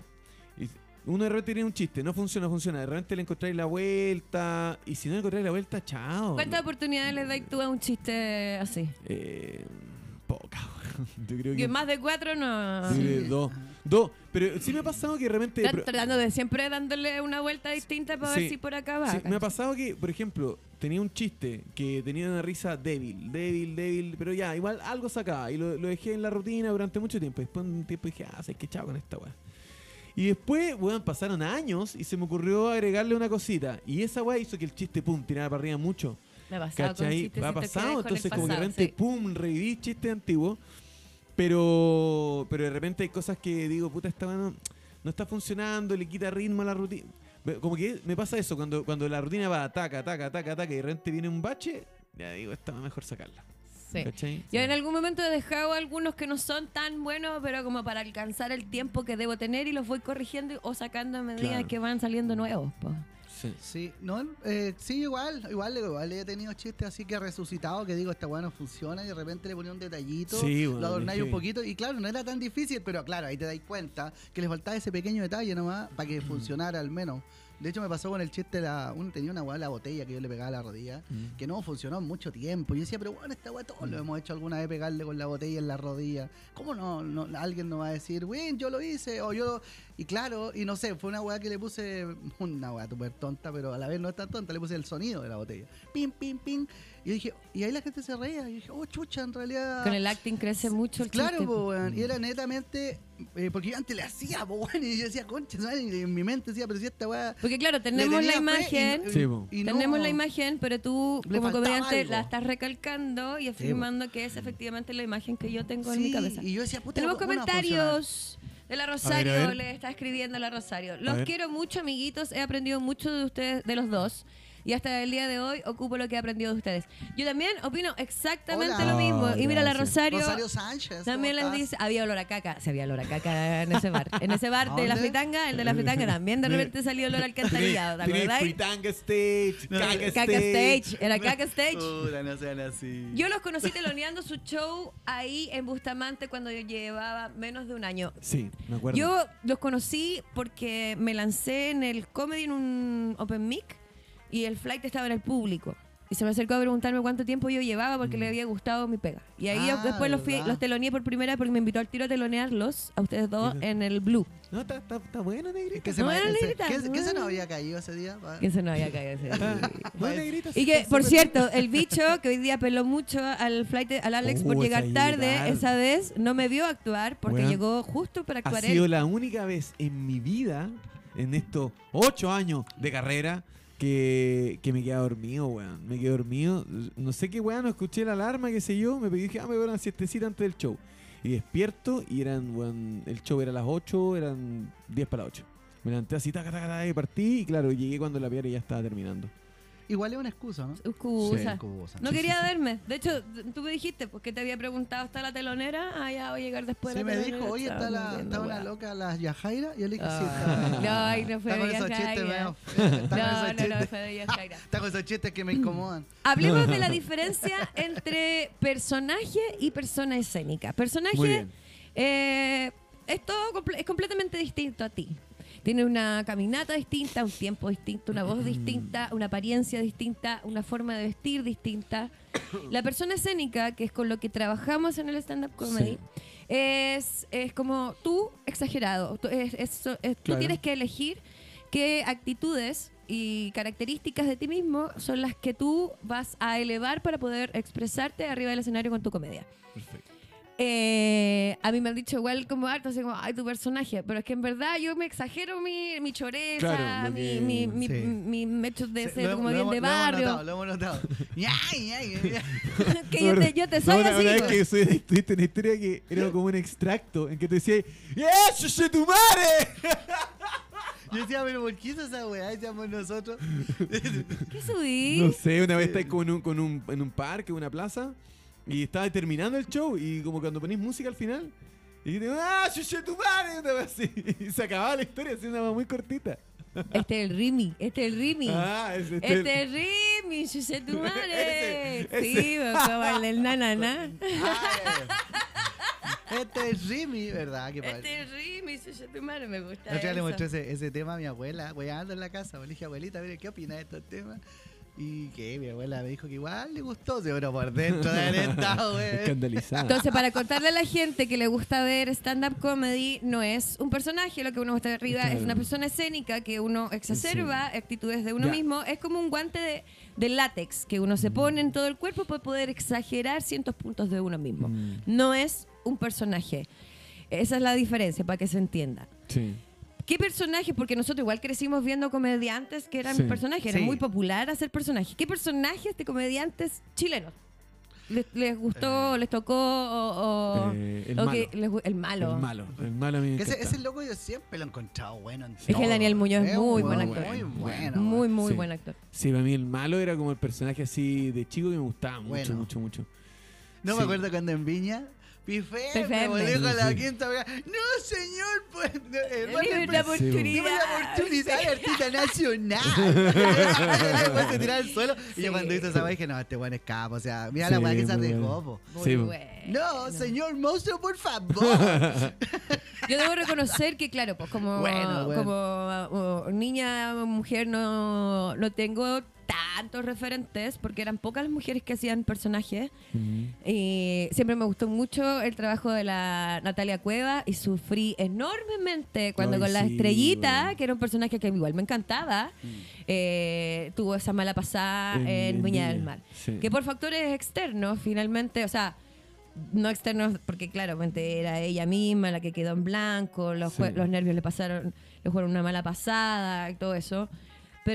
[SPEAKER 2] y Uno de repente tiene un chiste, no funciona, funciona. De repente le encontráis la vuelta y si no le encontráis la vuelta, chao.
[SPEAKER 1] ¿Cuántas oportunidades le dais tú a un chiste así?
[SPEAKER 2] Eh, poca, weón. Yo creo
[SPEAKER 1] Que
[SPEAKER 2] que.
[SPEAKER 1] más de cuatro no.
[SPEAKER 2] yo creo que dos. Dos. Pero sí me ha pasado que de repente.
[SPEAKER 1] Están
[SPEAKER 2] pero-
[SPEAKER 1] tratando de siempre dándole una vuelta distinta para ver
[SPEAKER 2] Sí.
[SPEAKER 1] si por acá va.
[SPEAKER 2] Sí, me ha pasado que, por ejemplo, tenía un chiste que tenía una risa débil, débil, débil, pero ya, igual algo sacaba y lo, lo dejé en la rutina durante mucho tiempo. Después de un tiempo dije, ah, sé que chavo con esta weá. Y después, weón, pasaron años y se me ocurrió agregarle una cosita. Y esa weá hizo que el chiste, pum, tirara para arriba mucho.
[SPEAKER 1] Me ha pasado con
[SPEAKER 2] ¿Cachai?
[SPEAKER 1] chistes,
[SPEAKER 2] Va
[SPEAKER 1] siento que
[SPEAKER 2] pasado,
[SPEAKER 1] dejo en el
[SPEAKER 2] entonces como que de
[SPEAKER 1] pasado,
[SPEAKER 2] repente,
[SPEAKER 1] sí.
[SPEAKER 2] pum, reviví chistes antiguos. Pero, pero de repente hay cosas que digo, puta, esta mano no está funcionando, le quita ritmo a la rutina. Ve- Como que me pasa eso, cuando, cuando la rutina va, ataca, ataca, ataca, ataca, y de repente viene un bache, ya digo, esta va mejor sacarla.
[SPEAKER 1] Sí.
[SPEAKER 2] ¿Cachai?
[SPEAKER 1] Yo en algún momento he dejado algunos que no son tan buenos, pero como para alcanzar el tiempo que debo tener y los voy corrigiendo o sacando a medida
[SPEAKER 2] Claro.
[SPEAKER 1] que van saliendo nuevos. po.
[SPEAKER 2] Sí.
[SPEAKER 4] Sí, no, eh, sí, igual, igual, igual he tenido chistes así que he resucitado, que digo, esta weá no funciona y de repente le ponía un detallito,
[SPEAKER 2] Sí, weón,
[SPEAKER 4] lo adornáis
[SPEAKER 2] es
[SPEAKER 4] un
[SPEAKER 2] que-
[SPEAKER 4] poquito y claro, no era tan difícil, pero claro, ahí te dais cuenta que le faltaba ese pequeño detalle nomás para que funcionara al menos. De hecho me pasó con el chiste, de la, uno tenía una weá, la botella que yo le pegaba a la rodilla,
[SPEAKER 2] Mm.
[SPEAKER 4] que no funcionó en mucho tiempo. Yo decía, pero bueno, esta weá todos lo hemos hecho alguna vez pegarle con la botella en la rodilla. ¿Cómo no? no- alguien nos va a decir, Win, yo lo hice, o yo. Y claro, y no sé, fue una weá que le puse, una weá super tonta, pero a la vez no es tan tonta, le puse el sonido de la botella. Pim, pim, pim. Y yo dije, y ahí la gente se reía. Y dije, oh, chucha, en realidad.
[SPEAKER 1] Con el acting crece mucho el
[SPEAKER 4] Claro,
[SPEAKER 1] chiste,
[SPEAKER 4] po,
[SPEAKER 1] po.
[SPEAKER 4] weón. Y era netamente eh, porque yo antes le hacía, po, weón, y yo decía, concha, ¿sabes? y en mi mente decía, pero si esta weá.
[SPEAKER 1] Porque claro,
[SPEAKER 4] le
[SPEAKER 1] tenemos la
[SPEAKER 4] tenía fe y-
[SPEAKER 1] imagen.
[SPEAKER 4] y-
[SPEAKER 2] Sí, po.
[SPEAKER 4] y no-
[SPEAKER 1] Tenemos la imagen, pero tú
[SPEAKER 4] Le
[SPEAKER 1] como
[SPEAKER 4] faltaba
[SPEAKER 1] comediante
[SPEAKER 4] algo. Mm.
[SPEAKER 1] la estás recalcando y afirmando que es efectivamente la imagen que yo tengo en mi
[SPEAKER 4] Sí,
[SPEAKER 1] cabeza.
[SPEAKER 4] Y yo decía, puta,
[SPEAKER 1] Tenemos
[SPEAKER 4] ¿cómo no va a funcionar?
[SPEAKER 1] comentarios de la Rosario,
[SPEAKER 2] A ver, a ver.
[SPEAKER 1] le está escribiendo la Rosario.
[SPEAKER 2] A
[SPEAKER 1] Los
[SPEAKER 2] ver.
[SPEAKER 1] quiero mucho, amiguitos. He aprendido mucho de ustedes, de los dos. Y hasta el día de hoy ocupo lo que he aprendido de ustedes. Yo también opino exactamente
[SPEAKER 4] Hola.
[SPEAKER 1] lo mismo.
[SPEAKER 2] Ah,
[SPEAKER 1] y mira, la
[SPEAKER 2] gracias.
[SPEAKER 1] Rosario,
[SPEAKER 4] Rosario Sánchez. ah. ¿cómo
[SPEAKER 1] también les
[SPEAKER 4] estás?
[SPEAKER 1] dice, había olor a caca. Se había olor a caca en ese bar. En ese bar
[SPEAKER 4] ¿A
[SPEAKER 1] de la
[SPEAKER 4] dónde?
[SPEAKER 1] fritanga, el de la fritanga también de repente salió olor al alcantarillado. ¿Te acordás?
[SPEAKER 2] Fritanga Stage, Caca
[SPEAKER 1] Caca
[SPEAKER 2] Stage.
[SPEAKER 1] Stage, era Caca Stage.
[SPEAKER 4] Puta, no sean así.
[SPEAKER 1] Yo los conocí teloneando su show ahí en Bustamante cuando yo llevaba menos de un año.
[SPEAKER 2] Sí, me acuerdo.
[SPEAKER 1] Yo los conocí porque me lancé en el comedy en un open mic y el flight estaba en el público. Y se me acercó a preguntarme cuánto tiempo yo llevaba
[SPEAKER 2] Mm.
[SPEAKER 1] porque le había gustado mi pega. Y ahí yo
[SPEAKER 4] Ah,
[SPEAKER 1] después los, fui-
[SPEAKER 4] ¿verdad?
[SPEAKER 1] los teloneé por primera vez porque me invitó al tiro a telonearlos a ustedes dos
[SPEAKER 2] Mira.
[SPEAKER 1] en el Blue.
[SPEAKER 2] No, está, está, está bueno, negrita.
[SPEAKER 4] ¿Qué se,
[SPEAKER 1] No,
[SPEAKER 4] me-
[SPEAKER 1] era
[SPEAKER 4] ese-
[SPEAKER 1] negrita,
[SPEAKER 4] ¿qué, qué se
[SPEAKER 1] bueno.
[SPEAKER 4] nos había caído ese día? Pa-
[SPEAKER 1] Que se no había caído ese
[SPEAKER 2] Está-
[SPEAKER 1] día.
[SPEAKER 2] no, negrita,
[SPEAKER 1] Y
[SPEAKER 2] sí,
[SPEAKER 1] que,
[SPEAKER 2] está
[SPEAKER 1] por
[SPEAKER 2] súper
[SPEAKER 1] cierto, el bicho que hoy día peló mucho al flight, al Alex por
[SPEAKER 2] Oh,
[SPEAKER 1] llegar
[SPEAKER 2] esa
[SPEAKER 1] tarde,
[SPEAKER 2] llegar.
[SPEAKER 1] esa vez no me vio actuar porque
[SPEAKER 2] Weón.
[SPEAKER 1] llegó justo para
[SPEAKER 2] Ha
[SPEAKER 1] actuar
[SPEAKER 2] sido
[SPEAKER 1] él.
[SPEAKER 2] la única vez en mi vida, en estos ocho años de carrera, que, que me quedé dormido, weón. Me quedé dormido. No sé qué, weón, no escuché la alarma, qué sé yo. Me pedí, dije, ah, me voy a dar una siestecita antes del show. Y despierto y eran, weón, el show era a las ocho, eran diez para las ocho. Me levanté así, taca, taca, taca, y partí. Y claro, llegué cuando la piedra ya estaba terminando.
[SPEAKER 4] Igual es una excusa, ¿no?
[SPEAKER 1] Excusa.
[SPEAKER 4] Excusa.
[SPEAKER 1] No quería verme. De hecho, tú me dijiste, porque te había preguntado, ¿está la telonera? Ah, ya, voy a llegar después. de
[SPEAKER 4] Se
[SPEAKER 1] la
[SPEAKER 4] me
[SPEAKER 1] telonera.
[SPEAKER 4] dijo, oye,
[SPEAKER 1] Chao,
[SPEAKER 4] está,
[SPEAKER 1] no
[SPEAKER 4] la,
[SPEAKER 1] entiendo,
[SPEAKER 4] está una
[SPEAKER 1] weón.
[SPEAKER 4] loca la Yajaira. Y yo le dije, sí,
[SPEAKER 1] Ah.
[SPEAKER 4] está.
[SPEAKER 1] No, ay, no fue
[SPEAKER 4] Está con
[SPEAKER 1] de
[SPEAKER 4] esos chistes,
[SPEAKER 1] Yajaira.
[SPEAKER 4] medio feos, está con
[SPEAKER 1] No,
[SPEAKER 4] esos
[SPEAKER 1] no, no,
[SPEAKER 4] chistes.
[SPEAKER 1] fue de Yajaira.
[SPEAKER 4] Está con esos chistes que me incomodan.
[SPEAKER 1] Hablemos de la diferencia entre personaje y persona escénica.
[SPEAKER 2] Muy
[SPEAKER 1] Personaje
[SPEAKER 2] bien.
[SPEAKER 1] eh, es todo comple- es completamente distinto a ti. Tiene una caminata distinta, un tiempo distinto, una voz distinta, una apariencia distinta, una forma de vestir distinta. La persona escénica, que es con lo que trabajamos en el stand-up comedy,
[SPEAKER 2] Sí.
[SPEAKER 1] es, es como tú exagerado. Tú, es- es- so- es- tú
[SPEAKER 2] Claro.
[SPEAKER 1] tienes que elegir qué actitudes y características de ti mismo son las que tú vas a elevar para poder expresarte arriba del escenario con tu comedia.
[SPEAKER 2] Perfecto.
[SPEAKER 1] Eh, a mí me han dicho igual como harto, así como, ay, tu personaje. Pero es que en verdad yo me exagero mi, mi choreza,
[SPEAKER 2] Claro, lo
[SPEAKER 1] mi,
[SPEAKER 2] que-
[SPEAKER 1] mi, mi,
[SPEAKER 4] Sí.
[SPEAKER 1] mi- mi hecho de
[SPEAKER 4] Sí,
[SPEAKER 1] ser
[SPEAKER 4] lo-
[SPEAKER 1] como
[SPEAKER 4] lo
[SPEAKER 1] bien de
[SPEAKER 4] hemos- lo hemos
[SPEAKER 1] barrio.
[SPEAKER 4] notado, Lo hemos notado. Ñay, ñay, ñay.
[SPEAKER 1] que yo te, yo te soy
[SPEAKER 2] No, una,
[SPEAKER 1] así.
[SPEAKER 2] Una vez
[SPEAKER 1] pues.
[SPEAKER 2] que soy- tuviste una historia que era como un extracto en que te decía, ¡Eso se tu madre!
[SPEAKER 4] Yo decía, pero ¿por qué hizo esa weá? Decíamos nosotros.
[SPEAKER 1] ¿Qué subí?
[SPEAKER 2] No sé, una vez estáis como en un, con un- en un parque, una plaza, y estaba terminando el show, y como cuando ponís música al final, y te ¡Ah, yo soy tu madre! Una vez así, y se acababa la historia, así una muy cortita.
[SPEAKER 1] Este es el Rimi, este es el Rimi.
[SPEAKER 2] Ah, es- es-
[SPEAKER 1] Este es Rimi, yo sé tu madre.
[SPEAKER 2] Ese,
[SPEAKER 1] Sí, como el del nanana.
[SPEAKER 4] Ay, este es Rimi, ¿verdad? Qué padre.
[SPEAKER 1] Este es Rimi, yo sé tu madre, me gusta.
[SPEAKER 4] La otra vez le
[SPEAKER 1] eso.
[SPEAKER 4] mostré ese, ese tema a mi abuela, weando en la casa. Le dije, abuelita, mire, ¿qué opina de estos temas? Y que mi abuela me dijo que igual le gustó, seguro por dentro de haber estado, weón.
[SPEAKER 2] Escandalizada.
[SPEAKER 1] Entonces, para contarle a la gente que le gusta ver stand-up comedy, no es un personaje lo que uno está arriba,
[SPEAKER 2] Claro.
[SPEAKER 1] es una persona escénica que uno exacerba actitudes de uno
[SPEAKER 2] Ya.
[SPEAKER 1] mismo. Es como un guante de, de látex que uno se pone
[SPEAKER 2] Mm.
[SPEAKER 1] en todo el cuerpo para poder exagerar cientos puntos de uno mismo.
[SPEAKER 2] Mm.
[SPEAKER 1] No es un personaje. Esa es la diferencia para que se entienda.
[SPEAKER 2] Sí.
[SPEAKER 1] ¿Qué personaje? Porque nosotros igual crecimos viendo comediantes que eran
[SPEAKER 2] Sí.
[SPEAKER 1] personajes, era
[SPEAKER 4] Sí.
[SPEAKER 1] muy popular hacer personajes. ¿Qué personajes de comediantes chilenos? ¿Les, les gustó, les tocó o, o-
[SPEAKER 2] Eh, el
[SPEAKER 1] o que
[SPEAKER 2] malo.
[SPEAKER 1] les gu- el malo?
[SPEAKER 2] El malo, el malo a mí me
[SPEAKER 4] Que Ese,
[SPEAKER 2] encanta.
[SPEAKER 4] ese loco yo siempre lo he encontrado bueno. en
[SPEAKER 1] que
[SPEAKER 4] todo.
[SPEAKER 1] Daniel Muñoz es muy
[SPEAKER 4] un
[SPEAKER 1] buen
[SPEAKER 4] weón
[SPEAKER 1] actor.
[SPEAKER 4] Muy bueno.
[SPEAKER 1] muy, muy
[SPEAKER 2] Sí.
[SPEAKER 1] buen actor.
[SPEAKER 2] Sí, para mí el malo era como el personaje así de chico que me gustaba mucho,
[SPEAKER 4] Bueno.
[SPEAKER 2] mucho, mucho.
[SPEAKER 4] No
[SPEAKER 2] Sí.
[SPEAKER 4] me acuerdo cuando en Viña. Pifé,
[SPEAKER 1] Pifé,
[SPEAKER 4] me volvió
[SPEAKER 2] me-
[SPEAKER 4] con la
[SPEAKER 2] Sí.
[SPEAKER 4] quinta weá, No, señor, pues. no, eh, bueno,
[SPEAKER 1] Dime
[SPEAKER 4] pues,
[SPEAKER 1] la
[SPEAKER 2] pues, sí, bueno.
[SPEAKER 1] oportunidad.
[SPEAKER 4] Dime la oportunidad de artista nacional. Después se tiraba al suelo. Y
[SPEAKER 1] Sí.
[SPEAKER 4] yo cuando hizo esa weá dije, no, este weón es capo. O sea, mira
[SPEAKER 2] Sí,
[SPEAKER 4] la weá que se
[SPEAKER 2] muy
[SPEAKER 4] dejó,
[SPEAKER 2] bueno. Eh,
[SPEAKER 4] po.
[SPEAKER 1] Muy
[SPEAKER 2] Sí, po.
[SPEAKER 1] bueno.
[SPEAKER 4] No, señor monstruo, por favor.
[SPEAKER 1] Yo debo reconocer que, claro, pues como,
[SPEAKER 4] Bueno, bueno.
[SPEAKER 1] como uh, niña, mujer, no, no tengo tantos referentes porque eran pocas las mujeres que hacían personajes. Y Eh, siempre me gustó mucho el trabajo de la Natalia Cueva y sufrí enormemente cuando
[SPEAKER 2] Ay,
[SPEAKER 1] con la
[SPEAKER 2] sí,
[SPEAKER 1] estrellita,
[SPEAKER 2] bueno.
[SPEAKER 1] que era un personaje que igual me encantaba, eh, tuvo esa mala pasada en,
[SPEAKER 2] En- en
[SPEAKER 1] Ah, Viña del
[SPEAKER 2] Viña,
[SPEAKER 1] Mar.
[SPEAKER 2] sí.
[SPEAKER 1] Que por factores externos, finalmente, o sea, no externos, porque claramente era ella misma la que quedó en blanco, los, jue-
[SPEAKER 2] Sí.
[SPEAKER 1] los nervios le pasaron, le jugaron una mala pasada, y todo eso.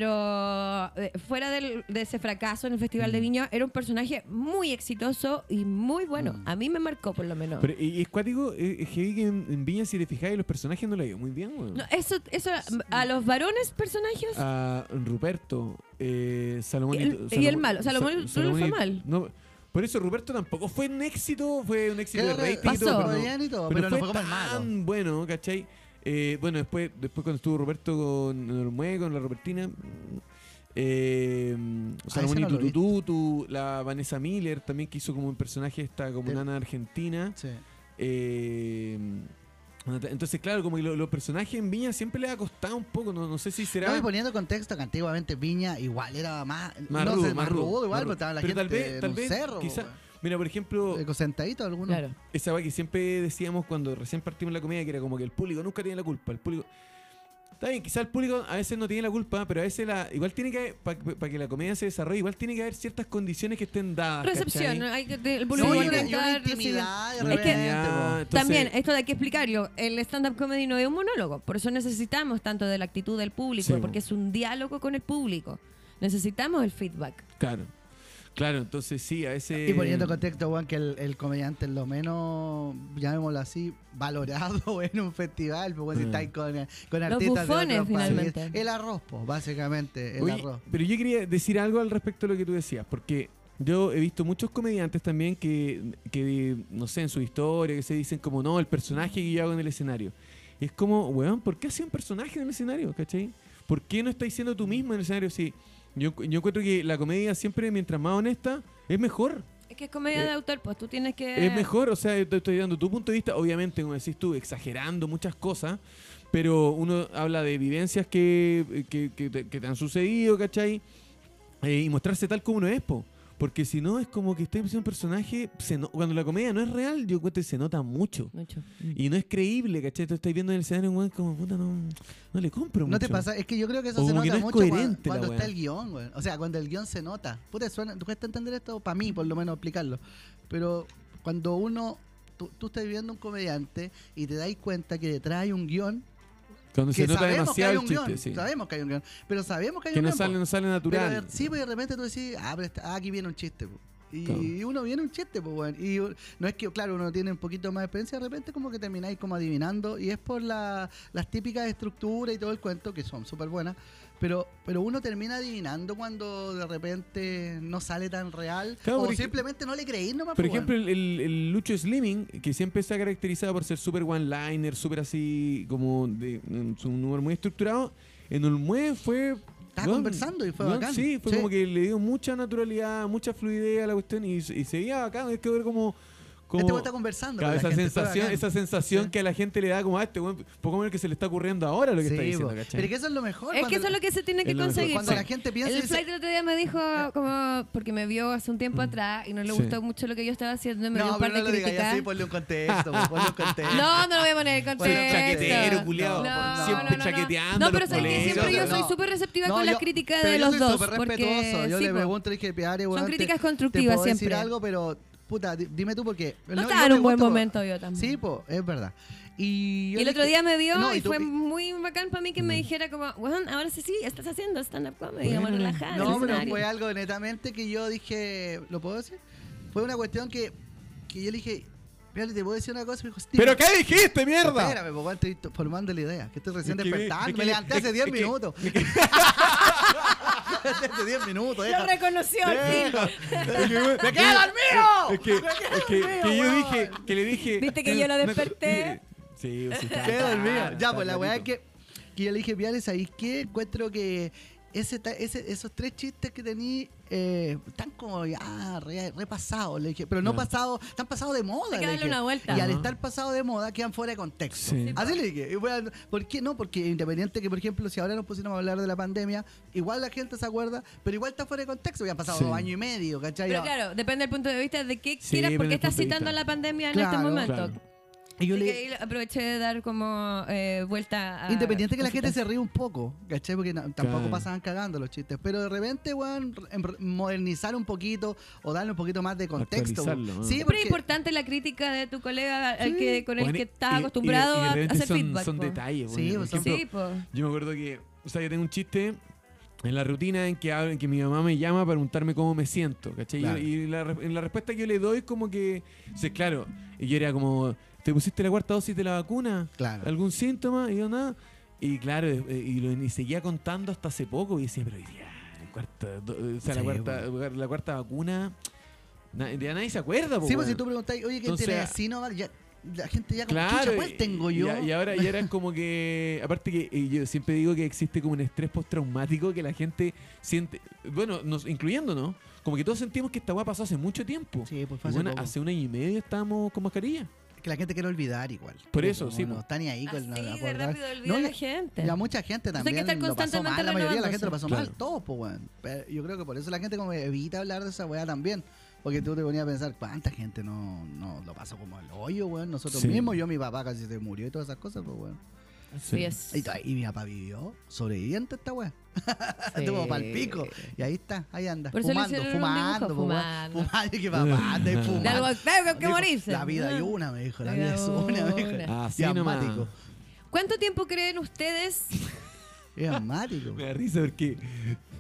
[SPEAKER 1] Pero eh, fuera del- de ese fracaso en el Festival
[SPEAKER 2] Mm.
[SPEAKER 1] de Viña, era un personaje muy exitoso y muy bueno. A mí me marcó, por lo menos.
[SPEAKER 2] Mm. Pero, y, y es cuático, eh, es, es heavy que en, en Viña, si te fijáis, los personajes no le ha ido muy bien, weón.
[SPEAKER 1] No, eso, eso, a los varones personajes,
[SPEAKER 2] a Ruperto, eh, Salomón
[SPEAKER 1] Y el- y el malo, Salomón no le fue
[SPEAKER 2] Salomón y-
[SPEAKER 1] mal.
[SPEAKER 2] no, por eso Ruperto tampoco fue un éxito, fue un éxito de
[SPEAKER 4] Claro,
[SPEAKER 2] rating y
[SPEAKER 1] pasó.
[SPEAKER 2] todo, pero no-
[SPEAKER 4] Podían y todo, pero no fue como el malo.
[SPEAKER 2] tan bueno, ¿cachai? Eh, bueno, después, después cuando estuvo Roberto con Normué, con la Robertina, eh, Salomón
[SPEAKER 4] Ah, ese no lo vi.
[SPEAKER 2] Tutututu, la Vanessa Miller también que hizo como un personaje esta como
[SPEAKER 4] Del-
[SPEAKER 2] nana argentina.
[SPEAKER 4] Sí.
[SPEAKER 2] Eh, entonces, claro, como que lo- los personajes en Viña siempre les ha costado un poco, no, no sé si será...
[SPEAKER 4] No, y poniendo contexto que antiguamente Viña igual era más,
[SPEAKER 2] más
[SPEAKER 4] no
[SPEAKER 2] rudo,
[SPEAKER 4] sé, más rudo, igual,
[SPEAKER 2] más
[SPEAKER 4] pero estaba la
[SPEAKER 2] rudo.
[SPEAKER 4] gente
[SPEAKER 2] Pero
[SPEAKER 4] en
[SPEAKER 2] tal
[SPEAKER 4] un
[SPEAKER 2] vez, tal vez,
[SPEAKER 4] cerro, pues, Eh,
[SPEAKER 2] quizá- mira, por ejemplo,
[SPEAKER 4] weón. sentadito alguno.
[SPEAKER 1] claro.
[SPEAKER 2] esa va que siempre decíamos cuando recién partimos la comedia, que era como que el público nunca tiene la culpa. El público. Está bien, quizá el público a veces no tiene la culpa, pero a veces la, igual tiene que para que la comedia se desarrolle, igual tiene que haber ciertas condiciones que estén dadas.
[SPEAKER 1] Recepción,
[SPEAKER 2] Ah, ¿cachai?
[SPEAKER 1] hay que, el
[SPEAKER 4] Sí,
[SPEAKER 2] Bueno,
[SPEAKER 1] volumen
[SPEAKER 2] bueno,
[SPEAKER 4] y una, y una
[SPEAKER 1] estar
[SPEAKER 4] intimidad de
[SPEAKER 2] Una
[SPEAKER 1] Es que-
[SPEAKER 4] repente,
[SPEAKER 2] intimidad,
[SPEAKER 4] po.
[SPEAKER 2] entonces-
[SPEAKER 1] También, esto hay que explicarlo. El stand-up comedy no es un monólogo. Por eso necesitamos tanto de la actitud del público,
[SPEAKER 2] Sí, po.
[SPEAKER 1] porque es un diálogo con el público. Necesitamos el feedback.
[SPEAKER 2] Claro. Claro, entonces sí, a veces.
[SPEAKER 4] Y poniendo contexto, weón, que el, el comediante es lo menos, llamémoslo así, valorado en un festival, pues, weón, si
[SPEAKER 2] Mm.
[SPEAKER 4] estáis con, con
[SPEAKER 1] Los
[SPEAKER 4] artistas de
[SPEAKER 1] bufones,
[SPEAKER 4] otros
[SPEAKER 1] finalmente.
[SPEAKER 4] países. El arroz, po, básicamente, el
[SPEAKER 2] Oye,
[SPEAKER 4] arroz.
[SPEAKER 2] Pero yo quería decir algo al respecto de lo que tú decías, porque yo he visto muchos comediantes también que, que, no sé, en su historia, que se dicen como, no, el personaje que yo hago en el escenario. Y es como, weón, ¿por qué hacía un personaje en el escenario? ¿Cachai? ¿Por qué no estáis siendo tú mismo en el escenario? Si yo, yo encuentro que la comedia siempre, mientras más honesta, es mejor.
[SPEAKER 1] Es que es comedia
[SPEAKER 2] Eh,
[SPEAKER 1] de autor, pues tú tienes que.
[SPEAKER 2] Es mejor, o sea, yo te estoy dando tu punto de vista, obviamente, como decís tú, exagerando muchas cosas, pero uno habla de evidencias que, eh, que, que te, que te han sucedido, ¿cachai? Eh, y mostrarse tal como uno es, po. Porque si no, es como que estás siendo un personaje, se no- cuando la comedia no es real, yo cuento que se nota mucho.
[SPEAKER 1] Mucho.
[SPEAKER 2] Y no es creíble, ¿cachai? Tú estás viendo en el escenario, weón, como puta, no, no le compro
[SPEAKER 4] No
[SPEAKER 2] mucho.
[SPEAKER 4] te pasa, es que yo creo que eso
[SPEAKER 2] O
[SPEAKER 4] se
[SPEAKER 2] como
[SPEAKER 4] nota
[SPEAKER 2] que no es
[SPEAKER 4] mucho cuan-
[SPEAKER 2] coherente la
[SPEAKER 4] cuando,
[SPEAKER 2] weá.
[SPEAKER 4] está el guión, weón. O sea, cuando el guión se nota. Puta, suena, cuesta entender esto para mí, por lo menos explicarlo. Pero cuando uno, tú, tú estás viendo un comediante y te das cuenta que detrás hay un guión,
[SPEAKER 2] Cuando
[SPEAKER 4] que
[SPEAKER 2] se nota
[SPEAKER 4] sabemos que
[SPEAKER 2] demasiado
[SPEAKER 4] hay
[SPEAKER 2] el
[SPEAKER 4] un
[SPEAKER 2] chiste,
[SPEAKER 4] guión,
[SPEAKER 2] sí.
[SPEAKER 4] sabemos que hay un guión, pero sabemos que hay
[SPEAKER 2] Que
[SPEAKER 4] un
[SPEAKER 2] no
[SPEAKER 4] guión. po.
[SPEAKER 2] sale, no sale
[SPEAKER 4] Pero,
[SPEAKER 2] natural.
[SPEAKER 4] sí, pues de repente tú decís, ah, pero está- ah, aquí viene un chiste, po. Y
[SPEAKER 2] Claro.
[SPEAKER 4] uno viene un chiste, pues, weón. Y u- no es que, claro, uno tiene un poquito más de experiencia, de repente como que termináis como adivinando. Y es por la- las típicas estructuras y todo el cuento, que son súper buenas. Pero, pero uno termina adivinando cuando de repente no sale tan real.
[SPEAKER 2] Claro,
[SPEAKER 4] o
[SPEAKER 2] por ej-
[SPEAKER 4] simplemente no le creís nomás,
[SPEAKER 2] Por
[SPEAKER 4] po, weón. Este
[SPEAKER 2] ejemplo, el, el- el Lucho Slimming, que siempre se ha caracterizado por ser súper one-liner, súper así, como de mm, su humor muy estructurado, en Olmué fue...
[SPEAKER 4] Estaba
[SPEAKER 2] weón,
[SPEAKER 4] conversando y fue
[SPEAKER 2] weón,
[SPEAKER 4] bacán.
[SPEAKER 2] Sí, fue
[SPEAKER 4] Sí.
[SPEAKER 2] como que le dio mucha naturalidad, mucha fluidez a la cuestión y, y se veía bacán, es que ver como... como
[SPEAKER 4] este weón está conversando.
[SPEAKER 2] claro,
[SPEAKER 4] con
[SPEAKER 2] esa,
[SPEAKER 4] la gente, fue
[SPEAKER 2] sensación,
[SPEAKER 4] bacán.
[SPEAKER 2] esa sensación
[SPEAKER 4] Sí.
[SPEAKER 2] que a la gente le da como a este, weón, poco menos que se le está ocurriendo ahora lo que
[SPEAKER 4] Sí,
[SPEAKER 2] está diciendo,
[SPEAKER 4] po.
[SPEAKER 2] ¿cachai?
[SPEAKER 4] Pero que eso es lo mejor.
[SPEAKER 1] Es que
[SPEAKER 4] cuando
[SPEAKER 1] eso es
[SPEAKER 4] la-
[SPEAKER 1] lo que se tiene que
[SPEAKER 2] es lo mejor.
[SPEAKER 1] conseguir.
[SPEAKER 4] Cuando
[SPEAKER 2] Sí.
[SPEAKER 4] la gente piensa... y
[SPEAKER 1] El
[SPEAKER 4] dice,
[SPEAKER 1] flight el otro día me dijo, como, porque me vio hace un tiempo atrás y no le
[SPEAKER 2] Sí.
[SPEAKER 1] gustó mucho lo que yo estaba haciendo, y me dio
[SPEAKER 4] No,
[SPEAKER 1] un par
[SPEAKER 4] pero
[SPEAKER 1] de
[SPEAKER 4] no lo digas
[SPEAKER 1] críticas.
[SPEAKER 4] así, ponle un contexto, po, ponle un contexto.
[SPEAKER 1] No, no lo voy a poner en
[SPEAKER 4] Bueno,
[SPEAKER 1] contexto.
[SPEAKER 4] chaquetero, culiao, siempre
[SPEAKER 2] chaqueteando
[SPEAKER 1] No, pero
[SPEAKER 2] los
[SPEAKER 1] sabes que
[SPEAKER 2] colegas.
[SPEAKER 1] siempre yo
[SPEAKER 4] No,
[SPEAKER 1] soy
[SPEAKER 4] no.
[SPEAKER 1] súper receptiva
[SPEAKER 4] No,
[SPEAKER 1] con la
[SPEAKER 4] yo-
[SPEAKER 1] crítica
[SPEAKER 4] pero
[SPEAKER 1] de
[SPEAKER 4] yo
[SPEAKER 1] los
[SPEAKER 4] soy
[SPEAKER 1] dos.
[SPEAKER 4] súper
[SPEAKER 1] Porque,
[SPEAKER 4] respetuoso. Yo
[SPEAKER 1] sí,
[SPEAKER 4] le
[SPEAKER 1] po.
[SPEAKER 4] pregunto, le dije, "Piare, weón, te-
[SPEAKER 1] críticas
[SPEAKER 4] te puedo
[SPEAKER 1] constructivas
[SPEAKER 4] decir
[SPEAKER 1] siempre.
[SPEAKER 4] algo, pero puta, di- dime tú porque
[SPEAKER 1] No estaba en un buen momento yo también.
[SPEAKER 4] Sí, po, es verdad.
[SPEAKER 1] Y
[SPEAKER 4] Y, yo
[SPEAKER 1] el
[SPEAKER 4] le
[SPEAKER 1] otro
[SPEAKER 4] dije-
[SPEAKER 1] día me vio
[SPEAKER 4] No,
[SPEAKER 1] y,
[SPEAKER 4] tú- Mm.
[SPEAKER 1] fue muy bacán para mí que me dijera como, weón, ahora sí, sí, estás haciendo stand-up comedy,
[SPEAKER 2] Bueno.
[SPEAKER 1] vamos relajada. en
[SPEAKER 4] No,
[SPEAKER 1] el
[SPEAKER 4] pero
[SPEAKER 1] escenario".
[SPEAKER 4] fue algo netamente que yo dije, ¿lo puedo decir? Fue una cuestión que, que yo le dije, "Piare, te puedo decir una cosa, me dijo,
[SPEAKER 2] ¿Pero
[SPEAKER 4] "Steve,
[SPEAKER 2] qué dijiste, mierda?
[SPEAKER 4] Espérame, po, weón, estoy to- formando la idea, que estoy recién
[SPEAKER 2] Es que-
[SPEAKER 4] despertando,
[SPEAKER 2] es que-
[SPEAKER 4] me levanté hace
[SPEAKER 2] es-
[SPEAKER 4] 10
[SPEAKER 2] es que-
[SPEAKER 4] minutos. hace 10 minutos,
[SPEAKER 1] Lo
[SPEAKER 4] deja.
[SPEAKER 1] reconoció al fin.
[SPEAKER 2] ¡Me
[SPEAKER 4] quedé dormido!
[SPEAKER 2] Es que, es que,
[SPEAKER 4] dormido,
[SPEAKER 2] que yo
[SPEAKER 4] weón.
[SPEAKER 2] dije, que le dije.
[SPEAKER 1] Viste que yo lo desperté.
[SPEAKER 2] Sí, sí, está.
[SPEAKER 4] Qué dormido.
[SPEAKER 2] está
[SPEAKER 4] Ya, pues la weá es
[SPEAKER 2] clarito.
[SPEAKER 4] que, que yo le dije, Viales, ¿sabéis qué? Encuentro que ese, ta- ese- esos tres chistes que tení eh, están como ya re- repasados, le dije. Pero no
[SPEAKER 2] Ya.
[SPEAKER 4] pasados, están pasados de moda.
[SPEAKER 1] Hay que
[SPEAKER 4] le
[SPEAKER 1] darle
[SPEAKER 4] dije.
[SPEAKER 1] una vuelta.
[SPEAKER 4] Y al
[SPEAKER 2] Ajá.
[SPEAKER 4] estar pasados de moda quedan fuera de contexto.
[SPEAKER 2] Sí.
[SPEAKER 4] Así le dije. Y bueno, ¿Por qué no? Porque independiente que, por ejemplo, si ahora nos pusiéramos a hablar de la pandemia, igual la gente se acuerda, pero igual está fuera de contexto. Ya han pasado
[SPEAKER 2] Sí.
[SPEAKER 4] dos años y medio, ¿cachai?
[SPEAKER 1] Pero
[SPEAKER 4] Ya-
[SPEAKER 1] claro, depende del punto de vista de qué quieras,
[SPEAKER 2] Sí, depende
[SPEAKER 1] porque
[SPEAKER 2] del
[SPEAKER 1] estás
[SPEAKER 2] punto de
[SPEAKER 1] citando a
[SPEAKER 2] vista.
[SPEAKER 1] la pandemia en
[SPEAKER 4] Claro,
[SPEAKER 1] este momento.
[SPEAKER 2] claro.
[SPEAKER 4] Y yo
[SPEAKER 1] Así
[SPEAKER 4] le-
[SPEAKER 1] que ahí lo- aproveché de dar como eh, vuelta a.
[SPEAKER 4] Independiente que la gente se
[SPEAKER 1] cositas.
[SPEAKER 4] ríe un poco, ¿cachai? Porque na- tampoco
[SPEAKER 2] Claro.
[SPEAKER 4] pasaban cagando los chistes. Pero de repente, weón, re- em- modernizar un poquito o darle un poquito más de contexto. weón.
[SPEAKER 2] Actualizarlo, ¿no?
[SPEAKER 4] Sí,
[SPEAKER 2] Es
[SPEAKER 1] Siempre
[SPEAKER 4] porque,
[SPEAKER 1] es importante la crítica de tu colega al que, con el
[SPEAKER 2] Bueno,
[SPEAKER 1] que
[SPEAKER 2] y-
[SPEAKER 1] estás
[SPEAKER 2] Pues e- y-
[SPEAKER 1] acostumbrado
[SPEAKER 2] y de- y de
[SPEAKER 1] a
[SPEAKER 2] repente
[SPEAKER 1] hacer
[SPEAKER 2] son,
[SPEAKER 1] feedback.
[SPEAKER 2] Son
[SPEAKER 1] po.
[SPEAKER 2] detalles,
[SPEAKER 4] Sí,
[SPEAKER 2] bueno,
[SPEAKER 4] pues,
[SPEAKER 2] por
[SPEAKER 4] son-
[SPEAKER 2] ejemplo,
[SPEAKER 1] Sí, po.
[SPEAKER 2] Yo me acuerdo que, o sea, yo tengo un chiste en la rutina en que hablo- en que mi mamá me llama para preguntarme cómo me siento, ¿cachai? Y-
[SPEAKER 4] Claro.
[SPEAKER 2] Y la, re- en la respuesta que yo le doy es como que, o sea, claro, y yo era como, ¿te pusiste la cuarta dosis de la vacuna?
[SPEAKER 4] Claro.
[SPEAKER 2] ¿Algún síntoma? Y yo nada. Y claro, eh, y, lo- y seguía contando hasta hace poco y decía, pero hoy día, la cuarta, do- o sea, la,
[SPEAKER 4] Sí,
[SPEAKER 2] cuarta, la cuarta vacuna, na- ya nadie se acuerda. po,
[SPEAKER 4] Sí, pues si
[SPEAKER 2] weón.
[SPEAKER 4] tú preguntáis, oye, ¿quién
[SPEAKER 2] Entonces,
[SPEAKER 4] tiene Sinovac? Ya, la gente ya como,
[SPEAKER 2] Claro,
[SPEAKER 4] chucha, ¿cuál
[SPEAKER 2] y-
[SPEAKER 4] pues, tengo
[SPEAKER 2] y-
[SPEAKER 4] yo?
[SPEAKER 2] Y, ahora, y ahora es como que, aparte que y yo siempre digo que existe como un estrés postraumático que la gente siente, bueno, nos, incluyéndonos, como que todos sentimos que esta weá pasó hace mucho tiempo.
[SPEAKER 4] Sí, pues
[SPEAKER 2] Y
[SPEAKER 4] fácil.
[SPEAKER 2] bueno, hace un año y medio estábamos con mascarilla.
[SPEAKER 4] Que la gente quiere olvidar igual.
[SPEAKER 2] Por eso,
[SPEAKER 4] como
[SPEAKER 2] sí, pues.
[SPEAKER 4] No
[SPEAKER 2] po.
[SPEAKER 4] está ni ahí con la-
[SPEAKER 1] Así
[SPEAKER 4] la-
[SPEAKER 1] de
[SPEAKER 4] acordar.
[SPEAKER 1] rápido olvida
[SPEAKER 4] No,
[SPEAKER 1] a la
[SPEAKER 4] y-
[SPEAKER 1] gente.
[SPEAKER 4] Y a mucha gente
[SPEAKER 1] sea, hay
[SPEAKER 4] también.
[SPEAKER 1] que estar
[SPEAKER 4] lo pasó mal,
[SPEAKER 1] constantemente
[SPEAKER 4] la mayoría de la
[SPEAKER 1] renovándose.
[SPEAKER 4] gente lo pasó mal,
[SPEAKER 2] Claro.
[SPEAKER 4] todos, pues, weón. Pero Yo creo que por eso la gente como evita hablar de esa weá también. Porque tú te ponías a pensar, ¿cuánta gente no, no lo pasó como el hoyo, weón? Nosotros
[SPEAKER 2] Sí.
[SPEAKER 4] mismos, yo, mi papá casi se murió y todas esas cosas, pues, weón.
[SPEAKER 1] Así
[SPEAKER 2] Sí.
[SPEAKER 1] es.
[SPEAKER 4] Y, to- y mi papá vivió sobreviviente a esta weá. Estuvo pa'l pico. Y ahí está, ahí anda.
[SPEAKER 1] Por eso le
[SPEAKER 4] fumando,
[SPEAKER 1] hicieron un
[SPEAKER 4] fumando,
[SPEAKER 1] dibujo,
[SPEAKER 4] pues, weón.
[SPEAKER 1] fumando.
[SPEAKER 4] Fumando, y que papá, anda y
[SPEAKER 1] De algo
[SPEAKER 4] fumando.
[SPEAKER 1] tengo que
[SPEAKER 4] Dijo,
[SPEAKER 1] morirse.
[SPEAKER 4] La vida es
[SPEAKER 1] Ah.
[SPEAKER 4] una, me dijo. La
[SPEAKER 1] La
[SPEAKER 4] vida es una, me
[SPEAKER 1] una.
[SPEAKER 4] dijo.
[SPEAKER 2] Así
[SPEAKER 4] y
[SPEAKER 2] Ah, nomás.
[SPEAKER 4] asmático.
[SPEAKER 1] ¿Cuánto tiempo creen ustedes?
[SPEAKER 4] Es asmático.
[SPEAKER 2] Me da risa porque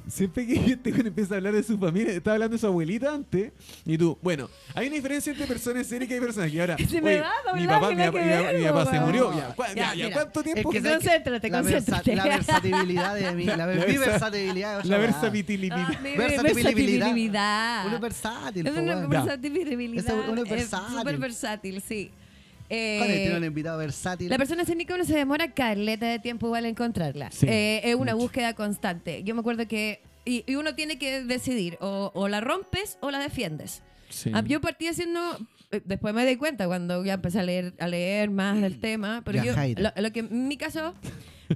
[SPEAKER 2] siempre que este weón empieza a hablar de su familia, estaba hablando de su abuelita antes, y tú, bueno, hay una diferencia entre personas serias y hay personas que ahora,
[SPEAKER 1] Se me
[SPEAKER 2] oye,
[SPEAKER 1] va, Pablo,
[SPEAKER 2] mi papá,
[SPEAKER 1] que
[SPEAKER 2] mi
[SPEAKER 1] nada
[SPEAKER 2] papá,
[SPEAKER 1] que
[SPEAKER 2] mi papá-
[SPEAKER 1] ver,
[SPEAKER 2] mi papá se
[SPEAKER 1] weón.
[SPEAKER 2] murió, ya, ¿cuá-
[SPEAKER 1] Ya,
[SPEAKER 2] ya, ya,
[SPEAKER 1] mira,
[SPEAKER 2] ¿cuánto
[SPEAKER 4] Es
[SPEAKER 2] tiempo?
[SPEAKER 4] que
[SPEAKER 2] que-
[SPEAKER 4] sabes que
[SPEAKER 1] Concéntrate,
[SPEAKER 4] la, versa-
[SPEAKER 1] concéntrate.
[SPEAKER 4] la versatilidad de mi, la,
[SPEAKER 2] La
[SPEAKER 4] ver- mi
[SPEAKER 2] versa-
[SPEAKER 4] versatilidad. es otra
[SPEAKER 2] La
[SPEAKER 4] weá.
[SPEAKER 2] versatilidad.
[SPEAKER 1] Ah, mi- mi
[SPEAKER 4] Versatilidad.
[SPEAKER 1] versatilidad.
[SPEAKER 4] Uno es versátil.
[SPEAKER 1] Es
[SPEAKER 4] po,
[SPEAKER 1] una
[SPEAKER 4] weón.
[SPEAKER 1] versatilidad.
[SPEAKER 4] Es uno
[SPEAKER 1] es
[SPEAKER 4] versátil.
[SPEAKER 1] Súper versátil, sí. Eh,
[SPEAKER 4] Con el tiene un invitado versátil.
[SPEAKER 1] la persona escénica uno se demora caleta de tiempo igual a encontrarla.
[SPEAKER 2] Sí,
[SPEAKER 1] Eh, es una
[SPEAKER 2] mucho.
[SPEAKER 1] búsqueda constante. Yo me acuerdo que... Y, y uno tiene que decidir, o, o la rompes o la defiendes.
[SPEAKER 2] Sí.
[SPEAKER 1] Ah, Yo partí haciendo... eh, Después me di cuenta cuando ya empecé a leer, a leer más del tema. Pero
[SPEAKER 4] Ya,
[SPEAKER 1] yo,
[SPEAKER 4] Jaira.
[SPEAKER 1] lo, lo que en mi caso...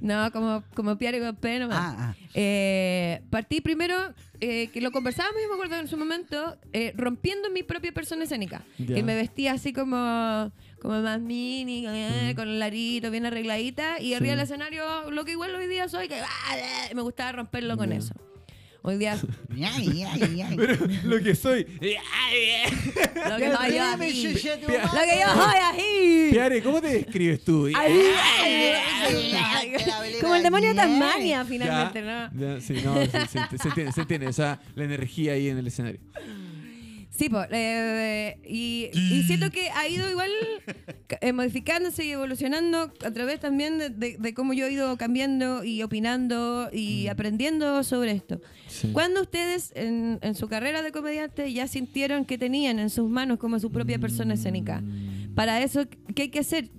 [SPEAKER 1] No, como, como Pierre Gopé nomás.
[SPEAKER 4] Ah, ah.
[SPEAKER 1] Eh, partí primero, eh, que lo conversábamos, yo me acuerdo en su momento, eh, rompiendo mi propia persona escénica.
[SPEAKER 2] Ya.
[SPEAKER 1] Que me vestía así como, como más mini, eh, con el larito, bien arregladita, y arriba
[SPEAKER 2] Sí.
[SPEAKER 1] del escenario, lo que igual hoy día soy, que ah, eh, me gustaba romperlo con eso. Hoy día,
[SPEAKER 4] Ñay, ñay, ñay.
[SPEAKER 2] Pero lo que soy. eh.
[SPEAKER 1] lo que soy yo
[SPEAKER 4] Dime,
[SPEAKER 1] aquí,
[SPEAKER 4] chuche, tu
[SPEAKER 2] Pi-
[SPEAKER 1] Lo que
[SPEAKER 4] madre.
[SPEAKER 1] yo soy aquí.
[SPEAKER 2] Piare, ¿cómo te describes tú?
[SPEAKER 1] Ahí,
[SPEAKER 4] Ay,
[SPEAKER 1] ahí,
[SPEAKER 4] ay,
[SPEAKER 1] ahí.
[SPEAKER 4] ay,
[SPEAKER 1] Como el demonio de
[SPEAKER 4] ay.
[SPEAKER 1] Tasmania,
[SPEAKER 2] Ya,
[SPEAKER 1] finalmente, ¿no?
[SPEAKER 2] ya, sí, no, sí, se, enti- se entiende, se entiende, o sea, la energía ahí en el escenario.
[SPEAKER 1] Sí, po, eh, y, y siento que ha ido igual ca- eh, modificándose y evolucionando a través también de, de- de cómo yo he ido cambiando y opinando y aprendiendo sobre esto.
[SPEAKER 2] Sí.
[SPEAKER 1] ¿Cuándo ustedes en, en su carrera de comediante ya sintieron que tenían en sus manos como su propia persona
[SPEAKER 2] Mm.
[SPEAKER 1] escénica? Para eso, ¿qué hay que hacer?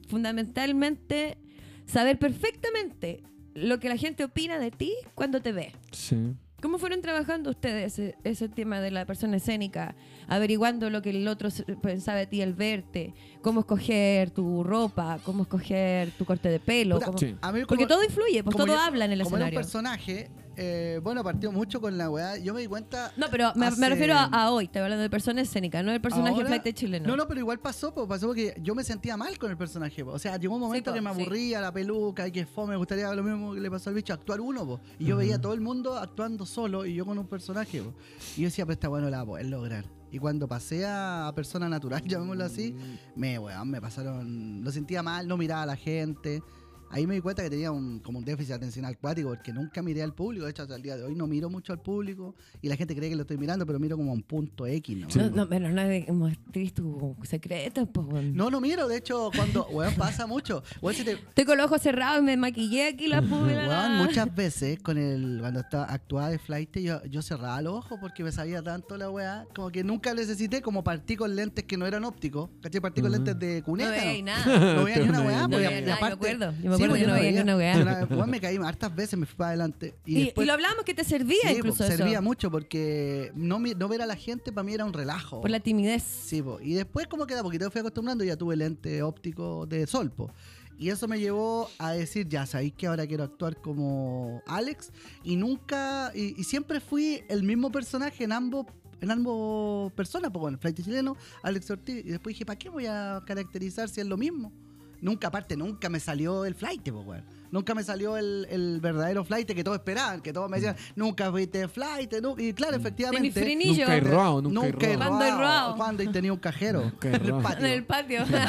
[SPEAKER 1] Fundamentalmente, saber perfectamente lo que la gente opina de ti cuando te ve.
[SPEAKER 2] Sí.
[SPEAKER 1] ¿Cómo fueron trabajando ustedes ese, ese tema de la persona escénica? Averiguando lo que el otro se- pensaba de ti al verte, cómo escoger tu ropa, cómo escoger tu corte de pelo.
[SPEAKER 4] Puta,
[SPEAKER 1] cómo-
[SPEAKER 2] sí.
[SPEAKER 4] A mí como-
[SPEAKER 1] Porque todo influye, pues
[SPEAKER 4] como
[SPEAKER 1] todo
[SPEAKER 4] yo-
[SPEAKER 1] habla en el
[SPEAKER 4] como era un
[SPEAKER 1] escenario.
[SPEAKER 4] personaje, eh, bueno, partió mucho con la weá. Yo me di cuenta.
[SPEAKER 1] No, pero me, me
[SPEAKER 4] hace-
[SPEAKER 1] refiero a, a hoy, te hablando de persona escénica, no del personaje
[SPEAKER 4] Ahora-
[SPEAKER 1] flight chileno.
[SPEAKER 4] No, no, pero igual pasó, po, pasó porque yo me sentía mal con el personaje. po. O sea, llegó un momento
[SPEAKER 1] po,
[SPEAKER 4] que me
[SPEAKER 1] sí.
[SPEAKER 4] aburría la peluca y que fome, me gustaría lo mismo que le pasó al bicho, actuar uno, po. Y yo veía a todo el mundo actuando solo y yo con un personaje, po. Y yo decía, pero esta bueno la voy a poder lograr. Y cuando pasé a a persona natural, llamémoslo así, me, weón, me pasaron, lo sentía mal, no miraba a la gente. Ahí me di cuenta que tenía un, como un déficit atencional acuático porque nunca miré al público. De hecho, hasta el día de hoy no miro mucho al público y la gente cree que lo estoy mirando, pero miro como a un punto X. ¿no?
[SPEAKER 1] No, no, pero no es mostrís tu secreto, pues. bueno.
[SPEAKER 4] No, no miro, de hecho, cuando, weón, pasa mucho. Weón, si te-
[SPEAKER 1] Estoy con los ojos cerrados y me maquillé aquí la pública.
[SPEAKER 4] weón, muchas veces con el, cuando estaba, actuaba de flight, yo, yo cerraba los ojos porque me sabía tanto la weá, como que nunca necesité, como partí con lentes que no eran ópticos, ¿cachai? Partí con
[SPEAKER 2] Ujú.
[SPEAKER 4] lentes de
[SPEAKER 1] No
[SPEAKER 4] cuneta.
[SPEAKER 1] veía
[SPEAKER 4] ¿no?
[SPEAKER 1] nada.
[SPEAKER 4] No veía ni una weá,
[SPEAKER 2] No
[SPEAKER 4] pues,
[SPEAKER 1] Mm. veía nada,
[SPEAKER 4] y
[SPEAKER 1] yo me
[SPEAKER 4] aparte-
[SPEAKER 1] acuerdo. Yo me
[SPEAKER 4] Sí,
[SPEAKER 1] acuerdo
[SPEAKER 4] pues,
[SPEAKER 1] que no veía ni una weá.
[SPEAKER 4] yo la- weón, me caí hartas veces, me fui para adelante. Y,
[SPEAKER 1] Y,
[SPEAKER 4] después,
[SPEAKER 1] y lo hablamos que te servía
[SPEAKER 4] sí,
[SPEAKER 1] incluso
[SPEAKER 4] pues,
[SPEAKER 1] eso.
[SPEAKER 4] servía mucho porque no, mi- no ver a la gente para mí era un relajo.
[SPEAKER 1] Por la timidez.
[SPEAKER 4] Sí, po. y después como que de a poquito me fui acostumbrando y ya tuve lente óptico de sol, po. Y eso me llevó a decir, ya sabéis que ahora quiero actuar como Alex. Y nunca, y, y siempre fui el mismo personaje en ambos en ambos personas, pues bueno, el flight chileno, Alex Ortiz. Y después dije, ¿para qué voy a caracterizar si es lo mismo? Nunca, aparte, nunca me salió el flight, pues, weón. Nunca me salió el, el verdadero flight que todos esperaban, que todos me decían, nunca fuiste flight. nu-". Y claro,
[SPEAKER 1] Tenis
[SPEAKER 4] efectivamente.
[SPEAKER 1] frenillo.
[SPEAKER 2] Nunca he robado, nunca,
[SPEAKER 4] Nunca
[SPEAKER 2] he robado.
[SPEAKER 1] Cuando he robado.
[SPEAKER 4] Cuando y tenía un cajero.
[SPEAKER 2] Nunca he
[SPEAKER 4] en el
[SPEAKER 2] robado.
[SPEAKER 1] En el
[SPEAKER 4] patio.
[SPEAKER 1] patio.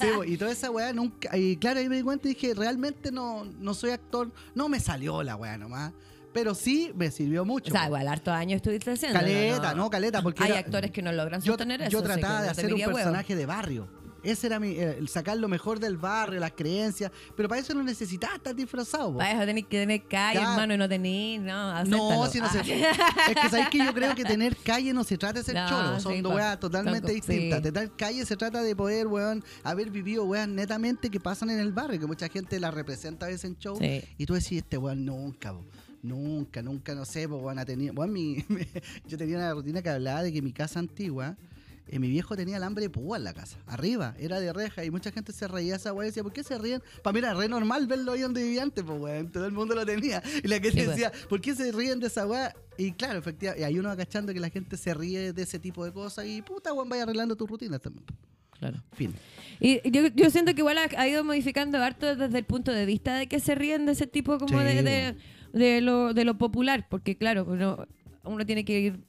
[SPEAKER 4] Sí, po, y toda esa weá nunca. Y claro, ahí me di cuenta y dije, realmente no, no soy actor. No me salió la weá nomás. Pero sí me sirvió
[SPEAKER 1] o
[SPEAKER 4] mucho.
[SPEAKER 1] sea,
[SPEAKER 4] po.
[SPEAKER 1] igual, hartos años estuviste haciendo.
[SPEAKER 4] Caleta, no, caleta, porque
[SPEAKER 1] Hay
[SPEAKER 4] era-
[SPEAKER 1] actores que no logran
[SPEAKER 4] yo,
[SPEAKER 1] sostener eso.
[SPEAKER 4] yo
[SPEAKER 1] así que
[SPEAKER 4] trataba de
[SPEAKER 1] no te
[SPEAKER 4] hacer un
[SPEAKER 1] diría huevo.
[SPEAKER 4] personaje de barrio. Ese era mi, eh, el sacar lo mejor del barrio, las creencias. Pero para eso no necesitaba estar disfrazado. po.
[SPEAKER 1] Para eso tenés que tener calle,
[SPEAKER 4] Claro.
[SPEAKER 1] hermano, y no tenés, no,
[SPEAKER 4] No,
[SPEAKER 1] acéptalo.
[SPEAKER 4] si no se.
[SPEAKER 1] Ah.
[SPEAKER 4] Es que sabéis que yo creo que tener calle no se trata de ser
[SPEAKER 1] No,
[SPEAKER 4] choro.
[SPEAKER 1] sí,
[SPEAKER 4] Son dos
[SPEAKER 1] po.
[SPEAKER 4] weas totalmente
[SPEAKER 1] Son co-
[SPEAKER 4] distintas.
[SPEAKER 1] sí.
[SPEAKER 4] Tener calle se trata de poder, weón, haber vivido weas netamente que pasan en el barrio, que mucha gente la representa a veces en show.
[SPEAKER 1] Sí.
[SPEAKER 4] Y tú decís, este weón nunca, po. Nunca, nunca, no sé, pues weón, ha tenido. Weón, mi- yo tenía una rutina que hablaba de que mi casa antigua. eh, mi viejo tenía alambre de púa en la casa, arriba, era de reja, y mucha gente se reía de esa weá y decía, ¿por qué se ríen? Para mí era re normal verlo ahí donde vivía antes, pues weón, todo el mundo lo tenía. Y la gente
[SPEAKER 1] Sí, pues.
[SPEAKER 4] decía, ¿por qué se ríen de esa weá? Y claro, efectivamente, y hay uno agachando que la gente se ríe de ese tipo de cosas y puta weón, vaya arreglando tus rutinas también.
[SPEAKER 1] Claro.
[SPEAKER 4] Fin.
[SPEAKER 1] Y yo, yo siento que igual ha, ha ido modificando harto desde el punto de vista de que se ríen de ese tipo como
[SPEAKER 4] Sí,
[SPEAKER 1] de, de- de lo, de lo popular, porque claro, uno, uno tiene que ir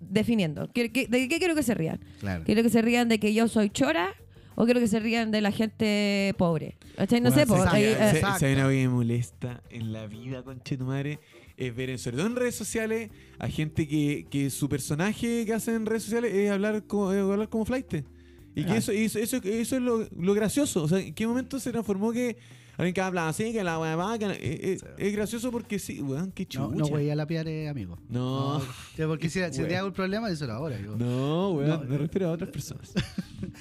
[SPEAKER 1] definiendo. ¿Qué- qué- ¿De qué quiero que se rían?
[SPEAKER 4] Claro.
[SPEAKER 1] ¿Quiero que se rían de que yo soy chora o quiero que se rían de la gente pobre? ¿Cachai? No
[SPEAKER 2] Bueno,
[SPEAKER 1] sé, po,
[SPEAKER 2] ¿sabes
[SPEAKER 1] ahí,
[SPEAKER 2] qué?
[SPEAKER 1] eh,
[SPEAKER 2] Se-
[SPEAKER 4] Exacto.
[SPEAKER 2] ¿sabes una cosa que me molesta en la vida, conche tu madre, es ver, en, sobre todo en redes sociales, a gente que, que su personaje que hace en redes sociales es hablar como, es hablar como flaite. Y que
[SPEAKER 4] Ah.
[SPEAKER 1] Claro.
[SPEAKER 2] eso, eso, eso, eso es lo, lo gracioso. O sea, ¿en qué momento se transformó que alguien que habla así, que la weá va, que la- eh, eh, es gracioso porque sí, weón, qué
[SPEAKER 4] No,
[SPEAKER 2] chucha.
[SPEAKER 4] no voy a lapiar, eh, amigo.
[SPEAKER 2] No.
[SPEAKER 4] Sí, porque si, si
[SPEAKER 2] Weón.
[SPEAKER 4] te hago un problema, díselo ahora. Yo.
[SPEAKER 2] No, weón,
[SPEAKER 4] No.
[SPEAKER 2] me refiero a otras personas.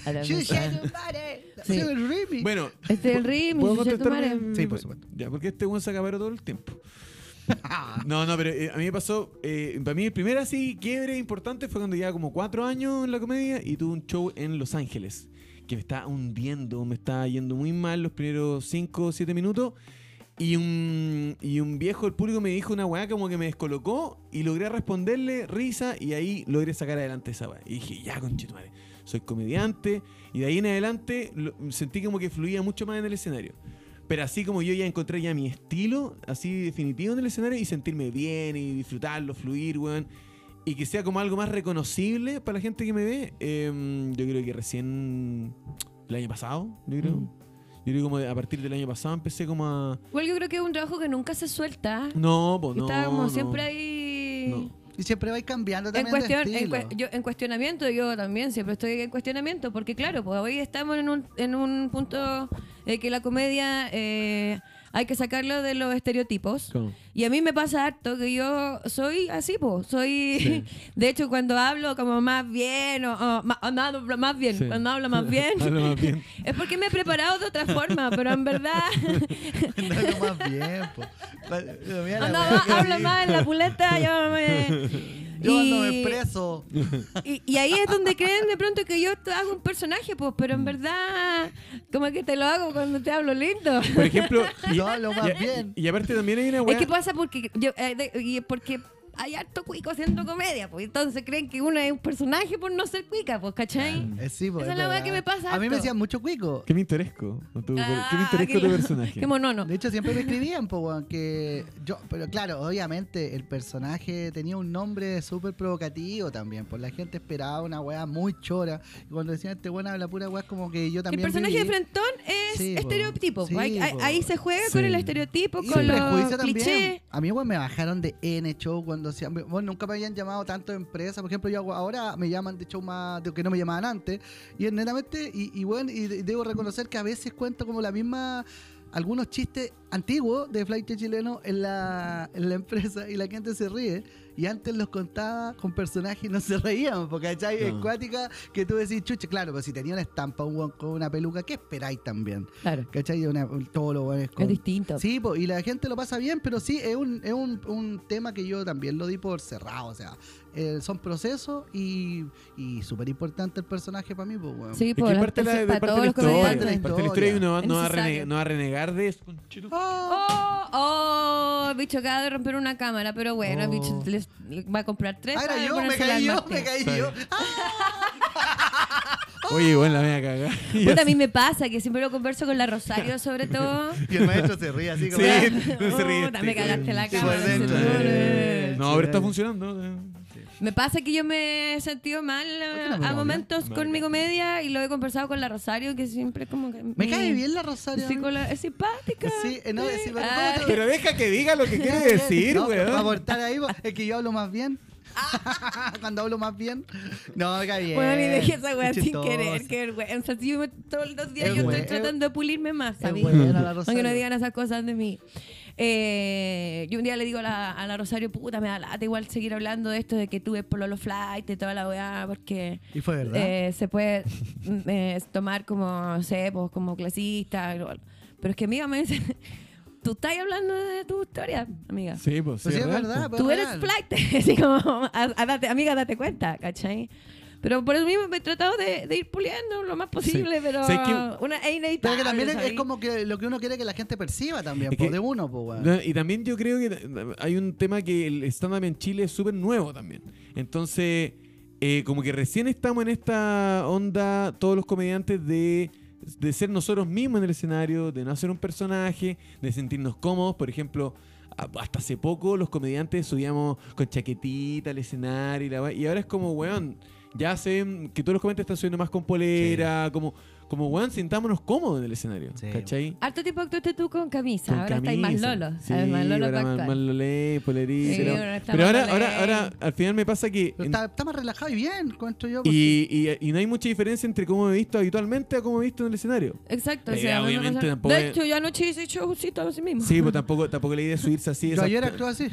[SPEAKER 1] a la
[SPEAKER 4] Yo
[SPEAKER 1] mesa.
[SPEAKER 4] ya no pare.
[SPEAKER 1] Sí.
[SPEAKER 4] Soy el Remy.
[SPEAKER 2] Bueno,
[SPEAKER 1] Este es el ritmo,
[SPEAKER 2] ¿Puedo
[SPEAKER 1] yo soy tu
[SPEAKER 2] contestarme?
[SPEAKER 1] madre.
[SPEAKER 4] Sí, por supuesto.
[SPEAKER 2] Ya, porque este weón se acaparó todo el tiempo. No, no, pero eh, a mí me pasó. eh, para mí, el primer así quiebre importante fue cuando llevaba como cuatro años en la comedia y tuve un show en Los Ángeles que me estaba hundiendo, me estaba yendo muy mal los primeros cinco o siete minutos. Y un, y un viejo del público me dijo una weá como que me descolocó y logré responderle risa y ahí logré sacar adelante esa weá. Y dije, ya, conchetumare, soy comediante. Y de ahí en adelante lo- sentí como que fluía mucho más en el escenario. Pero así como yo ya encontré ya mi estilo, así definitivo en el escenario y sentirme bien y disfrutarlo, fluir, weón. Y que sea como algo más reconocible para la gente que me ve, em, yo creo que recién el año pasado, yo creo.
[SPEAKER 1] Mm.
[SPEAKER 2] Yo creo como a partir del año pasado empecé como a...
[SPEAKER 1] Igual yo creo que es un trabajo que nunca se suelta.
[SPEAKER 2] No, pues
[SPEAKER 1] que
[SPEAKER 2] no.
[SPEAKER 1] está como
[SPEAKER 2] no.
[SPEAKER 1] siempre ahí.
[SPEAKER 2] No.
[SPEAKER 4] Y siempre vais cambiando
[SPEAKER 1] En,
[SPEAKER 4] también
[SPEAKER 1] cuestión,
[SPEAKER 4] de
[SPEAKER 1] en,
[SPEAKER 4] estilo.
[SPEAKER 1] cue- yo, en cuestionamiento, yo también siempre estoy en cuestionamiento, porque claro, pues hoy estamos en un, en un punto eh, que la comedia eh, hay que sacarlo de los estereotipos.
[SPEAKER 2] ¿Cómo?
[SPEAKER 1] Y a mí me pasa harto que yo soy así, pues, soy... De hecho, cuando hablo como más bien, o, o ma- o no hablo más bien,
[SPEAKER 2] Sí.
[SPEAKER 1] cuando hablo más bien,
[SPEAKER 2] Hablo más bien.
[SPEAKER 1] es porque me he preparado de otra forma, pero en verdad
[SPEAKER 4] Andando más bien, po. Pero mira la
[SPEAKER 1] Ando
[SPEAKER 4] weá
[SPEAKER 1] más-
[SPEAKER 4] que
[SPEAKER 1] hablo
[SPEAKER 4] vi.
[SPEAKER 1] más en la puleta, yo me...
[SPEAKER 4] Yo ando
[SPEAKER 1] y-
[SPEAKER 4] me preso.
[SPEAKER 1] Y, y ahí es donde creen de pronto que yo te hago un personaje, pues, pero en verdad, como que te lo hago cuando te hablo lindo.
[SPEAKER 2] Por ejemplo, y,
[SPEAKER 4] Yo hablo más
[SPEAKER 2] y-
[SPEAKER 4] bien.
[SPEAKER 2] y aparte también hay una
[SPEAKER 1] Es
[SPEAKER 2] weá.
[SPEAKER 1] que pasa porque yo, eh, de- y es porque hay harto cuico haciendo comedia, pues, entonces creen que uno es un personaje por no ser cuica, pues, ¿cachai?
[SPEAKER 4] Eh, sí, po,
[SPEAKER 1] Esa es la weá
[SPEAKER 4] verdad.
[SPEAKER 1] que me pasa
[SPEAKER 4] A mí
[SPEAKER 1] harto.
[SPEAKER 4] me decían mucho cuico.
[SPEAKER 2] Qué me interesco. o tu-
[SPEAKER 1] Ah,
[SPEAKER 2] qué me interesco tu
[SPEAKER 1] qué-
[SPEAKER 2] personaje.
[SPEAKER 1] Qué monono.
[SPEAKER 4] De hecho, siempre me escribían, po, weón, que yo, pero claro, obviamente el personaje tenía un nombre súper provocativo también, por la gente esperaba una weá muy chora. Y cuando decían este weón habla pura weá, es como que yo
[SPEAKER 1] El
[SPEAKER 4] también.
[SPEAKER 1] personaje
[SPEAKER 4] viví.
[SPEAKER 1] de Frentón es
[SPEAKER 4] Sí, po.
[SPEAKER 1] estereotipo.
[SPEAKER 4] Sí,
[SPEAKER 1] Hay- hay-
[SPEAKER 4] po.
[SPEAKER 1] ahí se juega
[SPEAKER 2] Sí.
[SPEAKER 1] con el estereotipo,
[SPEAKER 4] Y
[SPEAKER 1] con
[SPEAKER 4] el prejuicio
[SPEAKER 1] los
[SPEAKER 4] también.
[SPEAKER 1] clichés.
[SPEAKER 4] A mí, weón, me bajaron de N show cuando hacían. Bueno, nunca me habían llamado tanto de empresa. Por ejemplo, yo hago- ahora me llaman de show más de que no me llamaban antes. Y es netamente, y, y bueno, y de- debo reconocer que a veces cuento como la misma. Algunos chistes antiguos de flight chileno en la, en la empresa y la gente se ríe. Y antes los contaba con personajes y no se reían, porque ¿cachai?
[SPEAKER 2] No.
[SPEAKER 4] Es cuática que tú decís, chuche, claro, pero si tenía una estampa, un weón con una peluca, ¿qué esperáis también?
[SPEAKER 1] Claro,
[SPEAKER 4] ¿Cachai? Una, todos los weones
[SPEAKER 1] es
[SPEAKER 4] con
[SPEAKER 1] distinto.
[SPEAKER 4] Sí, po, y la gente lo pasa bien, pero sí, es un, es un, un tema que yo también lo di por cerrado. O sea, eh, son procesos y, y súper importante el personaje para mí, pues, weón.
[SPEAKER 1] Sí,
[SPEAKER 2] Es que
[SPEAKER 1] po,
[SPEAKER 2] es
[SPEAKER 1] las-
[SPEAKER 2] parte de la,
[SPEAKER 1] entonces,
[SPEAKER 2] de
[SPEAKER 1] para
[SPEAKER 2] parte
[SPEAKER 1] todos
[SPEAKER 2] de la
[SPEAKER 1] los
[SPEAKER 2] historia.
[SPEAKER 4] comediantes.
[SPEAKER 1] comediantes.
[SPEAKER 2] parte de la historia y uno va-
[SPEAKER 1] Es
[SPEAKER 2] no va, a
[SPEAKER 1] necesario.
[SPEAKER 2] rene- no va a renegar de eso. Conchito.
[SPEAKER 1] Oh, oh, el bicho acaba de romper una cámara, pero bueno, el bicho
[SPEAKER 2] Oh.
[SPEAKER 1] les- va a comprar tres.
[SPEAKER 4] Ah,
[SPEAKER 1] para
[SPEAKER 4] era yo, me
[SPEAKER 1] ponerse
[SPEAKER 4] caí
[SPEAKER 1] la
[SPEAKER 4] yo,
[SPEAKER 1] armaste.
[SPEAKER 4] me caí
[SPEAKER 2] Sí.
[SPEAKER 4] yo.
[SPEAKER 1] ¡Oh!
[SPEAKER 2] Oye, bueno, la mea cagada. Y
[SPEAKER 1] Puta, a
[SPEAKER 2] así-
[SPEAKER 1] mí me pasa que siempre lo converso con la Rosario, sobre todo.
[SPEAKER 4] Y el maestro se ríe así como. "Ah".
[SPEAKER 2] Sí,
[SPEAKER 1] Puta,
[SPEAKER 2] no se ríe. este
[SPEAKER 1] me cagaste la
[SPEAKER 4] Sí,
[SPEAKER 1] cara.
[SPEAKER 4] por dentro.
[SPEAKER 1] seguro.
[SPEAKER 2] No, pero está funcionando.
[SPEAKER 1] Me pasa que yo me he sentido mal
[SPEAKER 4] qué
[SPEAKER 1] eh, a
[SPEAKER 4] no me comedia?
[SPEAKER 1] momentos
[SPEAKER 2] No,
[SPEAKER 1] con
[SPEAKER 2] me
[SPEAKER 1] mi comedia y lo he conversado con la Rosario, que siempre como que.
[SPEAKER 4] Me
[SPEAKER 1] mi
[SPEAKER 4] cae bien la Rosario. a mí.
[SPEAKER 1] psicóloga- es simpática.
[SPEAKER 4] Sí, eh, no, es
[SPEAKER 1] Sí.
[SPEAKER 4] simpática.
[SPEAKER 1] Ah,
[SPEAKER 4] ¿Cómo te-
[SPEAKER 2] Pero deja que diga lo que quiere decir,
[SPEAKER 4] No,
[SPEAKER 2] weón.
[SPEAKER 4] para aportar ahí, po, es que yo hablo más bien. Cuando hablo más bien. No, me cae bien.
[SPEAKER 1] Bueno, y dejé esa weá
[SPEAKER 4] Es
[SPEAKER 1] sin
[SPEAKER 4] chistosa.
[SPEAKER 1] querer, qué vergüenza. Si yo me- todos los días
[SPEAKER 4] Es
[SPEAKER 1] yo
[SPEAKER 4] buena,
[SPEAKER 1] estoy tratando de pulirme más,
[SPEAKER 4] Es
[SPEAKER 1] ¿sabes?
[SPEAKER 4] buena la
[SPEAKER 1] Aunque no
[SPEAKER 4] Rosario.
[SPEAKER 1] digan esas cosas de mí. Eh, yo un día le digo a la, a la Rosario, puta, me da lata igual seguir hablando de esto, de que tuve pololo flight y toda la weá, porque
[SPEAKER 4] Y fue verdad.
[SPEAKER 1] eh, se puede mm, eh, tomar como, no sé, pues, como clasista. y lo- Pero es que, amiga, me dice, tú estás hablando de tu historia, amiga.
[SPEAKER 2] Sí, pues
[SPEAKER 4] Pues sí, es
[SPEAKER 2] real,
[SPEAKER 4] verdad.
[SPEAKER 2] po.
[SPEAKER 1] Tú eres flight, así como, a- a date- amiga, date cuenta, ¿cachai? Pero por eso mismo me he tratado de, de ir puliendo lo más posible,
[SPEAKER 2] Sí.
[SPEAKER 1] pero
[SPEAKER 2] ¿Sabes qué?
[SPEAKER 1] una es
[SPEAKER 4] Pero
[SPEAKER 1] inevitable.
[SPEAKER 4] que también es, es
[SPEAKER 1] ¿sabes?
[SPEAKER 4] como que lo que uno quiere que la gente perciba también,
[SPEAKER 2] Es
[SPEAKER 4] po,
[SPEAKER 2] que-
[SPEAKER 4] de uno, pues, weón.
[SPEAKER 2] No, Y también yo creo que eh, hay un tema que el stand-up en Chile es súper nuevo también. Entonces, eh, como que recién estamos en esta onda, todos los comediantes, de, de ser nosotros mismos en el escenario, de no hacer un personaje, de sentirnos cómodos. Por ejemplo, a- hasta hace poco los comediantes subíamos con chaquetita al escenario y, la, wea- y ahora es como, weón, ya se ven que todos los comediantes están subiendo más con polera, como, como, weón, sintámonos cómodos en el escenario.
[SPEAKER 4] Sí.
[SPEAKER 2] ¿Cachai?
[SPEAKER 1] Harto tiempo actuaste tú con camisa,
[SPEAKER 2] Con
[SPEAKER 1] ahora estáis más
[SPEAKER 2] camisa.
[SPEAKER 1] lolo.
[SPEAKER 2] Sí,
[SPEAKER 1] sabes, más lolo
[SPEAKER 2] ahora
[SPEAKER 1] para
[SPEAKER 2] más,
[SPEAKER 1] actuar.
[SPEAKER 2] más lolé, polerito.
[SPEAKER 1] Sí,
[SPEAKER 2] pero
[SPEAKER 1] ahora está
[SPEAKER 2] pero
[SPEAKER 1] más
[SPEAKER 2] ahora,
[SPEAKER 1] lolé.
[SPEAKER 2] ahora, ahora, al final me pasa que.
[SPEAKER 4] Pero
[SPEAKER 2] en-
[SPEAKER 4] está, está más relajado y bien, encuentro yo. porque-
[SPEAKER 2] y, y- y no hay mucha diferencia entre cómo me he visto habitualmente a cómo me he visto en el escenario.
[SPEAKER 1] Exacto.
[SPEAKER 2] La
[SPEAKER 1] o sea,
[SPEAKER 2] idea,
[SPEAKER 1] no me
[SPEAKER 2] Eh, obviamente,
[SPEAKER 1] pasa-
[SPEAKER 2] tampoco
[SPEAKER 1] De
[SPEAKER 2] es-
[SPEAKER 1] hecho, yo anoche hice showcito así mismo.
[SPEAKER 2] Sí, pues tampoco, tampoco la idea es subirse así.
[SPEAKER 4] yo
[SPEAKER 2] esa-
[SPEAKER 4] ayer actué así.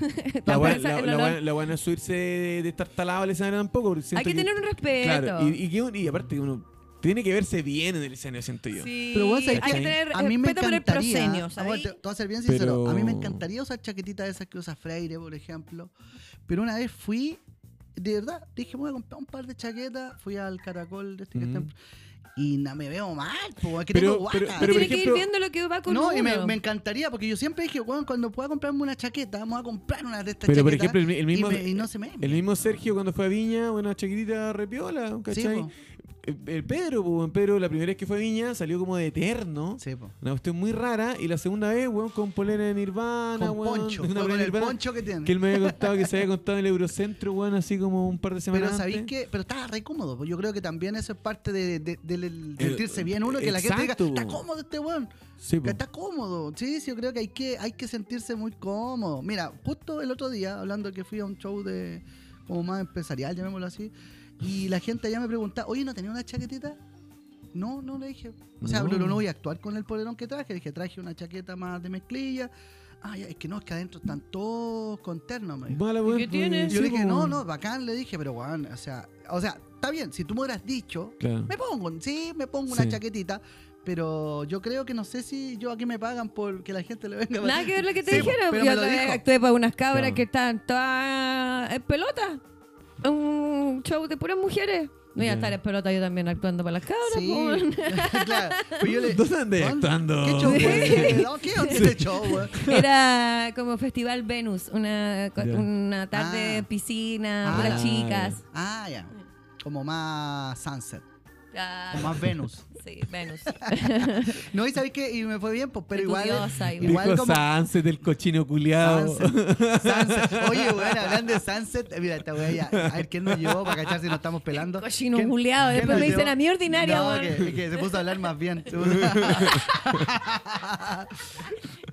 [SPEAKER 2] la,
[SPEAKER 1] Tampoco
[SPEAKER 2] buena-
[SPEAKER 1] esa-
[SPEAKER 2] la,
[SPEAKER 1] el
[SPEAKER 2] la
[SPEAKER 1] olor.
[SPEAKER 2] buena- la buena es subirse de, de estar talado al escenario tampoco. porque
[SPEAKER 1] Hay
[SPEAKER 2] siento
[SPEAKER 1] que tener un respeto.
[SPEAKER 2] Claro, y, y que un- y aparte que uno tiene que verse bien en el escenario, siento yo.
[SPEAKER 1] Sí,
[SPEAKER 4] Pero vos sabés
[SPEAKER 1] hay
[SPEAKER 2] que
[SPEAKER 1] que tener
[SPEAKER 4] A mí me
[SPEAKER 1] respeto por eh, el
[SPEAKER 4] encantaría.
[SPEAKER 1] proscenio,
[SPEAKER 4] ah,
[SPEAKER 1] ¿sabes?
[SPEAKER 4] bueno, te, te voy a ser bien sincero.
[SPEAKER 2] Pero-
[SPEAKER 4] A mí me encantaría usar chaquetitas de esas que usa Freire, por ejemplo. Pero una vez fui, de verdad, dije, me voy a comprar un par de chaquetas. Fui al caracol de este que está en-
[SPEAKER 2] Ujú.
[SPEAKER 4] Y no me veo mal, pues, que
[SPEAKER 2] Mm. Pero-
[SPEAKER 4] tengo guata.
[SPEAKER 2] pero-
[SPEAKER 1] Pero
[SPEAKER 2] por
[SPEAKER 1] Tiene que ir
[SPEAKER 2] ejemplo-
[SPEAKER 1] viendo lo que va con
[SPEAKER 4] no,
[SPEAKER 1] uno.
[SPEAKER 4] y me, me encantaría, porque yo siempre dije, weón, cuando pueda comprarme una chaqueta, vamos a comprar una de estas
[SPEAKER 2] Pero, por
[SPEAKER 4] chaquetas",
[SPEAKER 2] ejemplo, el mi- el mismo-
[SPEAKER 4] Y, me- y no se me...
[SPEAKER 2] El mismo Sergio cuando fue a Viña, una chiquitita repiola,
[SPEAKER 4] Sí,
[SPEAKER 2] ¿cachai?
[SPEAKER 4] po.
[SPEAKER 2] Eh, el Pedro, pues, weón, Pedro, la primera vez que fue a Viña salió como de eterno.
[SPEAKER 4] Sí, po.
[SPEAKER 2] Una cuestión muy rara. Y la segunda vez, weón, con polera de Nirvana,
[SPEAKER 4] Con
[SPEAKER 2] weón.
[SPEAKER 4] poncho,
[SPEAKER 2] una polera
[SPEAKER 4] fue con
[SPEAKER 2] de
[SPEAKER 4] el
[SPEAKER 2] Nirvana
[SPEAKER 4] poncho que tiene.
[SPEAKER 2] Que él me había contado que se había contado en el Eurocentro, weón, así como un par de semanas.
[SPEAKER 4] Pero sabéis
[SPEAKER 2] antes.
[SPEAKER 4] que, pero estaba re cómodo. pues, Yo creo que también eso es parte de, de- del- del
[SPEAKER 2] Eh,
[SPEAKER 4] sentirse bien uno, que la gente diga,
[SPEAKER 2] exacto,
[SPEAKER 4] está
[SPEAKER 2] po.
[SPEAKER 4] cómodo este weón,
[SPEAKER 2] Sí,
[SPEAKER 4] que
[SPEAKER 2] po.
[SPEAKER 4] está cómodo. Sí, sí, yo creo que hay que, hay que sentirse muy cómodo. Mira, justo el otro día, hablando que fui a un show de como más empresarial, llamémoslo así, y la gente allá me preguntaba, oye, ¿no tenía una chaquetita? No, no le dije. O sea,
[SPEAKER 2] No.
[SPEAKER 4] no, no voy a actuar con el polerón que traje. Dije, traje una chaqueta más de mezclilla. Ah, ya, es que no, es que adentro están todos con terno, me dijo.
[SPEAKER 2] Mala,
[SPEAKER 1] ¿Y
[SPEAKER 2] weón,
[SPEAKER 1] qué
[SPEAKER 2] pues,
[SPEAKER 1] tiene?
[SPEAKER 2] sí,
[SPEAKER 4] Yo le dije,
[SPEAKER 2] po,
[SPEAKER 4] no,
[SPEAKER 2] weón.
[SPEAKER 4] no, bacán, le dije, pero weón, o sea, o sea, está bien, si tú me hubieras dicho,
[SPEAKER 2] Claro.
[SPEAKER 4] me pongo, sí, me pongo una
[SPEAKER 2] Sí.
[SPEAKER 4] chaquetita, pero yo creo que no sé si yo aquí me pagan por que la gente le venga.
[SPEAKER 1] Nada que ver lo que te
[SPEAKER 4] Sí,
[SPEAKER 1] dijeron.
[SPEAKER 4] pero
[SPEAKER 1] Yo
[SPEAKER 4] me lo
[SPEAKER 1] otra vez
[SPEAKER 4] dijo.
[SPEAKER 1] actué para unas cabras
[SPEAKER 2] Claro.
[SPEAKER 1] que estaban todas en pelota. Un show de puras mujeres. No iba
[SPEAKER 2] Ya.
[SPEAKER 1] a estar en pelota yo también actuando para las cabras.
[SPEAKER 4] Sí,
[SPEAKER 1] po.
[SPEAKER 4] claro. Pues yo le,
[SPEAKER 2] ¿Dónde andáis
[SPEAKER 4] weón,
[SPEAKER 2] actuando?
[SPEAKER 4] ¿Qué show?
[SPEAKER 2] Sí.
[SPEAKER 4] fue? No, ¿Qué onda este show, weón?
[SPEAKER 1] Era como Festival Venus, una, co-
[SPEAKER 2] Ya.
[SPEAKER 1] una tarde
[SPEAKER 4] Ah.
[SPEAKER 1] de piscina,
[SPEAKER 4] Ah,
[SPEAKER 1] puras
[SPEAKER 2] ya.
[SPEAKER 1] chicas.
[SPEAKER 4] Ah, ya. Como más Sunset,
[SPEAKER 1] Ah,
[SPEAKER 4] como más Venus.
[SPEAKER 1] sí, Venus.
[SPEAKER 4] No, y sabéis que y me fue bien, pues, pero igual.
[SPEAKER 1] Estudiosa, igual.
[SPEAKER 4] Igual
[SPEAKER 2] Dijo
[SPEAKER 4] como
[SPEAKER 2] Sánchez del cochino culiado.
[SPEAKER 4] Sunset. Sunset. Oye, weón, hablando de Sunset, eh, mira, esta weá ya. A ver, ¿quién nos llevó para cachar si nos estamos pelando?
[SPEAKER 1] Cochino
[SPEAKER 4] ¿Quién-
[SPEAKER 1] culiado.
[SPEAKER 4] quién
[SPEAKER 1] Después
[SPEAKER 4] nos
[SPEAKER 1] me dicen
[SPEAKER 4] llevó?
[SPEAKER 1] a mí ordinaria,
[SPEAKER 4] No,
[SPEAKER 1] weón.
[SPEAKER 4] que, que se puso a hablar más bien.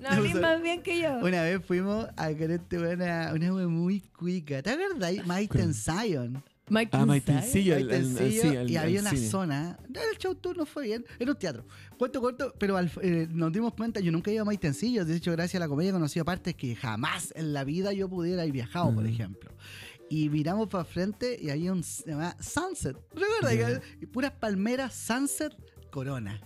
[SPEAKER 1] No hablís más bien que yo.
[SPEAKER 4] una vez fuimos a Corete, weón, a una wea muy cuica. ¿Te acuerdas? Mike and Zion.
[SPEAKER 1] Mike
[SPEAKER 2] Ah,
[SPEAKER 1] Tyson.
[SPEAKER 2] Maitencillo. al-
[SPEAKER 4] Mike and
[SPEAKER 2] al- al- sí,
[SPEAKER 4] Zion,
[SPEAKER 2] al-
[SPEAKER 4] y había
[SPEAKER 2] al
[SPEAKER 4] una
[SPEAKER 2] cine.
[SPEAKER 4] zona. no, El show tour no fue bien. Era un teatro. Cuento corto, pero al- eh, nos dimos cuenta. Yo nunca he ido a Maitencillo. De hecho, gracias a la comedia he conocido partes que jamás en la vida yo pudiera haber viajado,
[SPEAKER 1] Mm.
[SPEAKER 4] por ejemplo. Y miramos para frente y había un se llamaba Sunset. ¿Recuerda? Y puras palmeras, Sunset, Corona.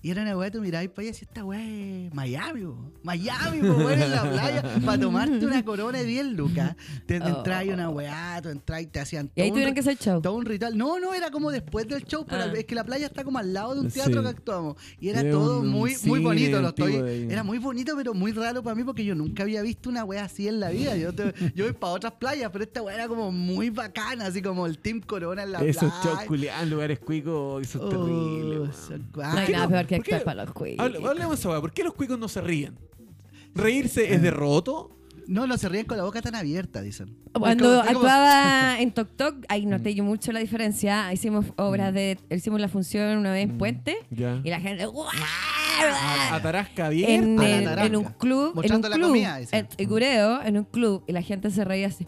[SPEAKER 4] Y era una weá, tú mirabas para allá y decías, esta weá es Miami, po. Miami, po, weón, en la playa, para tomarte una corona de 10 lucas. Te, te entraba ahí una weá, tú entrabas y te hacían
[SPEAKER 1] Oh. Y ahí
[SPEAKER 4] todo un
[SPEAKER 1] tuvieron que hacer show.
[SPEAKER 4] todo un ritual. No, no, era como después del show, pero
[SPEAKER 1] Ah.
[SPEAKER 4] es que la playa está como al lado de un teatro
[SPEAKER 2] Sí.
[SPEAKER 4] que actuamos. Y era
[SPEAKER 2] Era
[SPEAKER 4] todo
[SPEAKER 2] un
[SPEAKER 4] muy, muy
[SPEAKER 2] cine
[SPEAKER 4] bonito. Lo
[SPEAKER 2] antiguo
[SPEAKER 4] estoy,
[SPEAKER 2] de ahí.
[SPEAKER 4] era muy bonito, pero muy raro para mí porque yo nunca había visto una wea así en la vida. Yo, te- yo voy para otras playas, pero esta wea era como muy bacana, así como el Team Corona en la
[SPEAKER 2] Esos
[SPEAKER 4] playa.
[SPEAKER 2] shows culiados, lugares cuicos, eso
[SPEAKER 4] Oh,
[SPEAKER 2] es terrible. weón.
[SPEAKER 4] son
[SPEAKER 1] No hay
[SPEAKER 4] cuáticos.
[SPEAKER 1] nada peor que
[SPEAKER 2] ¿Por qué?
[SPEAKER 1] actuar para los cuicos.
[SPEAKER 2] Hable- Hablemos de esa weá, ¿por qué los cuicos no se ríen? ¿Reírse es derroto?
[SPEAKER 4] No, no se ríen con la boca tan abierta, dicen.
[SPEAKER 1] Cuando
[SPEAKER 4] Es como- es como-
[SPEAKER 1] actuaba en Tok Tok, ahí noté yo mucho la diferencia. Hicimos
[SPEAKER 4] Mm.
[SPEAKER 1] obras de. Hicimos la función una vez en Puente
[SPEAKER 2] Ya.
[SPEAKER 1] y la gente. ¡guau!
[SPEAKER 2] A- Atarasca bien.
[SPEAKER 1] Ah. En,
[SPEAKER 4] A la
[SPEAKER 1] el-
[SPEAKER 4] naranja.
[SPEAKER 1] en un club. en
[SPEAKER 4] Mostrando
[SPEAKER 1] un
[SPEAKER 4] la
[SPEAKER 1] club,
[SPEAKER 4] comida, dice.
[SPEAKER 1] en Tigureo, en un club, y la gente se reía así.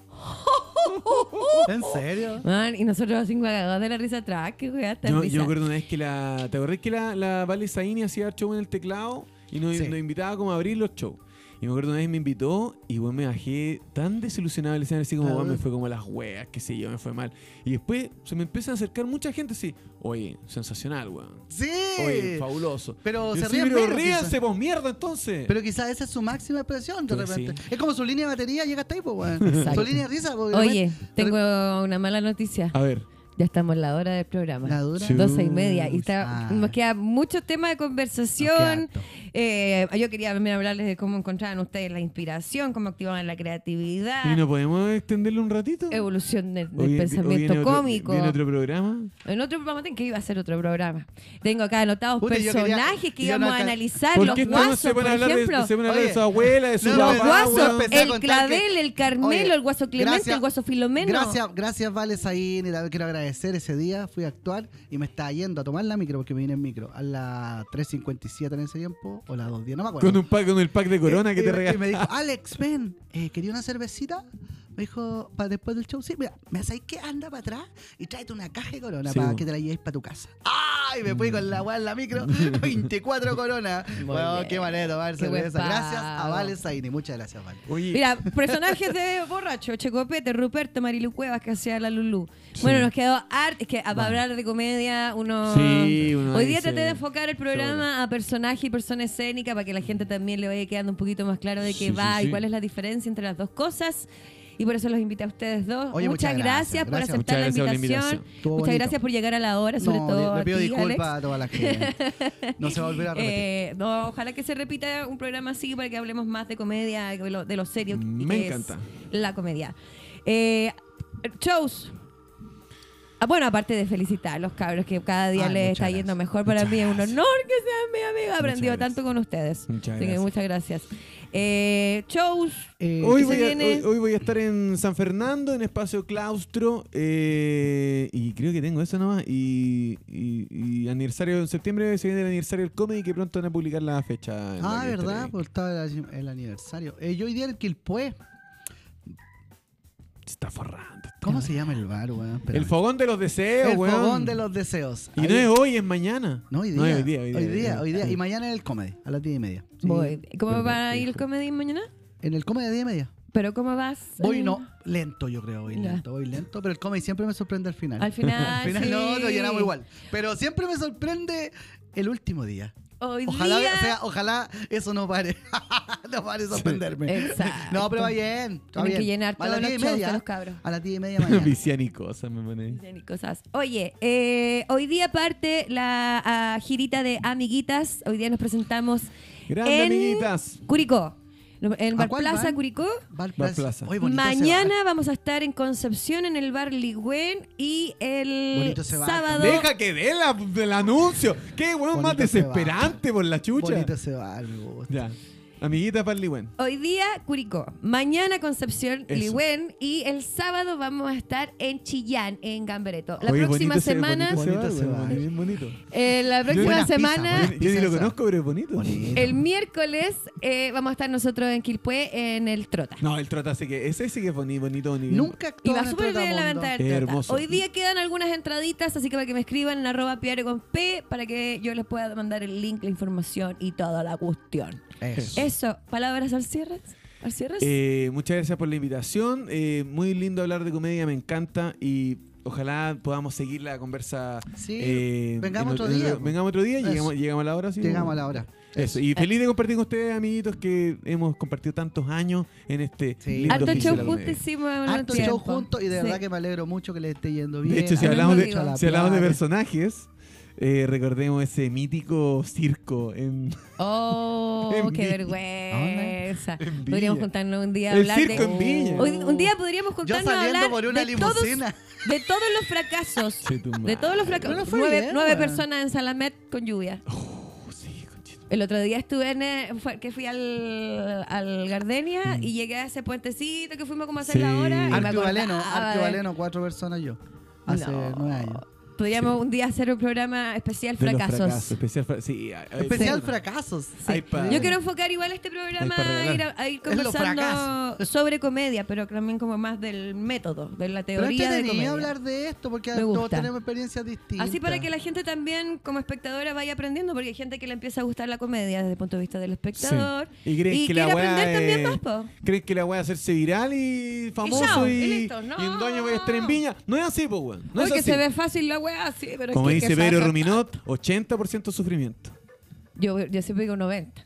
[SPEAKER 4] ¿En serio?
[SPEAKER 1] Man, y nosotros así cagados de la risa atrás, que weá, tan
[SPEAKER 2] Yo,
[SPEAKER 1] risa.
[SPEAKER 2] yo me acuerdo una vez que la. ¿Te acordás que la, la Vale Saini hacía show en el teclado y nos,
[SPEAKER 4] Sí.
[SPEAKER 2] nos invitaba como a abrir los shows? Y me acuerdo una vez me invitó y weón, me bajé tan desilusionado del escenario, así como
[SPEAKER 4] Ah,
[SPEAKER 2] weón, me
[SPEAKER 4] bueno.
[SPEAKER 2] fue como a las weas, qué sé yo, me fue mal. Y después se me empieza a acercar mucha gente así, oye, sensacional, weón.
[SPEAKER 4] Sí.
[SPEAKER 2] Oye, fabuloso.
[SPEAKER 4] Pero
[SPEAKER 2] Yo,
[SPEAKER 4] se
[SPEAKER 2] "Sí,
[SPEAKER 4] ríen
[SPEAKER 2] pero
[SPEAKER 4] menos,
[SPEAKER 2] ríanse,
[SPEAKER 4] quizá".
[SPEAKER 2] vos mierda entonces.
[SPEAKER 4] Pero quizás esa es su máxima expresión de
[SPEAKER 2] Pues sí.
[SPEAKER 4] repente. Es como su línea de batería llega hasta ahí, pues, weón.
[SPEAKER 1] Exacto.
[SPEAKER 4] Su línea de risa, pues, de
[SPEAKER 1] Oye,
[SPEAKER 4] repente-
[SPEAKER 1] tengo una mala noticia.
[SPEAKER 2] a ver.
[SPEAKER 1] Ya estamos en la hora del programa.
[SPEAKER 4] ¿La dura?
[SPEAKER 2] Sí.
[SPEAKER 1] 12 y media. Y está,
[SPEAKER 4] Ah.
[SPEAKER 1] nos queda muchos temas de
[SPEAKER 4] Nos
[SPEAKER 1] conversación.
[SPEAKER 4] queda harto.
[SPEAKER 1] Eh, yo quería también hablarles de cómo encontraban ustedes la inspiración, cómo activaban la creatividad,
[SPEAKER 2] ¿Y no podemos extenderlo un ratito?
[SPEAKER 1] evolución del, del
[SPEAKER 2] Hoy vi- hoy
[SPEAKER 1] pensamiento
[SPEAKER 2] viene otro-
[SPEAKER 1] cómico.
[SPEAKER 2] ¿Viene otro programa?
[SPEAKER 1] En otro programa en que iba a ser otro programa. Tengo acá anotados
[SPEAKER 4] Puta, yo quería-
[SPEAKER 1] personajes que
[SPEAKER 4] yo
[SPEAKER 1] íbamos
[SPEAKER 4] no
[SPEAKER 1] a
[SPEAKER 4] alcan-
[SPEAKER 1] analizar,
[SPEAKER 2] ¿Por
[SPEAKER 1] Ah, los
[SPEAKER 2] qué estos no
[SPEAKER 1] guasos,
[SPEAKER 2] se
[SPEAKER 1] por
[SPEAKER 2] van a hablar, de,
[SPEAKER 1] ejemplo.
[SPEAKER 2] se van a hablar de
[SPEAKER 4] Oye,
[SPEAKER 2] su abuela, de su
[SPEAKER 4] no,
[SPEAKER 1] Los
[SPEAKER 4] Vamos,
[SPEAKER 2] papá?
[SPEAKER 4] guasos,
[SPEAKER 2] weón?
[SPEAKER 1] guasos,
[SPEAKER 4] empecé a
[SPEAKER 1] el
[SPEAKER 4] contar
[SPEAKER 1] clavel,
[SPEAKER 4] que-
[SPEAKER 1] el carmelo,
[SPEAKER 4] Oye,
[SPEAKER 1] el guaso Clemente,
[SPEAKER 4] gracias-
[SPEAKER 1] el guaso Filomeno.
[SPEAKER 4] Gracias, gracias Vale Saín, y la- quiero agradecer ese día, fui a actuar y me estaba yendo a tomar la micro porque me vine en micro a las 3.57 en ese tiempo o las 2.10, no me acuerdo.
[SPEAKER 2] Con, un pack, con el pack de corona
[SPEAKER 4] Y-
[SPEAKER 2] que
[SPEAKER 4] Eh, y
[SPEAKER 2] te
[SPEAKER 4] me- Y me
[SPEAKER 2] regaló.
[SPEAKER 4] dijo, Alex, ven, eh, ¿quería una cervecita? Me dijo, para después del show, sí, mira, me hacéis que anda para atrás y tráete una caja de corona
[SPEAKER 2] Sí,
[SPEAKER 4] para
[SPEAKER 2] bo.
[SPEAKER 4] que te la llevéis para tu casa. ¡Ay! Me fui con la weá en la micro, 24 coronas.
[SPEAKER 1] Muy
[SPEAKER 4] Bueno,
[SPEAKER 1] bien.
[SPEAKER 4] qué manera de tomar
[SPEAKER 1] Qué buen
[SPEAKER 4] cerveza. Gracias a
[SPEAKER 1] pago.
[SPEAKER 4] Vale Saín, y muchas gracias, Vale.
[SPEAKER 2] Oye,
[SPEAKER 1] Mira, personajes de borracho, Checopete, Ruperto, Marilu Cuevas, que hacía la Lulú. Bueno, nos quedó art, es que para hablar de comedia, uno...
[SPEAKER 2] Sí, uno
[SPEAKER 1] Hoy día
[SPEAKER 2] dice-
[SPEAKER 1] traté de enfocar el programa a personaje y persona escénica para que la gente también le vaya quedando un poquito más claro de qué
[SPEAKER 2] Sí,
[SPEAKER 1] va
[SPEAKER 2] sí, sí.
[SPEAKER 1] y cuál es la diferencia entre las dos cosas. Y por eso los invité a ustedes dos.
[SPEAKER 4] Oye,
[SPEAKER 1] muchas,
[SPEAKER 4] muchas
[SPEAKER 1] gracias,
[SPEAKER 4] gracias,
[SPEAKER 1] por
[SPEAKER 4] gracias.
[SPEAKER 1] aceptar
[SPEAKER 2] Muchas gracias por
[SPEAKER 1] la
[SPEAKER 2] la
[SPEAKER 1] invitación.
[SPEAKER 2] invitación.
[SPEAKER 4] Estuvo
[SPEAKER 1] Muchas
[SPEAKER 4] bonito.
[SPEAKER 1] gracias por llegar a la hora, Eh, sobre
[SPEAKER 4] No,
[SPEAKER 1] todo.
[SPEAKER 4] le- le
[SPEAKER 1] a
[SPEAKER 4] pido
[SPEAKER 1] ti,
[SPEAKER 4] disculpas
[SPEAKER 1] Alex.
[SPEAKER 4] a toda la gente. No se volverá a repetir.
[SPEAKER 1] Eh, no, ojalá que se repita un programa así para que hablemos más de comedia, de lo, de lo serio que
[SPEAKER 2] Me
[SPEAKER 1] es
[SPEAKER 2] encanta.
[SPEAKER 1] la comedia. Eh, shows. Ah, Bueno, aparte de felicitar a los cabros que cada día
[SPEAKER 4] Ay,
[SPEAKER 1] les está
[SPEAKER 4] muchas
[SPEAKER 1] yendo
[SPEAKER 4] gracias.
[SPEAKER 1] mejor, para
[SPEAKER 2] Muchas
[SPEAKER 1] mí es un
[SPEAKER 2] gracias.
[SPEAKER 1] honor que sean mi amiga. He aprendido
[SPEAKER 2] gracias.
[SPEAKER 1] tanto con ustedes.
[SPEAKER 2] Muchas
[SPEAKER 1] Así que
[SPEAKER 2] gracias.
[SPEAKER 1] muchas gracias. Eh, shows.
[SPEAKER 4] Eh,
[SPEAKER 2] hoy,
[SPEAKER 1] ¿qué
[SPEAKER 2] voy
[SPEAKER 1] se
[SPEAKER 2] a,
[SPEAKER 1] viene?
[SPEAKER 2] hoy- hoy voy a estar en San Fernando, en Espacio Claustro. eh, y creo que tengo eso nomás. Y, y- y aniversario en septiembre se viene el aniversario del comedy que pronto van a publicar la fecha. en la
[SPEAKER 4] Ah,
[SPEAKER 2] que estaré
[SPEAKER 4] ¿verdad?
[SPEAKER 2] ahí.
[SPEAKER 4] Porque estaba el, el aniversario. Eh, yo hoy día el Quilpue.
[SPEAKER 2] Se está forrando.
[SPEAKER 4] ¿Cómo se llama el bar, weón? Espérame.
[SPEAKER 2] El fogón de los deseos,
[SPEAKER 4] El
[SPEAKER 2] weón.
[SPEAKER 4] fogón de los deseos.
[SPEAKER 2] Y
[SPEAKER 4] Ahí-
[SPEAKER 2] no es hoy, es mañana.
[SPEAKER 4] No, hoy día.
[SPEAKER 2] No, hoy día, hoy día,
[SPEAKER 4] hoy
[SPEAKER 2] hoy día.
[SPEAKER 4] hoy día. Y mañana en el comedy, a las 10 y media. Sí.
[SPEAKER 1] Voy. ¿Cómo
[SPEAKER 2] Verdad,
[SPEAKER 1] va a ir el
[SPEAKER 2] hijo.
[SPEAKER 1] comedy mañana?
[SPEAKER 4] En el comedy a 10 y media.
[SPEAKER 1] ¿Pero cómo vas?
[SPEAKER 4] Voy no, lento yo creo, voy
[SPEAKER 1] Ya.
[SPEAKER 4] lento, voy lento, pero el comedy siempre me sorprende al final.
[SPEAKER 1] Al final.
[SPEAKER 4] Al final no,
[SPEAKER 1] sí.
[SPEAKER 4] lo llenamos igual. Pero siempre me sorprende el último día.
[SPEAKER 1] Hoy
[SPEAKER 4] Ojalá,
[SPEAKER 1] día-
[SPEAKER 4] o sea, ojalá eso no pare. no pare sorprenderme.
[SPEAKER 1] Exacto.
[SPEAKER 4] No, pero va bien. Está
[SPEAKER 1] Tienen que
[SPEAKER 4] bien.
[SPEAKER 1] llenar
[SPEAKER 4] a las
[SPEAKER 1] todos los
[SPEAKER 4] 10 y
[SPEAKER 1] shows
[SPEAKER 4] media,
[SPEAKER 1] de los cabros.
[SPEAKER 4] A las 10 y media mañana.
[SPEAKER 2] Viciani cosas me pone ahí.
[SPEAKER 1] Ni cosas. Oye, eh, hoy día parte la ah, girita de amiguitas. Hoy día nos presentamos
[SPEAKER 2] Grande,
[SPEAKER 1] en
[SPEAKER 2] amiguitas.
[SPEAKER 1] Curicó, No, en
[SPEAKER 4] ¿A
[SPEAKER 1] Bar
[SPEAKER 4] cuál
[SPEAKER 1] Plaza
[SPEAKER 4] van?
[SPEAKER 1] Curicó.
[SPEAKER 4] Bar
[SPEAKER 2] Plaza.
[SPEAKER 4] Oye, bonito ese
[SPEAKER 1] Mañana
[SPEAKER 4] bar.
[SPEAKER 1] vamos a estar en Concepción en el bar Ligüen y el
[SPEAKER 4] Bonito ese bar.
[SPEAKER 1] sábado.
[SPEAKER 2] Deja que dé la, el anuncio. Qué weón más
[SPEAKER 4] Bonito se va.
[SPEAKER 2] desesperante por la chucha.
[SPEAKER 4] Bonito ese bar, me gusta.
[SPEAKER 2] Ya. Amiguita Parliwen.
[SPEAKER 1] Hoy día Curicó, mañana Concepción
[SPEAKER 2] Eso.
[SPEAKER 1] Ligüen y el sábado vamos a estar en Chillán, en Gambereto. La
[SPEAKER 2] Oye,
[SPEAKER 1] próxima
[SPEAKER 2] bonito ese-
[SPEAKER 1] semana,
[SPEAKER 2] bonito ese
[SPEAKER 4] Bonito
[SPEAKER 2] bar,
[SPEAKER 4] ese
[SPEAKER 2] weón,
[SPEAKER 4] bar.
[SPEAKER 2] bien bonito.
[SPEAKER 1] eh, la próxima
[SPEAKER 4] Buena pizza,
[SPEAKER 1] semana.
[SPEAKER 4] buena
[SPEAKER 2] Yo, yo ni
[SPEAKER 4] Pizza
[SPEAKER 2] lo
[SPEAKER 4] esa.
[SPEAKER 2] conozco, pero es bonito.
[SPEAKER 4] Bonito.
[SPEAKER 1] El miércoles eh, vamos a estar nosotros en Quilpué en el Trota.
[SPEAKER 2] No, el trota sí que. Ese sí que es bonito, bonito, bonito.
[SPEAKER 1] Y
[SPEAKER 4] Nunca actuó
[SPEAKER 1] va
[SPEAKER 4] en este el
[SPEAKER 1] súper bien la
[SPEAKER 4] Trotamundo.
[SPEAKER 1] venta
[SPEAKER 2] Qué
[SPEAKER 1] del Trota.
[SPEAKER 2] hermoso.
[SPEAKER 1] Hoy día quedan algunas entraditas, así que para que me escriban en arroba piare con P para que yo les pueda mandar el link, la información y toda la cuestión.
[SPEAKER 4] Eso.
[SPEAKER 1] Eso, palabras al cierre. ¿Al cierre?
[SPEAKER 4] Eh,
[SPEAKER 2] Eh, muchas gracias por la invitación. Eh, muy lindo hablar de comedia, me encanta. Y ojalá podamos seguir la conversa.
[SPEAKER 4] Sí,
[SPEAKER 2] eh,
[SPEAKER 4] vengamos
[SPEAKER 2] en
[SPEAKER 4] otro
[SPEAKER 2] en
[SPEAKER 4] día, po.
[SPEAKER 2] Vengamos otro día,
[SPEAKER 4] Eso.
[SPEAKER 2] llegamos, llegamos a la hora. ¿sí?
[SPEAKER 4] Llegamos a la hora. Eh.
[SPEAKER 2] Eso. Y feliz de compartir con ustedes, amiguitos, que hemos compartido tantos años en este
[SPEAKER 4] Sí.
[SPEAKER 2] lindo
[SPEAKER 1] Harto
[SPEAKER 2] oficio
[SPEAKER 1] show
[SPEAKER 2] de la
[SPEAKER 1] juntos
[SPEAKER 2] comedia.
[SPEAKER 1] hicimos en
[SPEAKER 4] Harto
[SPEAKER 1] un
[SPEAKER 4] show
[SPEAKER 1] tiempo.
[SPEAKER 4] juntos y de
[SPEAKER 1] Sí.
[SPEAKER 4] verdad que me alegro mucho que les esté yendo bien.
[SPEAKER 2] De hecho, si
[SPEAKER 1] Al
[SPEAKER 2] hablamos
[SPEAKER 1] mismo
[SPEAKER 2] de,
[SPEAKER 1] amigo.
[SPEAKER 2] si hablamos de
[SPEAKER 4] Playa.
[SPEAKER 2] personajes, eh, recordemos ese mítico circo en
[SPEAKER 1] Oh,
[SPEAKER 2] En
[SPEAKER 1] qué
[SPEAKER 2] Viña.
[SPEAKER 1] vergüenza.
[SPEAKER 2] En
[SPEAKER 1] Podríamos
[SPEAKER 2] Viña.
[SPEAKER 1] juntarnos un día a
[SPEAKER 2] el
[SPEAKER 1] hablar
[SPEAKER 2] circo
[SPEAKER 1] de...
[SPEAKER 2] en Viña.
[SPEAKER 1] Hoy- un día podríamos
[SPEAKER 4] Yo
[SPEAKER 1] juntarnos a
[SPEAKER 4] saliendo
[SPEAKER 1] hablar
[SPEAKER 4] por una
[SPEAKER 1] de, todos,
[SPEAKER 4] limusina.
[SPEAKER 1] de todos los fracasos.
[SPEAKER 2] Che, tu
[SPEAKER 1] De todos los
[SPEAKER 2] madre.
[SPEAKER 1] fracasos.
[SPEAKER 4] No fue
[SPEAKER 1] nueve
[SPEAKER 4] bien,
[SPEAKER 1] nueve
[SPEAKER 4] weón.
[SPEAKER 1] personas en Salamet con lluvia.
[SPEAKER 2] Oh, sí, conchito.
[SPEAKER 1] El otro día estuve en eh, fue- que fui al, al Gardenia
[SPEAKER 2] Mm.
[SPEAKER 1] y llegué a ese puentecito que fuimos como a hacer
[SPEAKER 2] Sí.
[SPEAKER 1] la hora. y me
[SPEAKER 4] Arquivaleno,
[SPEAKER 1] acordaba de-
[SPEAKER 4] Arquivaleno, cuatro personas yo. Hace
[SPEAKER 1] No.
[SPEAKER 4] nueve años.
[SPEAKER 1] Podríamos un día hacer un programa especial
[SPEAKER 2] De los
[SPEAKER 1] fracasos.
[SPEAKER 2] especial fra- sí, hay- hay-
[SPEAKER 4] Especial
[SPEAKER 2] sí.
[SPEAKER 4] fracasos.
[SPEAKER 1] Sí.
[SPEAKER 2] Hay pa-
[SPEAKER 1] Yo quiero enfocar igual este
[SPEAKER 2] Hay
[SPEAKER 1] programa
[SPEAKER 2] para
[SPEAKER 1] a ir,
[SPEAKER 2] regalar.
[SPEAKER 1] a, a ir
[SPEAKER 4] Es los
[SPEAKER 1] conversando sobre comedia, pero también como más del método, de la
[SPEAKER 4] Pero
[SPEAKER 1] teoría de
[SPEAKER 4] entretenido
[SPEAKER 1] comedia.
[SPEAKER 4] hablar de esto porque
[SPEAKER 1] Me
[SPEAKER 4] todos
[SPEAKER 1] gusta.
[SPEAKER 4] tenemos experiencias distintas.
[SPEAKER 1] Así para que la gente también como espectadora vaya aprendiendo, porque hay gente que le empieza a gustar la comedia desde el punto de vista del espectador.
[SPEAKER 2] Sí. Y creen que la
[SPEAKER 1] quiere
[SPEAKER 2] weá
[SPEAKER 1] aprender también
[SPEAKER 2] es-
[SPEAKER 1] más, po.
[SPEAKER 2] ¿Crees que la voy a hacerse viral y famoso
[SPEAKER 1] chao,
[SPEAKER 2] y,
[SPEAKER 1] y listo? No.
[SPEAKER 2] y en dos años voy a estar en viña? No es así, pues, weón. No es
[SPEAKER 1] Porque
[SPEAKER 2] así.
[SPEAKER 1] se ve fácil la weá, sí, pero es
[SPEAKER 2] Como
[SPEAKER 1] que- que
[SPEAKER 2] dice
[SPEAKER 1] se
[SPEAKER 2] Pedro
[SPEAKER 1] hace-
[SPEAKER 2] Ruminot, 80% sufrimiento.
[SPEAKER 1] Yo, yo siempre digo 90.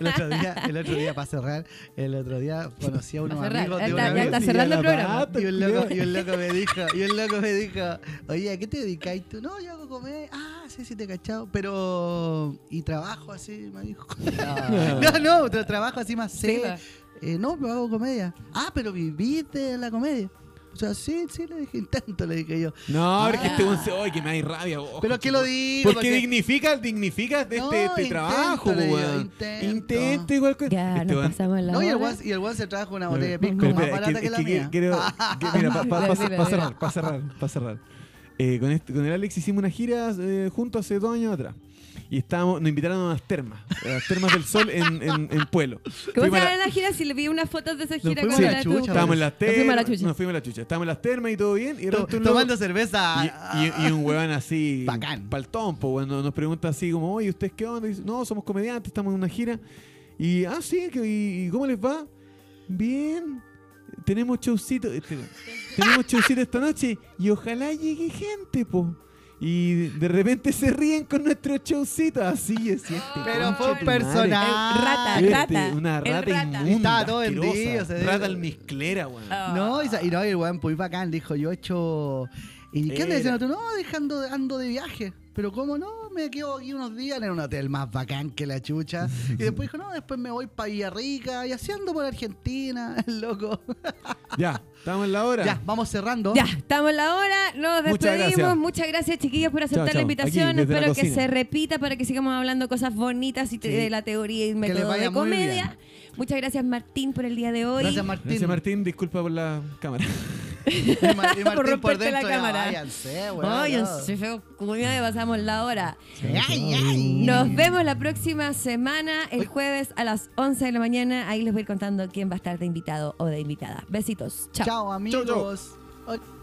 [SPEAKER 4] El otro día, el otro día para cerrar, el otro día conocí a unos
[SPEAKER 1] Para cerrar.
[SPEAKER 4] amigos
[SPEAKER 1] Ya
[SPEAKER 4] de
[SPEAKER 1] está-
[SPEAKER 4] una
[SPEAKER 1] ya
[SPEAKER 4] vez
[SPEAKER 1] está
[SPEAKER 4] y
[SPEAKER 1] cerrando
[SPEAKER 4] a
[SPEAKER 1] el
[SPEAKER 4] la
[SPEAKER 2] Ah,
[SPEAKER 1] programa.
[SPEAKER 4] pata, Ah, Y un loco, y un loco me dijo, y un loco me dijo, oye, ¿a qué te dedicáis tú? No, yo hago comer. Ah, sí, sí, te he cachado. Pero, y trabajo así, me dijo.
[SPEAKER 2] Ah.
[SPEAKER 4] No, no, otro trabajo así más
[SPEAKER 1] Sí,
[SPEAKER 4] serio.
[SPEAKER 1] va.
[SPEAKER 4] Eh, no, pero hago comedia. Ah, pero viviste de la comedia. O sea, sí, sí, le dije, intento, le dije yo.
[SPEAKER 2] No,
[SPEAKER 4] Ah.
[SPEAKER 2] pero es que este weón se. ¡Ay, que me da rabia! ojo,
[SPEAKER 4] Pero es que lo
[SPEAKER 2] chico.
[SPEAKER 4] digo.
[SPEAKER 2] Porque dignifica, dignifica de
[SPEAKER 4] No,
[SPEAKER 2] este, este
[SPEAKER 4] intento,
[SPEAKER 2] trabajo,
[SPEAKER 4] le
[SPEAKER 2] po,
[SPEAKER 4] digo,
[SPEAKER 2] weón.
[SPEAKER 4] intento.
[SPEAKER 2] Intento igual que.
[SPEAKER 1] Ya,
[SPEAKER 2] este
[SPEAKER 1] nos
[SPEAKER 2] weón-
[SPEAKER 1] pasamos la
[SPEAKER 4] No, y el,
[SPEAKER 1] hora.
[SPEAKER 4] Juan, y el Juan se trajo una
[SPEAKER 2] Pero-
[SPEAKER 4] botella de
[SPEAKER 2] Eh, pero
[SPEAKER 4] pisco más
[SPEAKER 2] espera, es
[SPEAKER 4] barata que, la
[SPEAKER 2] es
[SPEAKER 4] mía.
[SPEAKER 2] quiero- que- mira, para
[SPEAKER 1] Dale, dile, dile.
[SPEAKER 2] cerrar, para cerrar, pa' cerrar. Eh, con, este- con el Alex hicimos una gira eh, juntos hace dos años atrás. Y estábamos, nos invitaron a unas termas, a las termas del sol en, en, en Pueblo.
[SPEAKER 1] ¿Cómo
[SPEAKER 2] Fuimos a
[SPEAKER 1] se
[SPEAKER 2] la-
[SPEAKER 1] llama la gira? Si le vi unas fotos de esa gira, ¿cómo
[SPEAKER 4] fuimos a la
[SPEAKER 1] era tú?
[SPEAKER 4] chucha,
[SPEAKER 2] Estábamos en las
[SPEAKER 1] Nos fuimos a la
[SPEAKER 2] termas.
[SPEAKER 1] chucha.
[SPEAKER 2] Nos fuimos a la chucha. Estábamos en las termas y todo bien. Y de
[SPEAKER 4] To-
[SPEAKER 2] repente un loco-
[SPEAKER 4] tomando cerveza.
[SPEAKER 2] y, y- y un weón así.
[SPEAKER 4] Bacán.
[SPEAKER 2] Pal tompo, weón. Nos nos pregunta así como, oye, ¿ustedes qué onda? Y dice, no, somos comediantes, estamos en una gira. Y, ah, sí, que- ¿y, y cómo les va? Bien. Tenemos showcito. este, tenemos showcito esta noche y ojalá llegue gente, po. Y de- de repente se ríen con nuestro showcito. Así es, este
[SPEAKER 4] Pero fue un
[SPEAKER 2] conche tu madre.
[SPEAKER 4] personaje.
[SPEAKER 1] El rata,
[SPEAKER 2] Este,
[SPEAKER 1] rata.
[SPEAKER 2] Una
[SPEAKER 1] el
[SPEAKER 2] rata inmunda.
[SPEAKER 4] Estaba todo vendido,
[SPEAKER 2] asquerosa,
[SPEAKER 4] se ve.
[SPEAKER 2] Rata almizclera, weón.
[SPEAKER 1] Ah.
[SPEAKER 4] No, y, sa- y no, y el weón, pues bacán, dijo, yo he hecho... ¿Y qué andas
[SPEAKER 2] Era.
[SPEAKER 4] diciendo tú? No, dejando, ando de viaje. Pero cómo no, me quedo aquí unos días en un hotel más bacán que la chucha. Y después dijo, no, después me voy para Villarrica y así ando por Argentina, el loco.
[SPEAKER 2] Ya, estamos en la hora.
[SPEAKER 4] Ya, vamos cerrando.
[SPEAKER 1] Ya, estamos en la hora, nos
[SPEAKER 2] Muchas
[SPEAKER 1] despedimos. Muchas
[SPEAKER 2] gracias.
[SPEAKER 1] gracias, chiquillos, por aceptar
[SPEAKER 2] Chao, chao.
[SPEAKER 1] la invitación.
[SPEAKER 2] Aquí, desde la
[SPEAKER 1] Espero que
[SPEAKER 2] cocina.
[SPEAKER 1] se repita para que sigamos hablando cosas bonitas y te-
[SPEAKER 4] Sí.
[SPEAKER 1] de la teoría y
[SPEAKER 4] les
[SPEAKER 1] método
[SPEAKER 4] vaya
[SPEAKER 1] de
[SPEAKER 4] muy
[SPEAKER 1] comedia. Muchas gracias, Martín, por el día de hoy.
[SPEAKER 4] Gracias, Martín.
[SPEAKER 2] Gracias, Martín. Disculpa por la cámara.
[SPEAKER 4] Y Ma- y Martín
[SPEAKER 1] Por
[SPEAKER 4] por,
[SPEAKER 1] romperte la
[SPEAKER 4] dentro. ya,
[SPEAKER 1] cámara.
[SPEAKER 4] váyanse, weón.
[SPEAKER 1] Ay,
[SPEAKER 4] no.
[SPEAKER 1] soy feo, cuñado, ya pasamos la hora.
[SPEAKER 4] Ay, ay.
[SPEAKER 1] Nos vemos la próxima semana, el jueves a las 11 de la mañana. Ahí les voy a ir contando quién va a estar de invitado o de invitada. Besitos. Chao.
[SPEAKER 4] Chao, amigos.
[SPEAKER 2] chau.
[SPEAKER 4] Ay.